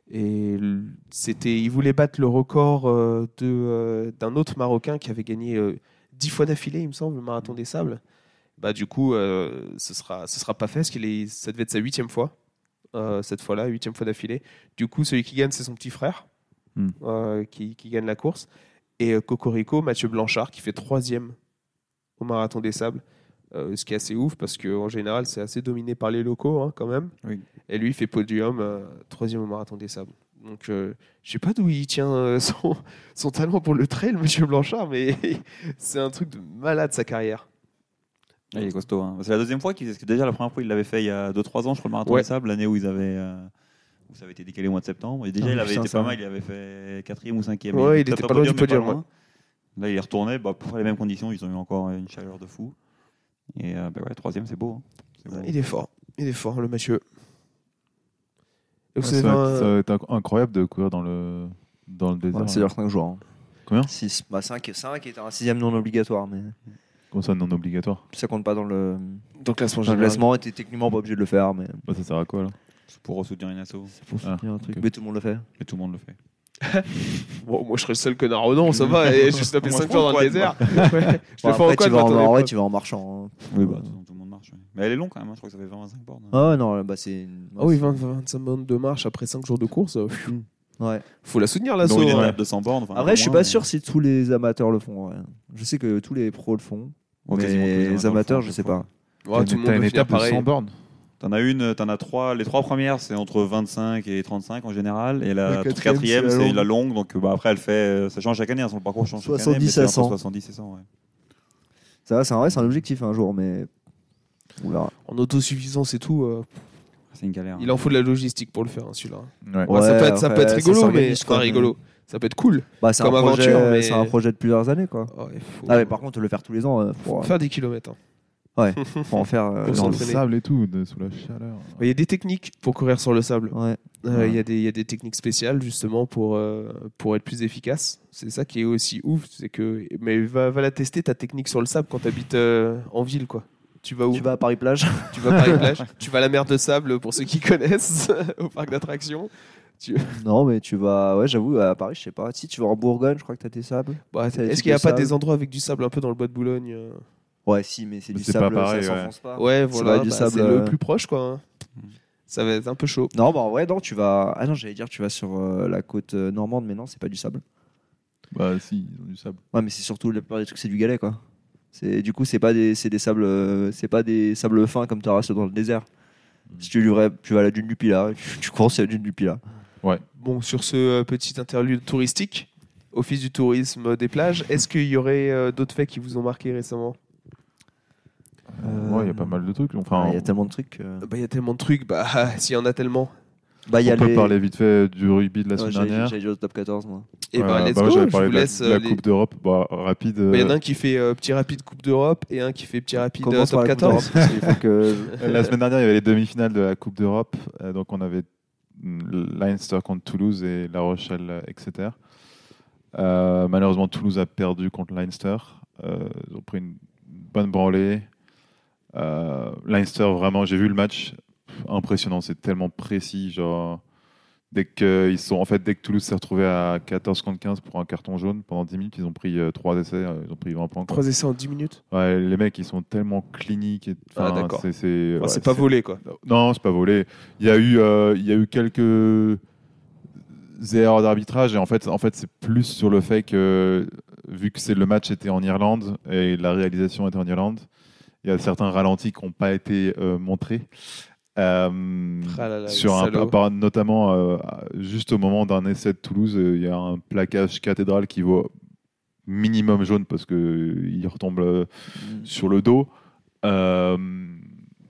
S1: Et l- c'était, il voulait battre le record euh, de euh, d'un autre Marocain qui avait gagné euh, 10 fois d'affilée, il me semble, le
S2: Mm.
S1: marathon des sables. Bah du coup, euh, ce sera, ce sera pas fait parce qu'il est, ça devait être sa huitième fois. euh, cette fois-là, huitième fois d'affilée. Du coup, celui qui gagne, c'est son petit frère
S2: Hmm.
S1: euh, qui, qui gagne la course. Et euh, Cocorico, Mathieu Blanchard, qui fait troisième au Marathon des Sables. Euh, ce qui est assez ouf parce qu'en général, c'est assez dominé par les locaux hein, quand même.
S2: Oui.
S1: Et lui, il fait podium, euh, troisième au Marathon des Sables. Donc, euh, je sais pas d'où il tient euh, son, son talent pour le trail, Mathieu Blanchard, mais c'est un truc de malade sa carrière.
S2: Ah, il est costaud. hein. C'est la deuxième fois qu'il faisait, parce que déjà la première fois il l'avait fait il y a 2-3 ans, je crois, le marathon
S1: Ouais.
S2: des sables, l'année où ils avaient. euh, où ça avait été décalé au mois de septembre. Et déjà,
S5: Ah,
S2: il avait
S5: putain,
S2: été
S5: ça
S2: pas
S5: va.
S2: mal, il avait fait 4 ou 5 e
S1: Ouais, il était pas loin du podium,
S2: Là, il est retourné, bah, pour les mêmes conditions, ils ont eu encore une chaleur de fou. Et euh, bah, ouais, troisième, c'est beau. hein. C'est beau.
S1: Ah, Il est fort, il est fort, le Mathieu. Et
S4: Ah,
S1: vous
S3: Ça
S1: savez,
S3: va être-
S1: un-
S3: ça va être inc- incroyable de courir dans le, dans le désert.
S4: c'est leur 5 jours. hein.
S3: Combien
S4: 6. Bah 5, 5 est un sixième non obligatoire, mais
S3: Comme ça, non obligatoire.
S4: ça compte pas dans le,
S1: Donc là,
S4: dans le classement. Et t'es techniquement pas obligé de le faire, mais
S3: Bah, ça sert à quoi alors
S2: C'est pour soutenir une asso.
S4: pour
S3: Ah,
S4: soutenir un truc.
S3: ok.
S4: Mais tout le monde le fait.
S2: Et tout le monde le fait.
S1: Bon, moi, je serais le seul connard au nom, ça va. Et je tapé
S2: Moi,
S1: 5
S2: je prends
S1: jours dans le
S2: le
S1: désert.
S2: quad,
S1: Ouais. Je le fais en
S4: Bon, Bah, après, tu
S1: quad,
S4: vas
S1: moi,
S4: en,
S1: attendez
S4: en
S1: pas.
S4: vrai, tu vas en marchant. hein.
S2: Oui, bah, de toute façon, tout le monde marche. ouais. Mais elle est longue quand même, hein, je crois que ça fait 25 bornes.
S4: Ah ouais, non, bah c'est.
S1: Ah oui, 20, 25 minutes de marche après 5 jours de course. euh, pfiou.
S4: Ouais.
S1: Faut la soutenir, hein. la
S2: Donc une
S1: sauve.
S2: étape de 100 bornes. enfin, un
S4: Après,
S2: peu
S4: je suis
S2: moins, euh, mais-
S4: pas sûr si tous les amateurs le font. ouais. Je sais que tous les pros le font.
S2: Ouais,
S4: mais
S2: quasiment tous
S4: les,
S2: le
S4: amateurs,
S2: font,
S4: je
S2: à
S4: sais
S2: chaque fois.
S4: pas. hein.
S1: Ouais, tout le monde
S3: une
S1: veut finir
S3: étape de
S1: pareil.
S3: 100 bornes.
S2: T'en as une, t'en as trois. Les trois premières, c'est entre 25 et 35 en général. Et la,
S1: La
S2: quatrième,
S1: quatrième, c'est
S2: c'est
S1: la
S2: la,
S1: longue.
S2: longue. Donc bah, après, elle fait, euh, ça change chaque année. hein, son parcours change chaque
S4: 70
S2: année. mais c'est
S4: à
S2: entre
S4: 100.
S2: 70 et 100, ouais.
S4: Ça va, c'est un vrai, c'est un objectif un jour, mais. On verra.
S1: En autosuffisance et tout, euh,
S2: C'est une galère.
S1: il en faut de la logistique pour le faire, hein, celui-là.
S3: Ouais.
S1: Ouais, ça,
S4: Ouais,
S1: peut être, ça peut
S4: après,
S1: être
S4: ça
S1: rigolo, mais.
S4: s'organise, quoi,
S1: Enfin,
S4: mais-
S1: rigolo. Ça peut être cool.
S4: Bah, c'est un,
S1: Comme
S4: projet,
S1: aventure, mais-
S4: c'est un projet de plusieurs années, quoi.
S1: Ouais, faut...
S4: Ah, mais par contre, le faire tous les ans, euh,
S1: faut
S4: pour,
S1: faire des kilomètres. hein.
S4: pour en faire. euh,
S1: Pour
S3: Dans le
S1: s'entraîner.
S3: sable et tout, de- sous la chaleur.
S1: Il y a des techniques pour courir sur le sable.
S4: ouais.
S1: Euh, Il y, a des- il y a des techniques spéciales justement pour, euh, pour être plus efficace. C'est ça qui est aussi ouf. C'est que, mais va, va la tester ta technique sur le sable quand tu habites en ville. quoi. Tu vas où
S4: Tu vas à Paris plage.
S1: Tu vas par les plages, tu vas à la mer de sable pour ceux qui connaissent au parc d'attractions.
S4: non, mais tu vas. Ouais, j'avoue, à Paris, je sais pas. Si tu vas en Bourgogne, je crois que t'as des sables.
S1: Bah,
S4: C'est la
S1: Est-ce
S4: type
S1: qu'il n'y a
S4: de
S1: pas
S4: sable.
S1: des endroits avec du sable un peu dans le bois de Boulogne euh
S4: Ouais, si, mais c'est
S3: Mais
S4: du
S3: c'est pas
S4: sable,
S3: pareil,
S4: ça
S3: ouais.
S4: s'enfonce pas.
S1: Ouais,
S4: Ça
S1: voilà,
S4: va, du
S1: bah,
S4: sable,
S1: c'est le
S4: euh.
S1: plus proche quoi. hein. Ça va être un peu chaud.
S4: Non, bah ouais, non, tu vas. Ah non, j'allais dire, tu vas sur euh, la côte euh, normande, mais non, c'est pas du sable.
S3: Bah, si, ils ont du sable.
S4: Ouais, mais c'est surtout la plupart des trucs, c'est du galet, quoi. C'est du coup, c'est pas des, c'est des sables, euh, c'est pas des sables fins comme tu as dans le désert.
S3: Hmm.
S4: Si tu livrais, tu vas à la dune du Pilat, tu, tu cours sur la dune du Pilat.
S1: Bon, sur ce euh, petit interlude touristique, Office du tourisme euh, des plages, est-ce qu'il y aurait euh, d'autres faits qui vous ont marqué récemment
S4: Euh,
S3: Ouais, il y a pas mal de trucs. Enfin,
S4: Ouais, Il y a tellement de trucs. euh.
S1: Bah, Il y a tellement de trucs, bah, s'il y en a tellement.
S4: Bah, il y a
S3: on peut
S4: les-
S3: parler vite fait du rugby de la
S4: Ouais,
S3: semaine
S4: j'allais-
S3: dernière.
S4: J'allais dire au top 14, moi.
S1: Et ben
S3: Voilà,
S1: let's
S3: bah, moi,
S1: go,
S3: j'avais
S1: je vous
S3: parlé de la-
S1: laisse.
S3: de la,
S1: euh, les-
S3: Coupe d'Europe, bah, rapide.
S1: Bah, Il y en a
S3: euh,
S1: un qui fait euh, petit rapide Coupe d'Europe et un qui fait petit rapide euh,
S4: Commence par
S1: top
S4: la Coupe
S1: 14.
S4: d'Europe, parce qu'il faut que-
S3: euh, La semaine dernière, il y avait les demi-finales de la Coupe d'Europe. Euh, donc, on avait mm, Leinster contre Toulouse et La Rochelle, euh, etc. Euh, malheureusement, Toulouse a perdu contre Leinster. Euh, ils ont pris une bonne branlée. Euh, Leinster, vraiment, j'ai vu le match. Pff, Impressionnant, c'est tellement précis. Genre, dès que, ils sont, en fait, dès que Toulouse s'est retrouvé à 14 contre 15 pour un carton jaune, pendant 10 minutes, ils ont pris 3 essais, euh, ils ont pris 20 points. quoi.
S1: Trois essais en 10 minutes.
S3: Ouais, les mecs, ils sont tellement cliniques. et-
S1: Ah,
S3: enfin,
S1: d'accord.
S3: C'est c'est-
S1: Enfin,
S3: ouais,
S1: c'est pas
S3: c'est-
S1: volé quoi.
S3: non, c'est pas volé. Il y a eu, euh, il y a eu quelques erreurs d'arbitrage et en fait, en fait, c'est plus sur le fait que vu que c'est le match était en Irlande et la réalisation était en Irlande, il y a certains ralentis qui n'ont pas été euh, montrés. Euh,
S1: Ah là là,
S3: sur un,
S1: le salaud.
S3: par- notamment euh, juste au moment d'un essai de Toulouse, euh, il y a un plaquage cathédrale qui vaut minimum jaune parce que il retombe euh, sur le dos euh,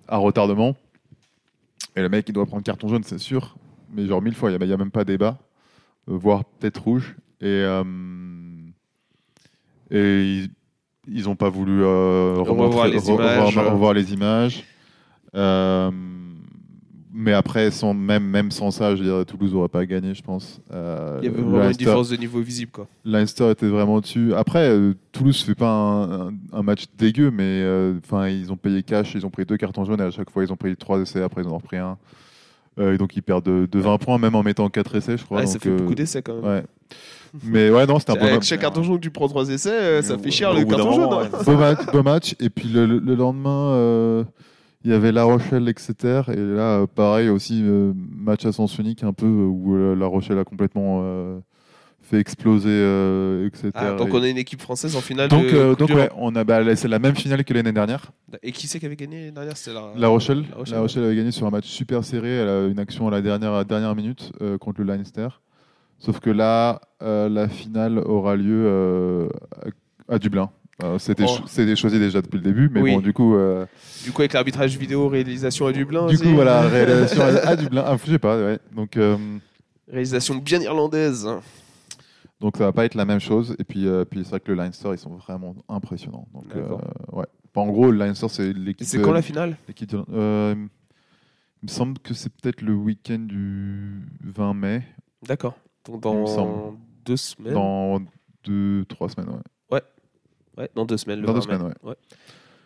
S3: à retardement. Et le mec, il doit prendre carton jaune, c'est sûr. Mais genre mille fois, il n'y a, même pas débat. Euh, voire peut-être rouge. Et, euh, Et ils- ils n'ont pas voulu euh,
S1: Revoir
S3: remontrer-
S1: les
S3: re- revoir-
S1: images. euh.
S3: revoir les images. Euh, mais après, sans, même, même sans ça, je dirais, Toulouse n'aurait pas gagné, je pense. Euh,
S1: Il y avait
S3: le
S1: vraiment une
S3: Leicester-
S1: différence de niveau visible. Quoi.
S3: Leinster était vraiment dessus. Après, euh, Toulouse fait pas un, un- un match dégueu, mais euh, enfin ils ont payé cash, ils ont pris deux cartons jaunes et à chaque fois ils ont pris trois essais, après ils en ont repris un. Euh, et donc ils perdent de, de 20 points même en mettant quatre essais, je crois.
S1: Ouais, ça
S3: donc,
S1: fait
S3: euh,
S1: beaucoup d'essais quand même.
S3: ouais. Mais ouais, non, c'était un beau
S1: Avec
S3: match.
S1: chaque carton jaune, tu prends trois essais, euh, ça fait cher
S2: Au
S1: le
S2: bout d'un
S1: carton
S2: moment,
S1: jaune. hein.
S2: ouais.
S3: Beau match, beau match. Et puis le, le- le lendemain, euh, il y avait La Rochelle, etc. Et là, euh, pareil aussi, euh, match à sens unique un peu euh, où euh, La Rochelle a complètement euh, fait exploser, euh, etc.
S1: Ah, donc
S3: Et-
S1: on a une équipe française en finale.
S3: Donc,
S1: de
S3: euh,
S1: Coupe
S3: donc
S1: du
S3: ouais, on a, bah, là, c'est la même finale que l'année dernière.
S1: Monde. Et qui c'est qui avait gagné l'année dernière C'était la...
S3: La Rochelle.
S1: Ah, La Rochelle,
S3: La Rochelle avait gagné sur un match super serré. Elle a une action à la dernière, à la dernière minute euh, contre le Leinster. Sauf que là, euh, la finale aura lieu euh, à à Dublin. Alors, C'était
S1: Oh.
S3: cho- c'était choisi déjà depuis le début, mais
S1: Oui.
S3: bon, du coup, euh,
S1: Du coup, avec l'arbitrage vidéo, réalisation à Dublin.
S3: du
S1: c'est-
S3: coup, voilà, réalisation à, à Dublin. Ah, je sais pas. ouais. Donc, euh,
S1: Réalisation bien irlandaise.
S3: donc, ça va pas être la même chose. Et puis, euh, puis c'est vrai que le Leinster, ils sont vraiment impressionnants. Donc, euh,
S1: D'accord.
S3: ouais. Enfin, en gros, le Leinster, c'est l'équipe.
S1: Et c'est quand
S3: euh,
S1: la finale
S3: L'équipe de- euh, il me semble que c'est peut-être le week-end du 20 mai,
S1: D'accord. Donc
S3: Il me
S1: dans
S3: semble.
S1: deux semaines.
S3: dans deux, trois semaines. ouais.
S1: Ouais, dans deux semaines. le
S3: Dans deux
S1: 20 mai.
S3: semaines, ouais.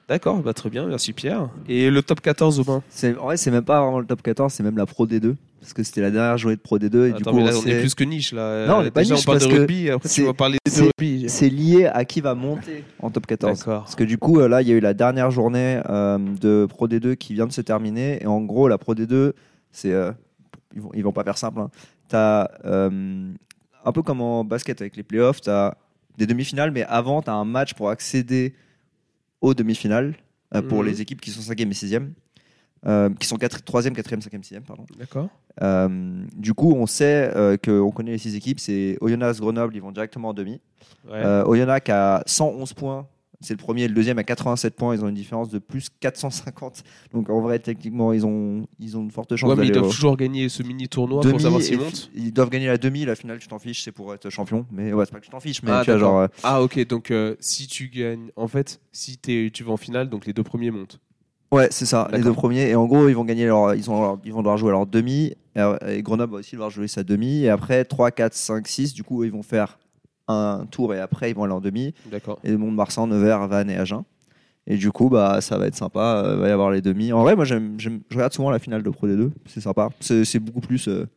S1: D'accord, bah, très bien, merci Pierre.
S4: Mm.
S1: Et le top 14 au bain
S4: C'est- En vrai, c'est même pas vraiment le top 14, c'est même la Pro D2. Parce que c'était la dernière journée de Pro D2. Et du
S1: Attends,
S4: coup,
S1: mais là,
S4: on
S1: on est
S4: sait-
S1: plus que niche là. Euh,
S4: Non, on est pas
S1: Déjà,
S4: niche,
S1: on parle
S4: parce
S1: de
S4: que
S1: rugby, après tu
S4: c'est-
S1: vas parler de
S4: c'est-
S1: rugby.
S4: c'est lié à qui va monter en top 14.
S1: D'accord.
S4: Parce que du coup, euh, là, il y a eu la dernière journée euh, de Pro D2 qui vient de se terminer. Et en gros, la Pro D2, c'est. euh, ils, vont, ils vont pas faire simple. hein. T'as. euh, un peu comme en basket avec les playoffs, t'as des demi-finales, mais avant, t'as un match pour accéder aux demi-finales euh, pour
S1: Mhm.
S4: les équipes qui sont 5e et 6e. euh, qui sont 3e, 4e, 5e, 6e, pardon.
S1: D'accord.
S4: Euh, du coup, on sait qu'on connaît les six équipes. C'est Oyonnax, Grenoble, ils vont directement en demi.
S1: Ouais.
S4: Euh, Oyonnax a 111 points. C'est le premier, le deuxième à 87 points. Ils ont une différence de plus 450. Donc en vrai, techniquement, ils ont, ils ont une forte chance
S1: ouais, mais ils
S4: d'aller
S1: doivent
S4: au
S1: toujours gagner ce mini tournoi
S4: demi
S1: pour savoir s'ils
S4: et
S1: montent.
S4: fi- Ils doivent gagner la demi. La finale, tu t'en fiches, c'est pour être champion. Mais ouais, c'est pas que tu t'en fiches, mais
S1: Ah,
S4: tu vois,
S1: d'accord.
S4: genre. euh,
S1: Ah, ok, donc euh, si tu gagnes, en fait, si t'es- tu vas en finale, donc les deux premiers montent.
S4: Ouais, c'est ça, les
S1: D'accord.
S4: deux premiers. Et en gros, ils vont gagner leur, ils, ont leur- ils vont devoir jouer leur demi. Et, euh, et Grenoble va aussi devoir jouer sa demi. Et après, 3, 4, 5, 6, du coup, ils vont faire un tour et après, ils vont aller en demi.
S1: D'accord.
S4: et Mont-de-Marsan, Nevers, Vannes et Agen. Et du coup, bah, ça va être sympa. euh, Il va y avoir les demi. En vrai, moi, j'aime, j'aime- je regarde souvent la finale de Pro D2. C'est sympa. C'est, c'est beaucoup plus. euh,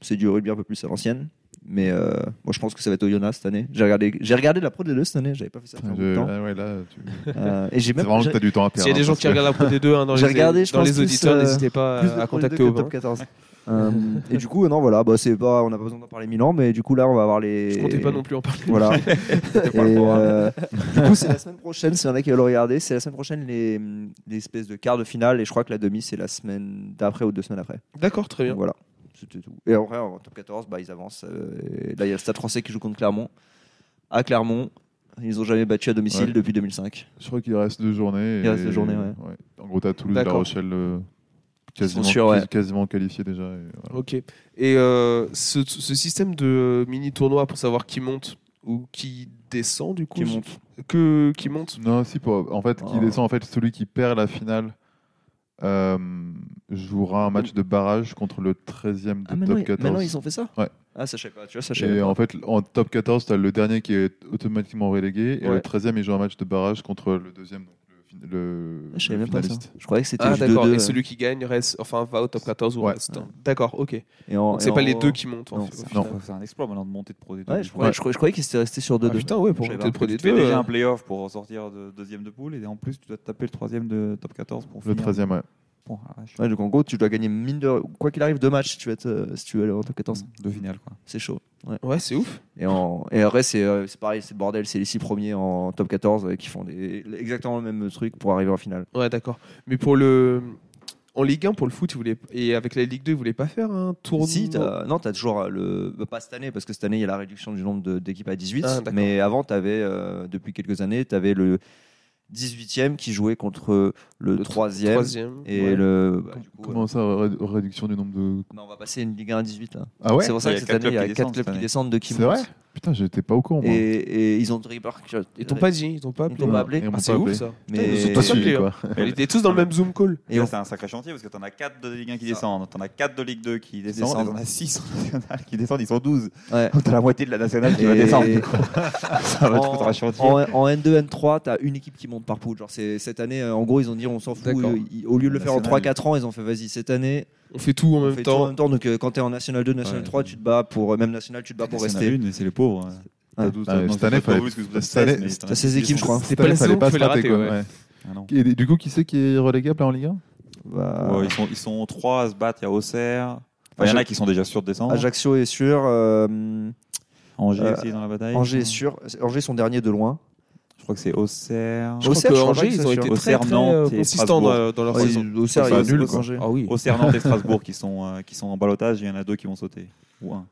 S4: c'est du rugby un peu plus à l'ancienne. Mais euh, moi, je pense que ça va être Oyonnax cette année. J'ai regardé, j'ai regardé la Pro D2 cette année. J'avais pas fait ça depuis
S3: Je-
S4: longtemps.
S3: ah ouais, là, tu-
S4: Euh, et j'ai
S3: C'est
S4: même.
S3: vraiment que
S4: j'ai-
S3: tu as du temps à perdre.
S1: S'il y a des
S3: hein,
S1: gens
S3: parce
S1: qui
S3: que-
S1: regardent la Pro D2 hein, dans
S4: J'ai
S1: les,
S4: regardé, je
S1: dans
S4: pense
S1: les
S4: plus,
S1: auditeurs,
S4: euh,
S1: n'hésitez pas
S4: plus de
S1: à
S4: Pro
S1: contacter
S4: D2 que
S1: au
S4: de
S1: bain.
S4: top 14. Euh, et du coup, non, voilà, bah, c'est pas, on n'a pas besoin d'en parler mille ans, mais du coup, là, on va avoir les.
S1: Je comptais pas non plus en parler.
S4: Voilà.
S2: C'était
S4: Et,
S2: pas le programme.
S4: euh, du coup, c'est la semaine prochaine, s'il y en a qui veulent regarder, c'est la semaine prochaine les, les espèces de quarts de finale, et je crois que la demi, c'est la semaine d'après ou deux semaines après.
S1: D'accord, très bien.
S4: Donc, voilà, c'était tout. Et en vrai, en top 14, bah, ils avancent. euh, et là, il y a le Stade français qui joue contre Clermont. À Clermont, ils ont jamais battu à domicile
S3: Ouais.
S4: depuis 2005.
S3: Je crois qu'il reste deux journées.
S4: Il
S3: et-
S4: reste deux journées, ouais.
S3: En gros, tu as Toulouse, La
S1: D'accord.
S3: Rochelle euh,
S4: Ils sont
S3: quasiment,
S4: sûrs, ouais.
S3: quasiment qualifiée déjà. et voilà.
S1: Ok. Et euh, ce, ce système de euh, mini tournoi pour savoir qui monte ou qui descend du coup
S4: Qui monte.
S1: que qui monte
S3: Non, si, pour- en fait, qui
S4: Oh.
S3: descend, en fait, celui qui perd la finale euh, jouera
S4: Ah,
S3: un match de barrage contre le 13e de
S1: Ah,
S3: top 14.
S4: ont fait ça
S3: Ouais.
S4: Ah, ça, je sais pas, tu vois, ça, je savais
S3: Et
S4: pas.
S3: en fait, en top 14, tu as le dernier qui est automatiquement relégué et
S1: Ouais.
S3: le 13e, il joue un match de barrage contre le deuxième, donc le, fin- le-
S4: Je savais
S3: le
S4: même pas ça.
S3: finaliste.
S4: Je croyais que c'était
S1: Ah
S4: juste
S1: d'accord.
S4: deux-deux,
S1: Et
S4: euh.
S1: celui qui gagne reste, enfin va au top 14 ou
S3: Ouais.
S1: reste. hein. D'accord. Ok.
S4: Et en-
S1: Donc
S4: et
S1: c'est pas
S4: en-
S1: les deux qui montent. en
S4: Non,
S1: fait, au
S4: c'est-
S1: final.
S2: C'est un exploit maintenant de monter de Pro D2.
S4: Ouais, je croyais, je croyais- je croyais qu'ils étaient restés sur
S1: Ah,
S4: deux-deux.
S1: putain ouais pour
S4: Je savais
S1: monter le
S4: pas.
S1: Pro
S2: Tu
S1: D2.
S2: fais déjà
S1: euh,
S2: un playoff pour sortir de deuxième de poule et en plus tu dois te taper le troisième de top 14 pour
S3: Le
S2: finir.
S3: 13e, ouais.
S2: Bon, ah, je-
S4: Ouais, donc en gros, tu dois gagner mine de quoi qu'il arrive deux matchs si tu veux être, euh, si tu veux aller en top 14.
S1: Mm.
S2: de finale quoi.
S4: C'est chaud.
S1: Ouais, c'est ouf.
S4: Et, en, et après, c'est euh, c'est pareil, c'est le bordel, c'est les six premiers en top 14 euh, qui font des, exactement le même truc pour arriver en finale.
S1: Ouais, d'accord. Mais pour le en Ligue 1 pour le foot, ils voulaient et avec la Ligue 2, ils voulaient pas faire un tournoi.
S4: Si, t'as- non, tu as toujours euh, le. bah, Pas cette année, parce que cette année, il y a la réduction du nombre de- d'équipes à 18.
S1: Ah, d'accord.
S4: mais avant, t'avais, euh, depuis quelques années, tu avais le, 18e qui jouait contre le,
S1: tro-
S4: 3e.
S1: troisième,
S4: Et
S1: ouais.
S4: le. bah, du coup,
S3: Comment ça, ré- réduction du nombre de.
S4: euh, non, on va passer à une Ligue 1 à 18 là.
S3: Ah ouais
S4: c'est pour ça
S2: Il y
S4: que
S2: a
S4: cette
S2: quatre
S4: année, il y
S2: clubs
S4: a
S2: qui
S4: 4
S2: descendent
S4: clubs
S2: cette
S4: qui
S2: année.
S4: descendent de qui
S3: C'est
S4: montent.
S3: vrai Putain, j'étais pas au courant,
S4: et,
S3: moi.
S4: et ils ont répercuté.
S1: Ils t'ont pas dit, ils t'ont pas appelé.
S4: Ils t'ont pas appelé.
S3: Ils m'ont
S1: Ah, c'est
S3: pas
S1: ouf
S3: appelé.
S1: ça.
S4: Mais-
S1: Putain, ils sont
S4: Et-
S1: tous
S3: Pas
S4: Ils
S3: suivi,
S1: appelés,
S3: quoi.
S1: hein. On était tous dans le même Zoom call.
S4: Et
S2: Là,
S4: on-
S2: c'est un sacré chantier parce que t'en as 4 de Ligue 1 qui
S4: Ça.
S2: descendent, t'en as 4 de Ligue 2 qui descendent,
S4: descendent.
S2: t'en as 6 en nationale qui descendent, ils sont 12.
S4: Ouais.
S2: Donc t'as la moitié de la nationale qui va
S4: Et-
S2: descendre. du coup. ça va être foutre un chantier.
S4: en, en N2, N3, t'as une équipe qui monte par poule. Genre, c'est cette année, euh, en gros, ils ont dit on s'en fout. euh,
S1: D'accord.
S4: Ils- au lieu de le faire en
S2: National.
S4: 3-4 ans, ils ont fait vas-y, cette année,
S1: On fait tout en
S4: on
S1: même
S4: fait tout en
S1: temps.
S4: même temps. Donc, euh, quand t'es en National 2, National
S2: Ouais.
S4: 3, tu te bats pour. euh, Même National, tu te bats pour
S2: Nationale
S4: rester.
S2: une, mais c'est les pauvres. hein.
S4: Ouais.
S3: Ah, mais cette année, fallait- cette année-
S4: T'as ces équipes, je crois.
S1: C'est pas la
S3: fallait
S1: saison
S3: pas
S1: qu'il
S3: se
S1: fallait
S3: rater,
S1: rater.
S3: quoi.
S1: ouais.
S3: ouais.
S2: Ah
S3: Et du coup, qui c'est qui est relégable là, en Ligue 1
S4: Bah,
S2: ils, sont, ils sont 3 Euh, à se battre, il y a Auxerre. Enfin, Il y en a qui sont déjà sûrs de descendre.
S4: Ajaccio est sûr. euh,
S2: Angers
S4: Euh,
S2: aussi dans la bataille.
S4: Angers est sûr. Angers sont derniers de loin.
S2: Je crois que c'est Auxerre.
S1: Je crois
S4: Auxerre,
S1: que
S4: je crois pas
S1: Angers,
S4: que
S1: ils
S4: ça
S1: ont
S4: soit
S1: été
S2: sûr.
S1: très,
S2: Auxerre,
S1: très
S2: Nantes
S1: euh,
S2: et
S1: consistants
S2: Strasbourg.
S1: dans, dans leur
S4: Ouais,
S1: saison.
S4: ils- Auxerre,
S3: Enfin,
S4: ils-
S3: nul,
S4: ils-
S3: quoi.
S4: Angers.
S1: Ah oui.
S2: Auxerre, Nantes et Strasbourg qui sont, euh, qui sont en balotage, il y en a 2 qui vont sauter. Ou un.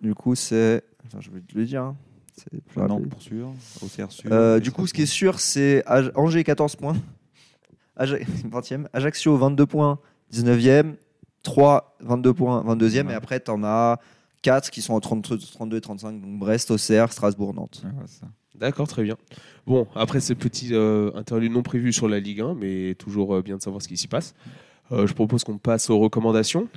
S4: Du coup, c'est. Attends, je vais te le dire. hein. C'est plus
S2: Nantes
S4: rapide.
S2: pour sûr. Auxerre sûr.
S4: Euh,
S2: et
S4: du coup,
S2: Strasbourg.
S4: ce qui est sûr, c'est Aj- Angers 14 points, Aja- 20e, Ajaccio 22 points, 19e, 3 22 points, 22e,
S2: Ouais.
S4: et après t'en as 4 qui sont en 30 32 et 35, donc Brest, Auxerre, Strasbourg, Nantes.
S2: Ouais, voilà, c'est ça.
S1: D'accord, très bien. Bon, après ces petits euh, interludes non prévus sur la Ligue 1, mais toujours euh, bien de savoir ce qui s'y passe, euh, je propose qu'on passe aux recommandations.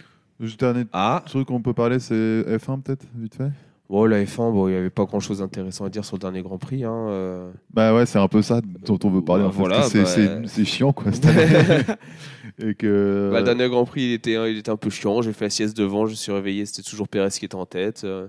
S3: Juste dernier
S1: Ah,
S3: truc qu'on peut parler, c'est F1 peut-être, vite fait
S1: bon, la F1, bon, il n'y avait pas grand-chose d'intéressant à dire sur le dernier Grand Prix. hein, euh.
S3: Bah ouais, c'est un peu ça dont on veut parler.
S1: Bah
S3: en fait,
S1: voilà,
S3: parce que c'est
S1: bah-
S3: c'est- c'est chiant quoi. cette année. Et que.
S1: Bah, Le dernier Grand Prix, il était, il était un peu chiant. J'ai fait la sieste devant, je me suis réveillé, c'était toujours Pérez qui était en tête. euh.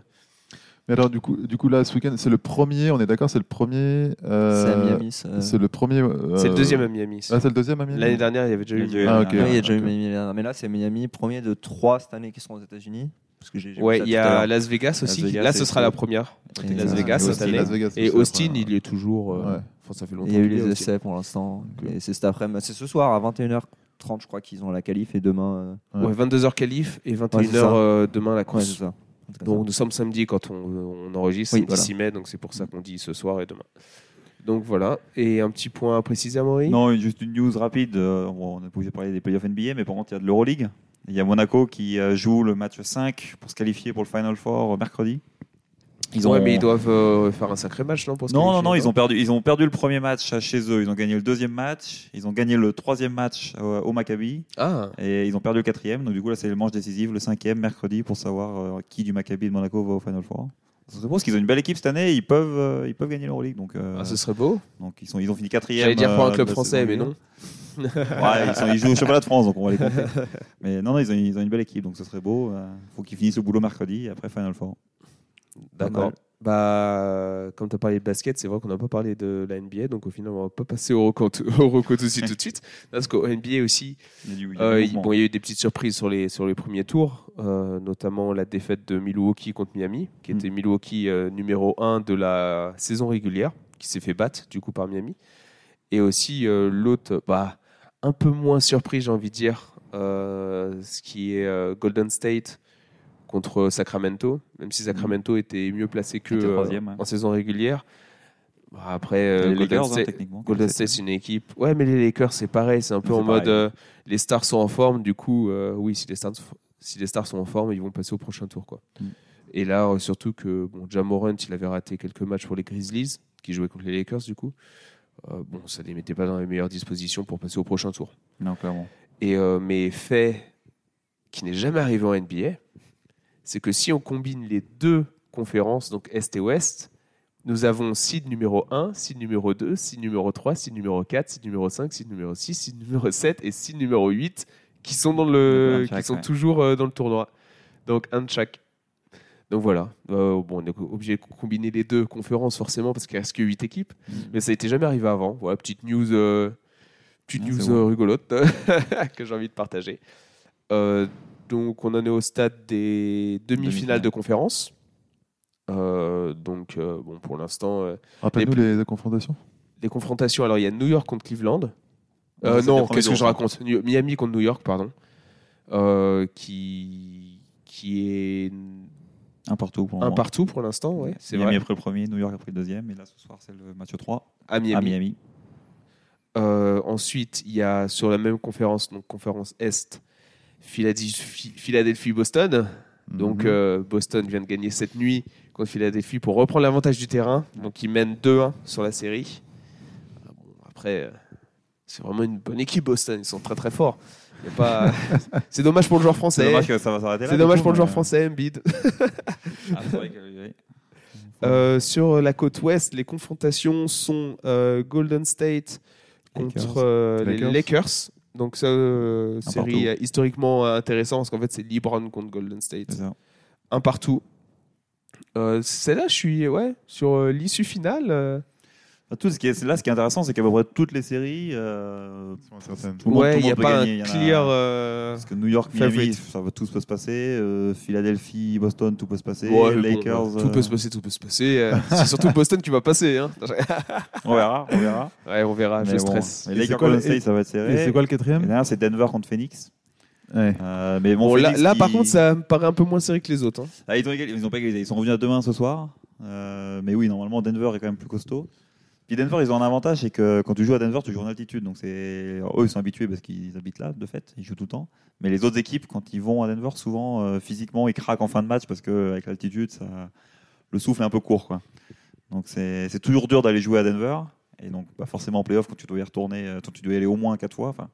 S3: Mais alors du coup, du coup là, ce week-end, c'est le premier. On est d'accord, c'est le premier. euh,
S4: c'est à Miami, ça.
S3: C'est le premier. euh,
S1: C'est le deuxième à Miami. ça.
S3: Ah, c'est le deuxième à Miami.
S1: L'année dernière, il y avait déjà
S2: Il
S1: eu. une-
S2: y a déjà eu
S3: Ah, ok.
S4: Oui, il y a déjà eu
S3: d'accord.
S4: Miami l'année dernière, mais là c'est Miami, premier de 3 cette année qui seront aux États-Unis. Parce que j'ai- j'ai vu
S1: Ouais,
S4: ça
S1: il
S4: tout
S1: y
S4: à
S1: a
S4: l'heure.
S1: Las Vegas aussi.
S2: Vegas,
S1: Là, ce
S2: c'est
S1: sera
S2: tout.
S1: la première.
S4: Et
S1: Las
S4: ça-
S1: Vegas,
S3: Et
S1: cette
S3: Austin,
S1: année.
S3: Las Vegas,
S1: Et
S3: aussi,
S1: Austin,
S3: après,
S1: il est toujours. euh,
S3: Ouais.
S1: enfin, ça fait
S4: Il
S1: longtemps.
S4: y a eu
S1: qu'il est
S4: les
S1: aussi.
S4: essais pour l'instant. Et c'est cet après-midi. C'est ce soir à 21h30, je crois qu'ils ont la qualif. Et demain.
S3: Ouais.
S1: Ouais, 22h qualif et 21h
S4: Ouais, c'est ça.
S1: euh, demain la
S4: euh, ouais,
S1: course.
S4: c'est ça.
S1: donc nous sommes samedi quand on, on enregistre,
S4: Oui,
S1: samedi 6 mai, donc c'est pour ça qu'on dit ce soir et demain. Donc voilà. Et un petit point à préciser, Amaury
S2: Non, juste une news rapide. euh, bon, on a obligé de parler des playoffs NBA, mais par contre, il y a de l'Euroleague. Il y a Monaco qui euh, joue le match 5 pour se qualifier pour le Final Four euh, mercredi. Ils
S1: Ouais,
S2: ont-
S1: mais ils doivent euh, faire un sacré match, non pour se
S2: Non, non,
S1: qualifier,
S2: non, ils ont, perdu, ils ont perdu le premier match à chez eux. Ils ont gagné le deuxième match. Ils ont gagné le troisième match euh, au Maccabi.
S1: Ah,
S2: Et ils ont perdu le quatrième. Donc, du coup, là, c'est le manche décisif, le cinquième, mercredi, pour savoir euh, qui du Maccabi et de Monaco va au Final Four. Ça se pose qu'ils ont une belle équipe cette année. et Ils peuvent, euh, ils peuvent gagner l'Euroleague. Donc, euh,
S1: ah, ce serait beau.
S2: donc ils, sont, ils ont fini quatrième.
S1: J'allais dire pour
S2: euh,
S1: un
S2: de
S1: club
S2: la
S1: français,
S2: saison
S1: mais
S2: régulière.
S1: non.
S2: Ouais, ils, sont- ils jouent au championnat de France, donc on va les compter. Mais non, non, ils ont, ils ont une belle équipe, donc ce serait beau. Il faut qu'ils finissent le boulot mercredi, et après Final Four.
S1: D'accord. Bah, comme tu as parlé de basket, c'est vrai qu'on n'a pas parlé de la NBA, donc au final, on va pas passer au reco au reco tout de suite, tout de suite. Parce qu'au NBA aussi,
S2: Il y a du- il y a du
S1: Euh, il,
S2: mouvement.
S1: bon, il y a eu des petites surprises sur les, sur les premiers tours, euh, notamment la défaite de Milwaukee contre Miami, qui
S2: Mm.
S1: était Milwaukee euh, numéro 1 de la saison régulière, qui s'est fait battre du coup par Miami. Et aussi euh, l'autre, bah, un peu moins surpris, j'ai envie de dire, euh, ce qui est euh, Golden State contre Sacramento, même si Sacramento était mieux placé que
S2: Hmm. Était
S1: euh,
S2: troisième, ouais.
S1: en saison régulière. Bah, après,
S2: Il y a
S1: euh,
S2: les
S1: Golden
S2: Lakers, hein,
S1: State-
S2: techniquement.
S1: Golden State, c'est une équipe. Ouais, mais les Lakers, c'est pareil. C'est un peu
S2: C'est
S1: en mode
S2: pareil.
S1: euh, les stars sont en forme. Du coup, euh, oui, si les, stars, si les stars sont en forme, ils vont passer au prochain tour. Quoi.
S2: Mm.
S1: Et là, euh, surtout que bon, Jamorant, il avait raté quelques matchs pour les Grizzlies, qui jouaient contre les Lakers, du coup. Euh, bon, ça ne les mettait pas dans les meilleures dispositions pour passer au prochain tour.
S2: Non, clairement.
S1: Et, euh, mais fait qui n'est jamais arrivé en NBA, c'est que si on combine les deux conférences, donc Est et Ouest, nous avons seed numéro 1, seed numéro 2, seed numéro 3, seed numéro 4, seed numéro 5, seed numéro 6, seed numéro 7 et seed numéro 8 qui sont, dans
S2: Dans
S1: le,
S2: le chaque,
S1: qui sont
S2: ouais.
S1: toujours euh, dans le tournoi. Donc un de chaque. Donc voilà, Euh, bon, on est obligé de combiner les deux conférences forcément parce qu'il reste que 8 équipes,
S2: Mhm.
S1: mais ça n'était jamais arrivé avant. Voilà, petite news, euh, petite
S2: Ah, c'est
S1: news
S2: bon.
S1: euh, rigolote que j'ai envie de partager. Euh, donc, on en est au stade des demi-finales
S2: Demi-finales.
S1: de conférence. Euh, donc, euh, bon, pour l'instant, euh,
S3: Rappelle-nous les, les confrontations.
S1: les confrontations. Alors, il y a New York contre Cleveland. Euh,
S2: Ça, c'est les
S1: non, qu'est-ce
S2: premiers
S1: que
S2: jours,
S1: je
S2: ça.
S1: raconte New- Miami contre New York, pardon. Euh, qui, qui est
S2: Un partout pour le
S1: un
S2: moment.
S1: partout pour l'instant, ouais, c'est
S2: hein. Miami
S1: vrai.
S2: a pris le premier, New York a pris le deuxième, et là ce soir c'est le match 3
S1: À Miami.
S2: à Miami.
S1: Euh, ensuite, il y a sur la même conférence, donc conférence Est, Philadelphie- Philadelphie-Boston. Donc
S3: Mhm.
S1: euh, Boston vient de gagner cette nuit contre Philadelphie pour reprendre l'avantage du terrain. Donc ils mènent 2-1 sur la série. Ah bon, après, euh, c'est vraiment une bonne équipe Boston. Ils sont très très forts. Il y a pas... c'est dommage pour le joueur
S2: C'est
S1: français.
S2: dommage que ça va s'arrêter là.
S1: C'est
S2: du
S1: dommage
S2: coup,
S1: pour le
S2: mais-
S1: joueur français, Embiid.
S2: Ah, c'est vrai que- oui.
S1: Euh, sur la côte ouest, les confrontations sont euh, Golden State contre
S2: Lakers.
S1: euh, les
S3: Lakers.
S1: Lakers. Donc ça, euh,
S2: Un
S1: série
S2: partout.
S1: euh, historiquement euh, intéressante parce qu'en fait c'est LeBron contre Golden
S2: C'est
S1: State,
S2: ça.
S1: un partout. Euh, Celle-là, je suis ouais sur euh, l'issue finale. euh,
S2: Enfin, Bah, Tout ce qui est, là, ce qui est intéressant, c'est qu'à peu près toutes les séries. euh,
S3: Ils sont incertaines.
S2: Tout le monde- tout
S1: ouais,
S2: le
S1: il n'y a
S2: monde peut
S1: pas
S2: gagner, il y
S1: un
S2: en a-
S1: clear. euh,
S2: Parce que New York, Miami,
S1: Favorite.
S2: ça va, tout peut se passer. euh, Philadelphie, Boston, tout peut se passer.
S1: ouais, mais bon,
S2: Lakers,
S1: tout peut se passer, tout peut se passer. euh, c'est surtout Boston qui va passer. hein.
S2: euh, on verra, on verra.
S1: ouais, on verra.
S2: Mais
S1: Ah, je
S2: bon,
S1: stresse.
S2: les
S3: Et c'est
S2: Lakers,
S3: quoi le-
S2: Golden State, ça va être
S1: euh,
S2: serré.
S3: Et c'est quoi le
S2: Et
S3: quatrième
S2: derrière, c'est Denver contre Phoenix.
S3: Ouais.
S2: Euh, mais bon,
S1: Bon, là,
S2: Phoenix
S1: là,
S2: qui-
S1: par contre, ça me paraît un peu moins serré que les autres. hein.
S2: Ah, ils, ont égalisé- ils ont pas égalisé. Ils sont revenus à demain ce soir. Euh, mais oui, normalement, Denver est quand même plus costaud. Puis Denver, ils ont un avantage, c'est que quand tu joues à Denver, tu joues en altitude. Donc c'est alors, eux, ils sont habitués parce qu'ils habitent là, de fait, ils jouent tout le temps. Mais les autres équipes, quand ils vont à Denver, souvent euh, physiquement, ils craquent en fin de match parce que avec l'altitude, ça... le souffle est un peu court, quoi. Donc c'est c'est toujours dur d'aller jouer à Denver. Et donc bah, forcément en playoff, quand tu dois y retourner, euh, quand tu dois y aller au moins quatre fois, enfin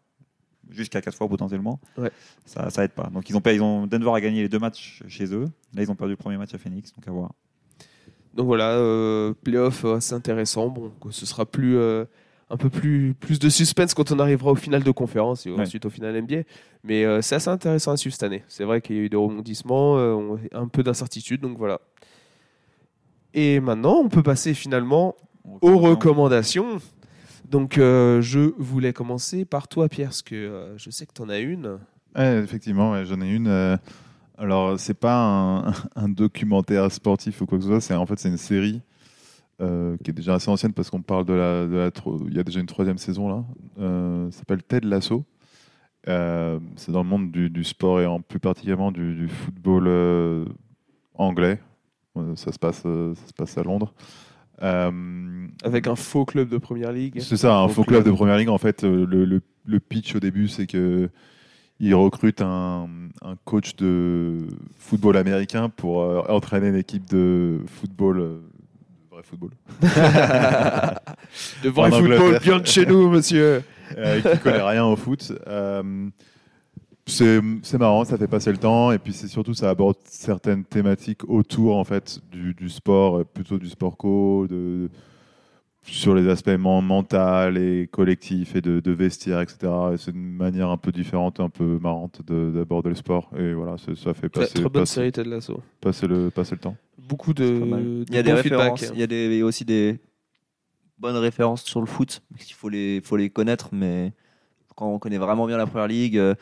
S2: jusqu'à quatre fois potentiellement,
S1: Ouais.
S2: ça, ça aide pas. Donc ils ont, pas- ils ont Denver a gagné les deux matchs chez eux. Là ils ont perdu le premier match à Phoenix, donc à voir.
S1: Donc voilà, euh, playoff euh, assez intéressant. Bon, que ce sera plus euh, un peu plus plus de suspense quand on arrivera au final de conférence et
S2: Ouais.
S1: ensuite au final NBA. Mais euh, c'est assez intéressant à suivre cette année. C'est vrai qu'il y a eu des rebondissements, euh, on- un peu d'incertitude, donc voilà. Et maintenant, on peut passer finalement aux recommandations. Donc euh, je voulais commencer par toi, Pierre, parce que euh, je sais que tu en as une.
S3: Ouais, effectivement, ouais, j'en ai une. euh, alors, c'est pas un, un documentaire sportif ou quoi que ce soit. C'est en fait c'est une série euh, qui est déjà assez ancienne parce qu'on parle de la, de la tro- il y a déjà une troisième saison là. Euh, ça s'appelle Ted Lasso. Euh, c'est dans le monde du, du sport et en plus particulièrement du, du football euh, anglais. Euh, Ça se passe, euh, ça se passe à Londres. Euh,
S1: Avec un faux club de première ligue.
S3: c'est ça, un
S1: Faux
S3: faux
S1: club.
S3: club de première ligue. En fait, euh, le, le- le pitch au début, c'est que il recrute un, un coach de football américain pour euh, entraîner une équipe de football, euh, de vrai football,
S1: De vrai
S3: En
S1: football,
S3: Angleterre.
S1: bien de chez nous, monsieur.
S3: euh, qui connaît rien au foot. Euh, c'est c'est marrant, ça fait passer le temps, et puis c'est surtout ça aborde certaines thématiques autour en fait du, du sport, euh, plutôt du sport co, de, sur les aspects men- mental et collectif et de, de vestiaire, etc. Et c'est une manière un peu différente, un peu marrante de- d'aborder le sport, et voilà, c'est- ça fait
S1: Très,
S3: passer,
S1: très bonne
S3: passer-
S1: série, Ted Lasso.
S3: passer le passer le temps.
S1: beaucoup de,
S4: pas mal.
S1: de
S4: Il y a des
S1: bons
S4: références,
S1: feedbacks.
S4: il y a des, il y a aussi des bonnes références sur le foot. parce qu'il faut les, faut les connaître, mais quand on connaît vraiment bien la première ligue, euh,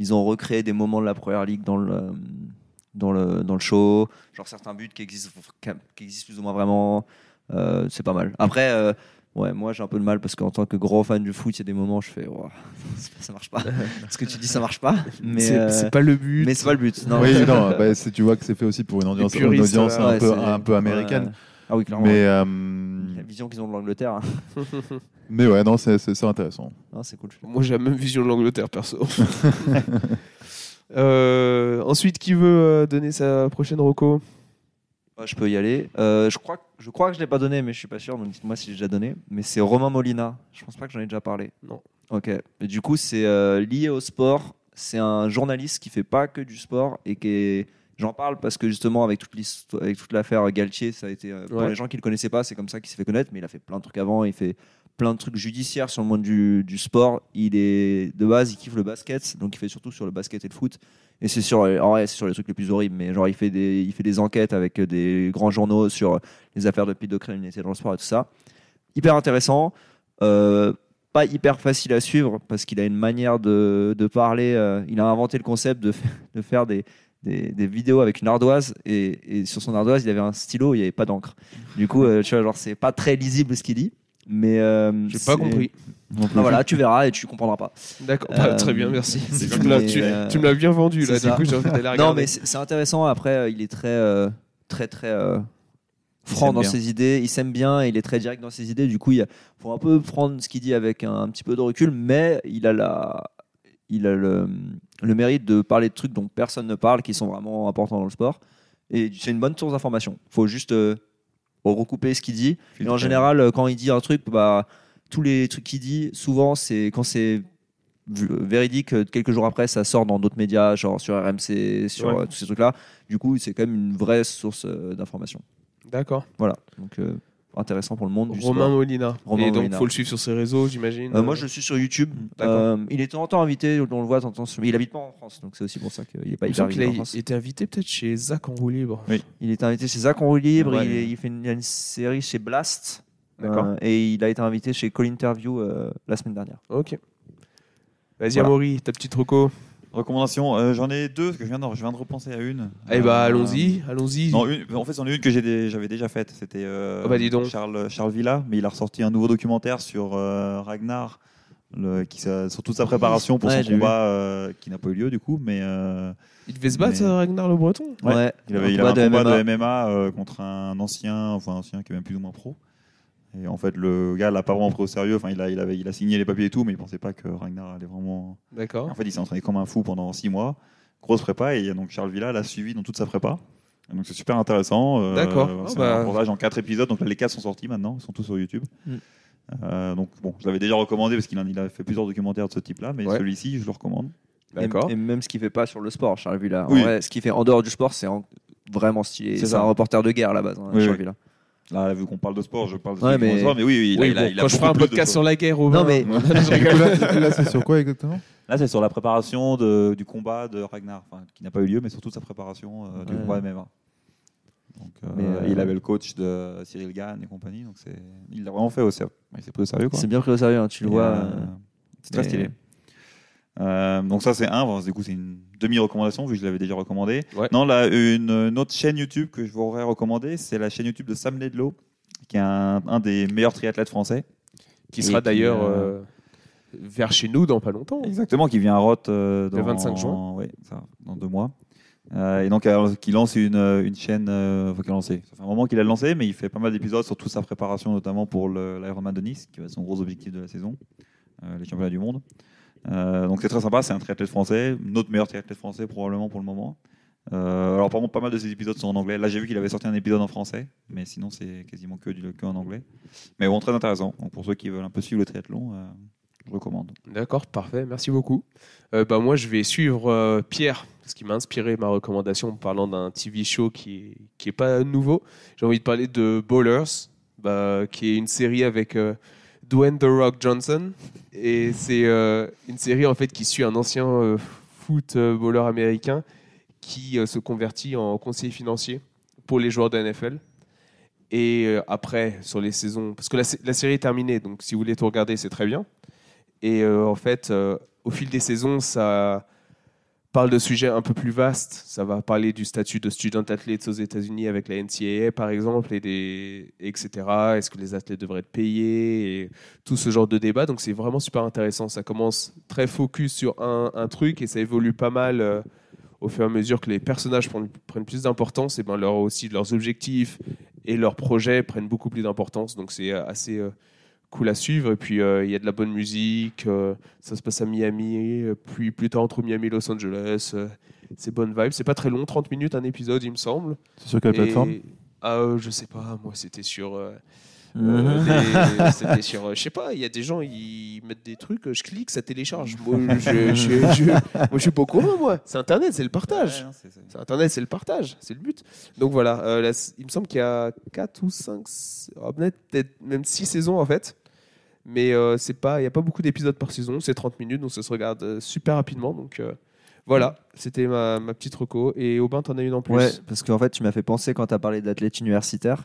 S4: ils ont recréé des moments de la première ligue dans le, euh, dans le, dans le show, genre certains buts qui existent, qui existent plus ou moins vraiment. euh, c'est pas mal. Après, euh, ouais, moi j'ai un peu de mal parce qu'en tant que gros fan du foot, il y a des moments où je fais, Ouah, ça marche pas. Ce que tu dis, ça marche pas. Mais
S1: C'est-
S4: euh,
S1: c'est pas le but.
S4: mais c'est pas le but. Non.
S3: oui, non, bah, c'est- tu vois que c'est fait aussi pour une audience, une
S1: puristes,
S3: audience
S1: là,
S3: un,
S4: Ouais,
S3: peu,
S4: c'est-
S3: un peu américaine.
S4: Ouais. Ah oui, clairement.
S3: mais euh,
S4: La vision qu'ils ont de l'Angleterre. hein.
S3: mais ouais, non, c'est- c'est c'est intéressant.
S4: Non, c'est cool.
S1: Moi, j'ai la même vision de l'Angleterre, perso. Euh, ensuite, qui veut euh, donner sa prochaine reco
S4: Ouais, je peux y aller. Euh, je, crois, que- je crois que je ne l'ai pas donné, mais je suis pas sûr. Donc dites-moi si j'ai déjà donné. Mais c'est Romain Molina. Je pense pas que j'en ai déjà parlé.
S1: Non.
S4: Ok. Et du coup, c'est euh, lié au sport. C'est un journaliste qui fait pas que du sport et qui est. J'en parle parce que justement, avec toute l'histo- avec toute l'affaire Galtier, ça a été. euh, Pour
S1: Ouais.
S4: les gens qui le connaissaient pas, c'est comme ça qu'il s'est fait connaître. Mais il a fait plein de trucs avant. Il fait plein de trucs judiciaires sur le monde du, du sport. Il est de base, il kiffe le basket, donc il fait surtout sur le basket et le foot. Et c'est sur, en vrai, c'est sur les trucs les plus horribles, mais genre il fait des, il fait des enquêtes avec euh, des grands journaux sur les affaires de pédocriminalité dans le sport et tout ça. Hyper intéressant, euh, pas hyper facile à suivre parce qu'il a une manière de, de parler. euh, il a inventé le concept de, fa- de faire des, des, des vidéos avec une ardoise et, et sur son ardoise il avait un stylo, il n'y avait pas d'encre. Du coup, euh, tu vois, genre c'est pas très lisible ce qu'il dit, mais euh,
S1: J'ai pas
S4: c'est-
S1: compris.
S4: non, voilà, tu verras et tu comprendras pas.
S1: D'accord.
S4: Euh,
S1: Bah, très bien, merci.
S4: c'est
S1: Tu me l'as-
S4: mais,
S1: tu
S4: euh,
S1: tu me l'as bien vendu là.
S4: c'est
S1: Du
S4: ça.
S1: coup, j'ai envie d'aller
S4: Non,
S1: regarder.
S4: mais c'est c'est intéressant. Après, euh, il est très, euh, très, très euh, franc
S2: s'aime
S4: dans
S2: bien.
S4: ses idées, il s'aime bien, il est très direct dans ses idées. Du coup, il y a- faut un peu prendre ce qu'il dit avec un, un petit peu de recul, mais il a la, il a le, le mérite de parler de trucs dont personne ne parle, qui sont vraiment importants dans le sport. Et c'est une bonne source d'information. Faut juste euh, recouper ce qu'il dit. Et en
S2: Filtrer.
S4: général, euh, quand il dit un truc, bah, tous les trucs qu'il dit, souvent, c'est quand c'est vu- véridique, euh, quelques jours après, ça sort dans d'autres médias, genre sur RMC, sur
S1: Ouais.
S4: euh, tous ces trucs-là. Du coup, c'est quand même une vraie source euh, d'information.
S1: D'accord.
S4: Voilà. Donc, euh, intéressant pour le monde du
S1: Romain
S4: sport.
S1: Molina.
S4: Romain
S1: et donc,
S4: Molina.
S1: faut le suivre sur ses réseaux, j'imagine.
S4: Euh, moi, je suis sur YouTube.
S1: mm, D'accord.
S4: Euh, il est de temps en temps invité, on le voit de temps en temps. sur- mais Il habite pas en France, donc c'est aussi pour ça qu'il est pas
S1: Il me
S4: hyper
S1: semble qu'il
S4: invité
S1: a
S4: bah, en France.
S1: été invité peut-être chez Zach en roue libre.
S4: Il est invité chez Zach en roue libre.
S2: Ouais.
S4: il, est- il fait une, il y a une série chez Blast.
S1: D'accord.
S4: Euh, et il a été invité chez Call Interview euh, la semaine dernière.
S1: Ok. Vas-y,
S4: Voilà.
S1: Amaury, ta petite roco.
S2: Recommandation, euh, j'en ai deux, parce que je viens, de, je viens de repenser à une.
S1: Eh bah,
S2: Euh,
S1: allons-y, allons-y.
S2: Non, une- en fait, c'en est une que j'ai dé- j'avais déjà faite. C'était euh,
S1: Oh bah, dis donc.
S2: Charles, Charles Villa, mais il a ressorti un nouveau documentaire sur euh, Ragnar, le- qui, sa- sur toute sa préparation pour
S4: Ouais,
S2: son
S4: j'ai vu.
S2: combat euh, qui n'a pas eu lieu du coup, mais euh,
S1: Il devait se battre,
S2: mais-
S1: Ragnar le Breton.
S2: Ouais.
S4: Ouais.
S2: il avait,
S4: Un
S2: il avait un combat
S4: MMA.
S2: de MMA euh, contre un ancien, enfin un ancien qui est même plus ou moins pro. Et en fait, le gars l'a pas vraiment pris au sérieux. Enfin, il a, il, avait, il a signé les papiers et tout, mais il pensait pas que Ragnar allait vraiment.
S1: D'accord.
S2: En fait, il s'est entraîné comme un fou pendant six mois, grosse prépa, et donc Charles Villa l'a suivi dans toute sa prépa. Et donc c'est super intéressant. Euh,
S1: D'accord.
S2: C'est
S1: Ah bah.
S2: un reportage en quatre épisodes, donc là, les quatre sont sortis maintenant, ils sont tous sur YouTube.
S4: Mm.
S2: Euh, donc bon, je l'avais déjà recommandé parce qu'il en il a fait plusieurs documentaires de ce type-là, mais
S1: Ouais.
S2: celui-ci, je le recommande.
S4: Et-
S1: D'accord.
S4: Et, même ce qu'il fait pas sur le sport, Charles Villa. En
S2: Oui.
S4: vrai, ce qu'il fait en dehors du sport, c'est en- vraiment stylé.
S2: C'est
S4: C'est
S2: ça.
S4: un reporter de guerre à la base, hein,
S2: Oui,
S4: Charles
S2: oui.
S4: Villa.
S2: Là, vu qu'on parle de sport, je parle de
S4: Ouais,
S2: celui qui
S4: mais-
S2: parle de sport, mais oui, oui, il a-
S1: Oui,
S2: il a-
S1: bon,
S2: il a
S1: quand je ferai un
S2: beaucoup plus de
S1: podcast
S2: choses.
S1: sur la guerre, Robin.
S4: Non, mais-
S1: je rigole.
S3: là, là, c'est sur quoi exactement
S2: Là, c'est sur la préparation de- du combat de Ragnar, enfin, qui n'a pas eu lieu, mais surtout sa préparation euh, du
S4: Ouais.
S2: combat MMA. Donc, euh,
S4: Mais, euh,
S2: il avait le coach de Cyril Gann et compagnie, donc c'est, il l'a vraiment fait au sérieux. Il s'est pris au sérieux, quoi.
S4: C'est bien pris au sérieux, hein, tu le
S2: Et,
S4: vois.
S2: euh,
S4: euh,
S2: c'est très
S4: mais-
S2: stylé. Euh, donc ça c'est un, bon, du coup c'est une demi-recommandation vu que je l'avais déjà recommandé.
S1: Ouais.
S2: Non, là une, une autre chaîne YouTube que je vous aurais recommandée, c'est la chaîne YouTube de Sam Ledlow, qui est un, un des meilleurs triathlètes français.
S1: Qui
S2: Et
S1: sera
S2: qui,
S1: d'ailleurs
S2: euh,
S1: euh, vers chez nous dans pas longtemps. hein.
S2: Exactement, qui vient à Roth euh, dans,
S1: Le 25 juin.
S2: ouais, ça, dans deux mois. Euh, et donc, euh, qui lance une, euh, une chaîne. Euh, enfin, qu'il a lancé. Ça fait un moment qu'il a lancé, mais il fait pas mal d'épisodes sur toute sa préparation, notamment pour le- l'Ironman de Nice, qui va être son gros objectif de la saison, euh, les championnats du monde. Euh, donc, c'est très sympa. C'est un triathlète français, notre meilleur triathlète français, probablement pour le moment. Euh, alors, par contre, pas mal de ses épisodes sont en anglais. Là, j'ai vu qu'il avait sorti un épisode en français, mais sinon, c'est quasiment que, du, que en anglais. Mais bon, très intéressant. Donc, pour ceux qui veulent un peu suivre le triathlon, euh, je recommande.
S1: D'accord, parfait, merci beaucoup. Euh, bah, moi, je vais suivre euh, Pierre, parce qu'il m'a inspiré ma recommandation en parlant d'un TV show qui n'est qui est pas nouveau. J'ai envie de parler de Bowlers, bah, qui est une série avec euh, Dwayne The Rock Johnson. Et c'est euh, une série en fait qui suit un ancien euh, footballeur américain qui euh, se convertit en conseiller financier pour les joueurs de NFL. Et euh, après, sur les saisons, parce que la, sé- la série est terminée, donc si vous voulez tout regarder, c'est très bien. Et euh, en fait, euh, au fil des saisons, ça parle de sujets un peu plus vastes. Ça va parler du statut de student athlète aux États-Unis avec la NCAA, par exemple, et des, etc. Est-ce que les athlètes devraient être payés et Tout ce genre de débat. Donc, c'est vraiment super intéressant. Ça commence très focus sur un, un truc et ça évolue pas mal. euh, au fur et à mesure que les personnages prennent, prennent plus d'importance, et ben leur, aussi leurs objectifs et leurs projets prennent beaucoup plus d'importance. Donc c'est euh, assez euh, cool à suivre. Et puis euh, il y a de la bonne musique, euh, ça se passe à Miami, euh, puis plus tard entre Miami et Los Angeles. euh, c'est bonne vibe. C'est pas très long, 30 minutes un épisode, il me semble.
S3: C'est sur quelle
S1: Et-
S3: plateforme
S1: ah, euh, je sais pas, moi c'était sur. euh,
S4: Mhm.
S1: euh, des- c'était sur. euh, je sais pas, il y a des gens, ils mettent des trucs, euh, je clique, ça télécharge. Moi, je, je- je- moi, je suis pas au courant, moi. C'est internet, c'est le partage.
S2: Ouais, non, c'est- c'est-
S1: C'est Internet, c'est le partage, c'est le but. Donc voilà, euh, la- il me semble qu'il y a 4 ou 5, peut-être même 6 saisons en fait. Mais euh, c'est pas, il n'y a pas beaucoup d'épisodes par saison, c'est 30 minutes, donc ça se regarde euh, super rapidement. Donc euh, voilà, c'était ma, ma petite reco. Et Aubin, t'en as une en plus
S4: Ouais, parce qu'en fait, tu m'as fait penser quand tu as parlé d'athlète universitaire.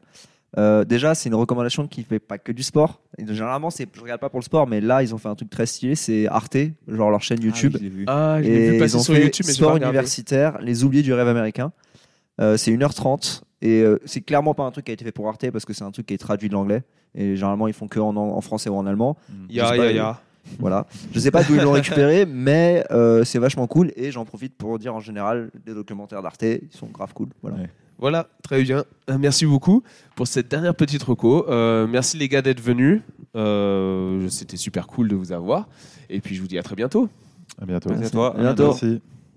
S4: Euh, déjà, c'est une recommandation qui fait pas que du sport. Et généralement, c'est, je regarde pas pour le sport, mais là, ils ont fait un truc très stylé. C'est Arte, genre leur chaîne YouTube.
S2: Ah oui, je l'ai vu.
S1: Ah, je
S4: Et
S1: l'ai vu passer
S4: ils ont
S1: sur
S4: fait
S1: YouTube, mais j'ai pas
S4: Sport
S1: regardé.
S4: universitaire, les oubliés du rêve américain. Euh, c'est 1h30 et euh, c'est clairement pas un truc qui a été fait pour Arte parce que c'est un truc qui est traduit de l'anglais et généralement ils font que en, en français ou en allemand. Je
S1: Ya,
S4: sais pas,
S1: ya, ya.
S4: Voilà. Je sais pas d'où ils l'ont récupéré, mais euh, c'est vachement cool et j'en profite pour dire en général des documentaires d'Arte, ils sont grave cool. Voilà.
S2: Ouais.
S1: Voilà, très bien. Euh, Merci beaucoup pour cette dernière petite reco. Euh, merci les gars d'être venus. Euh, C'était super cool de vous avoir. Et puis je vous dis à très bientôt.
S3: À bientôt.
S2: Merci à toi.
S4: À bientôt.
S3: Merci.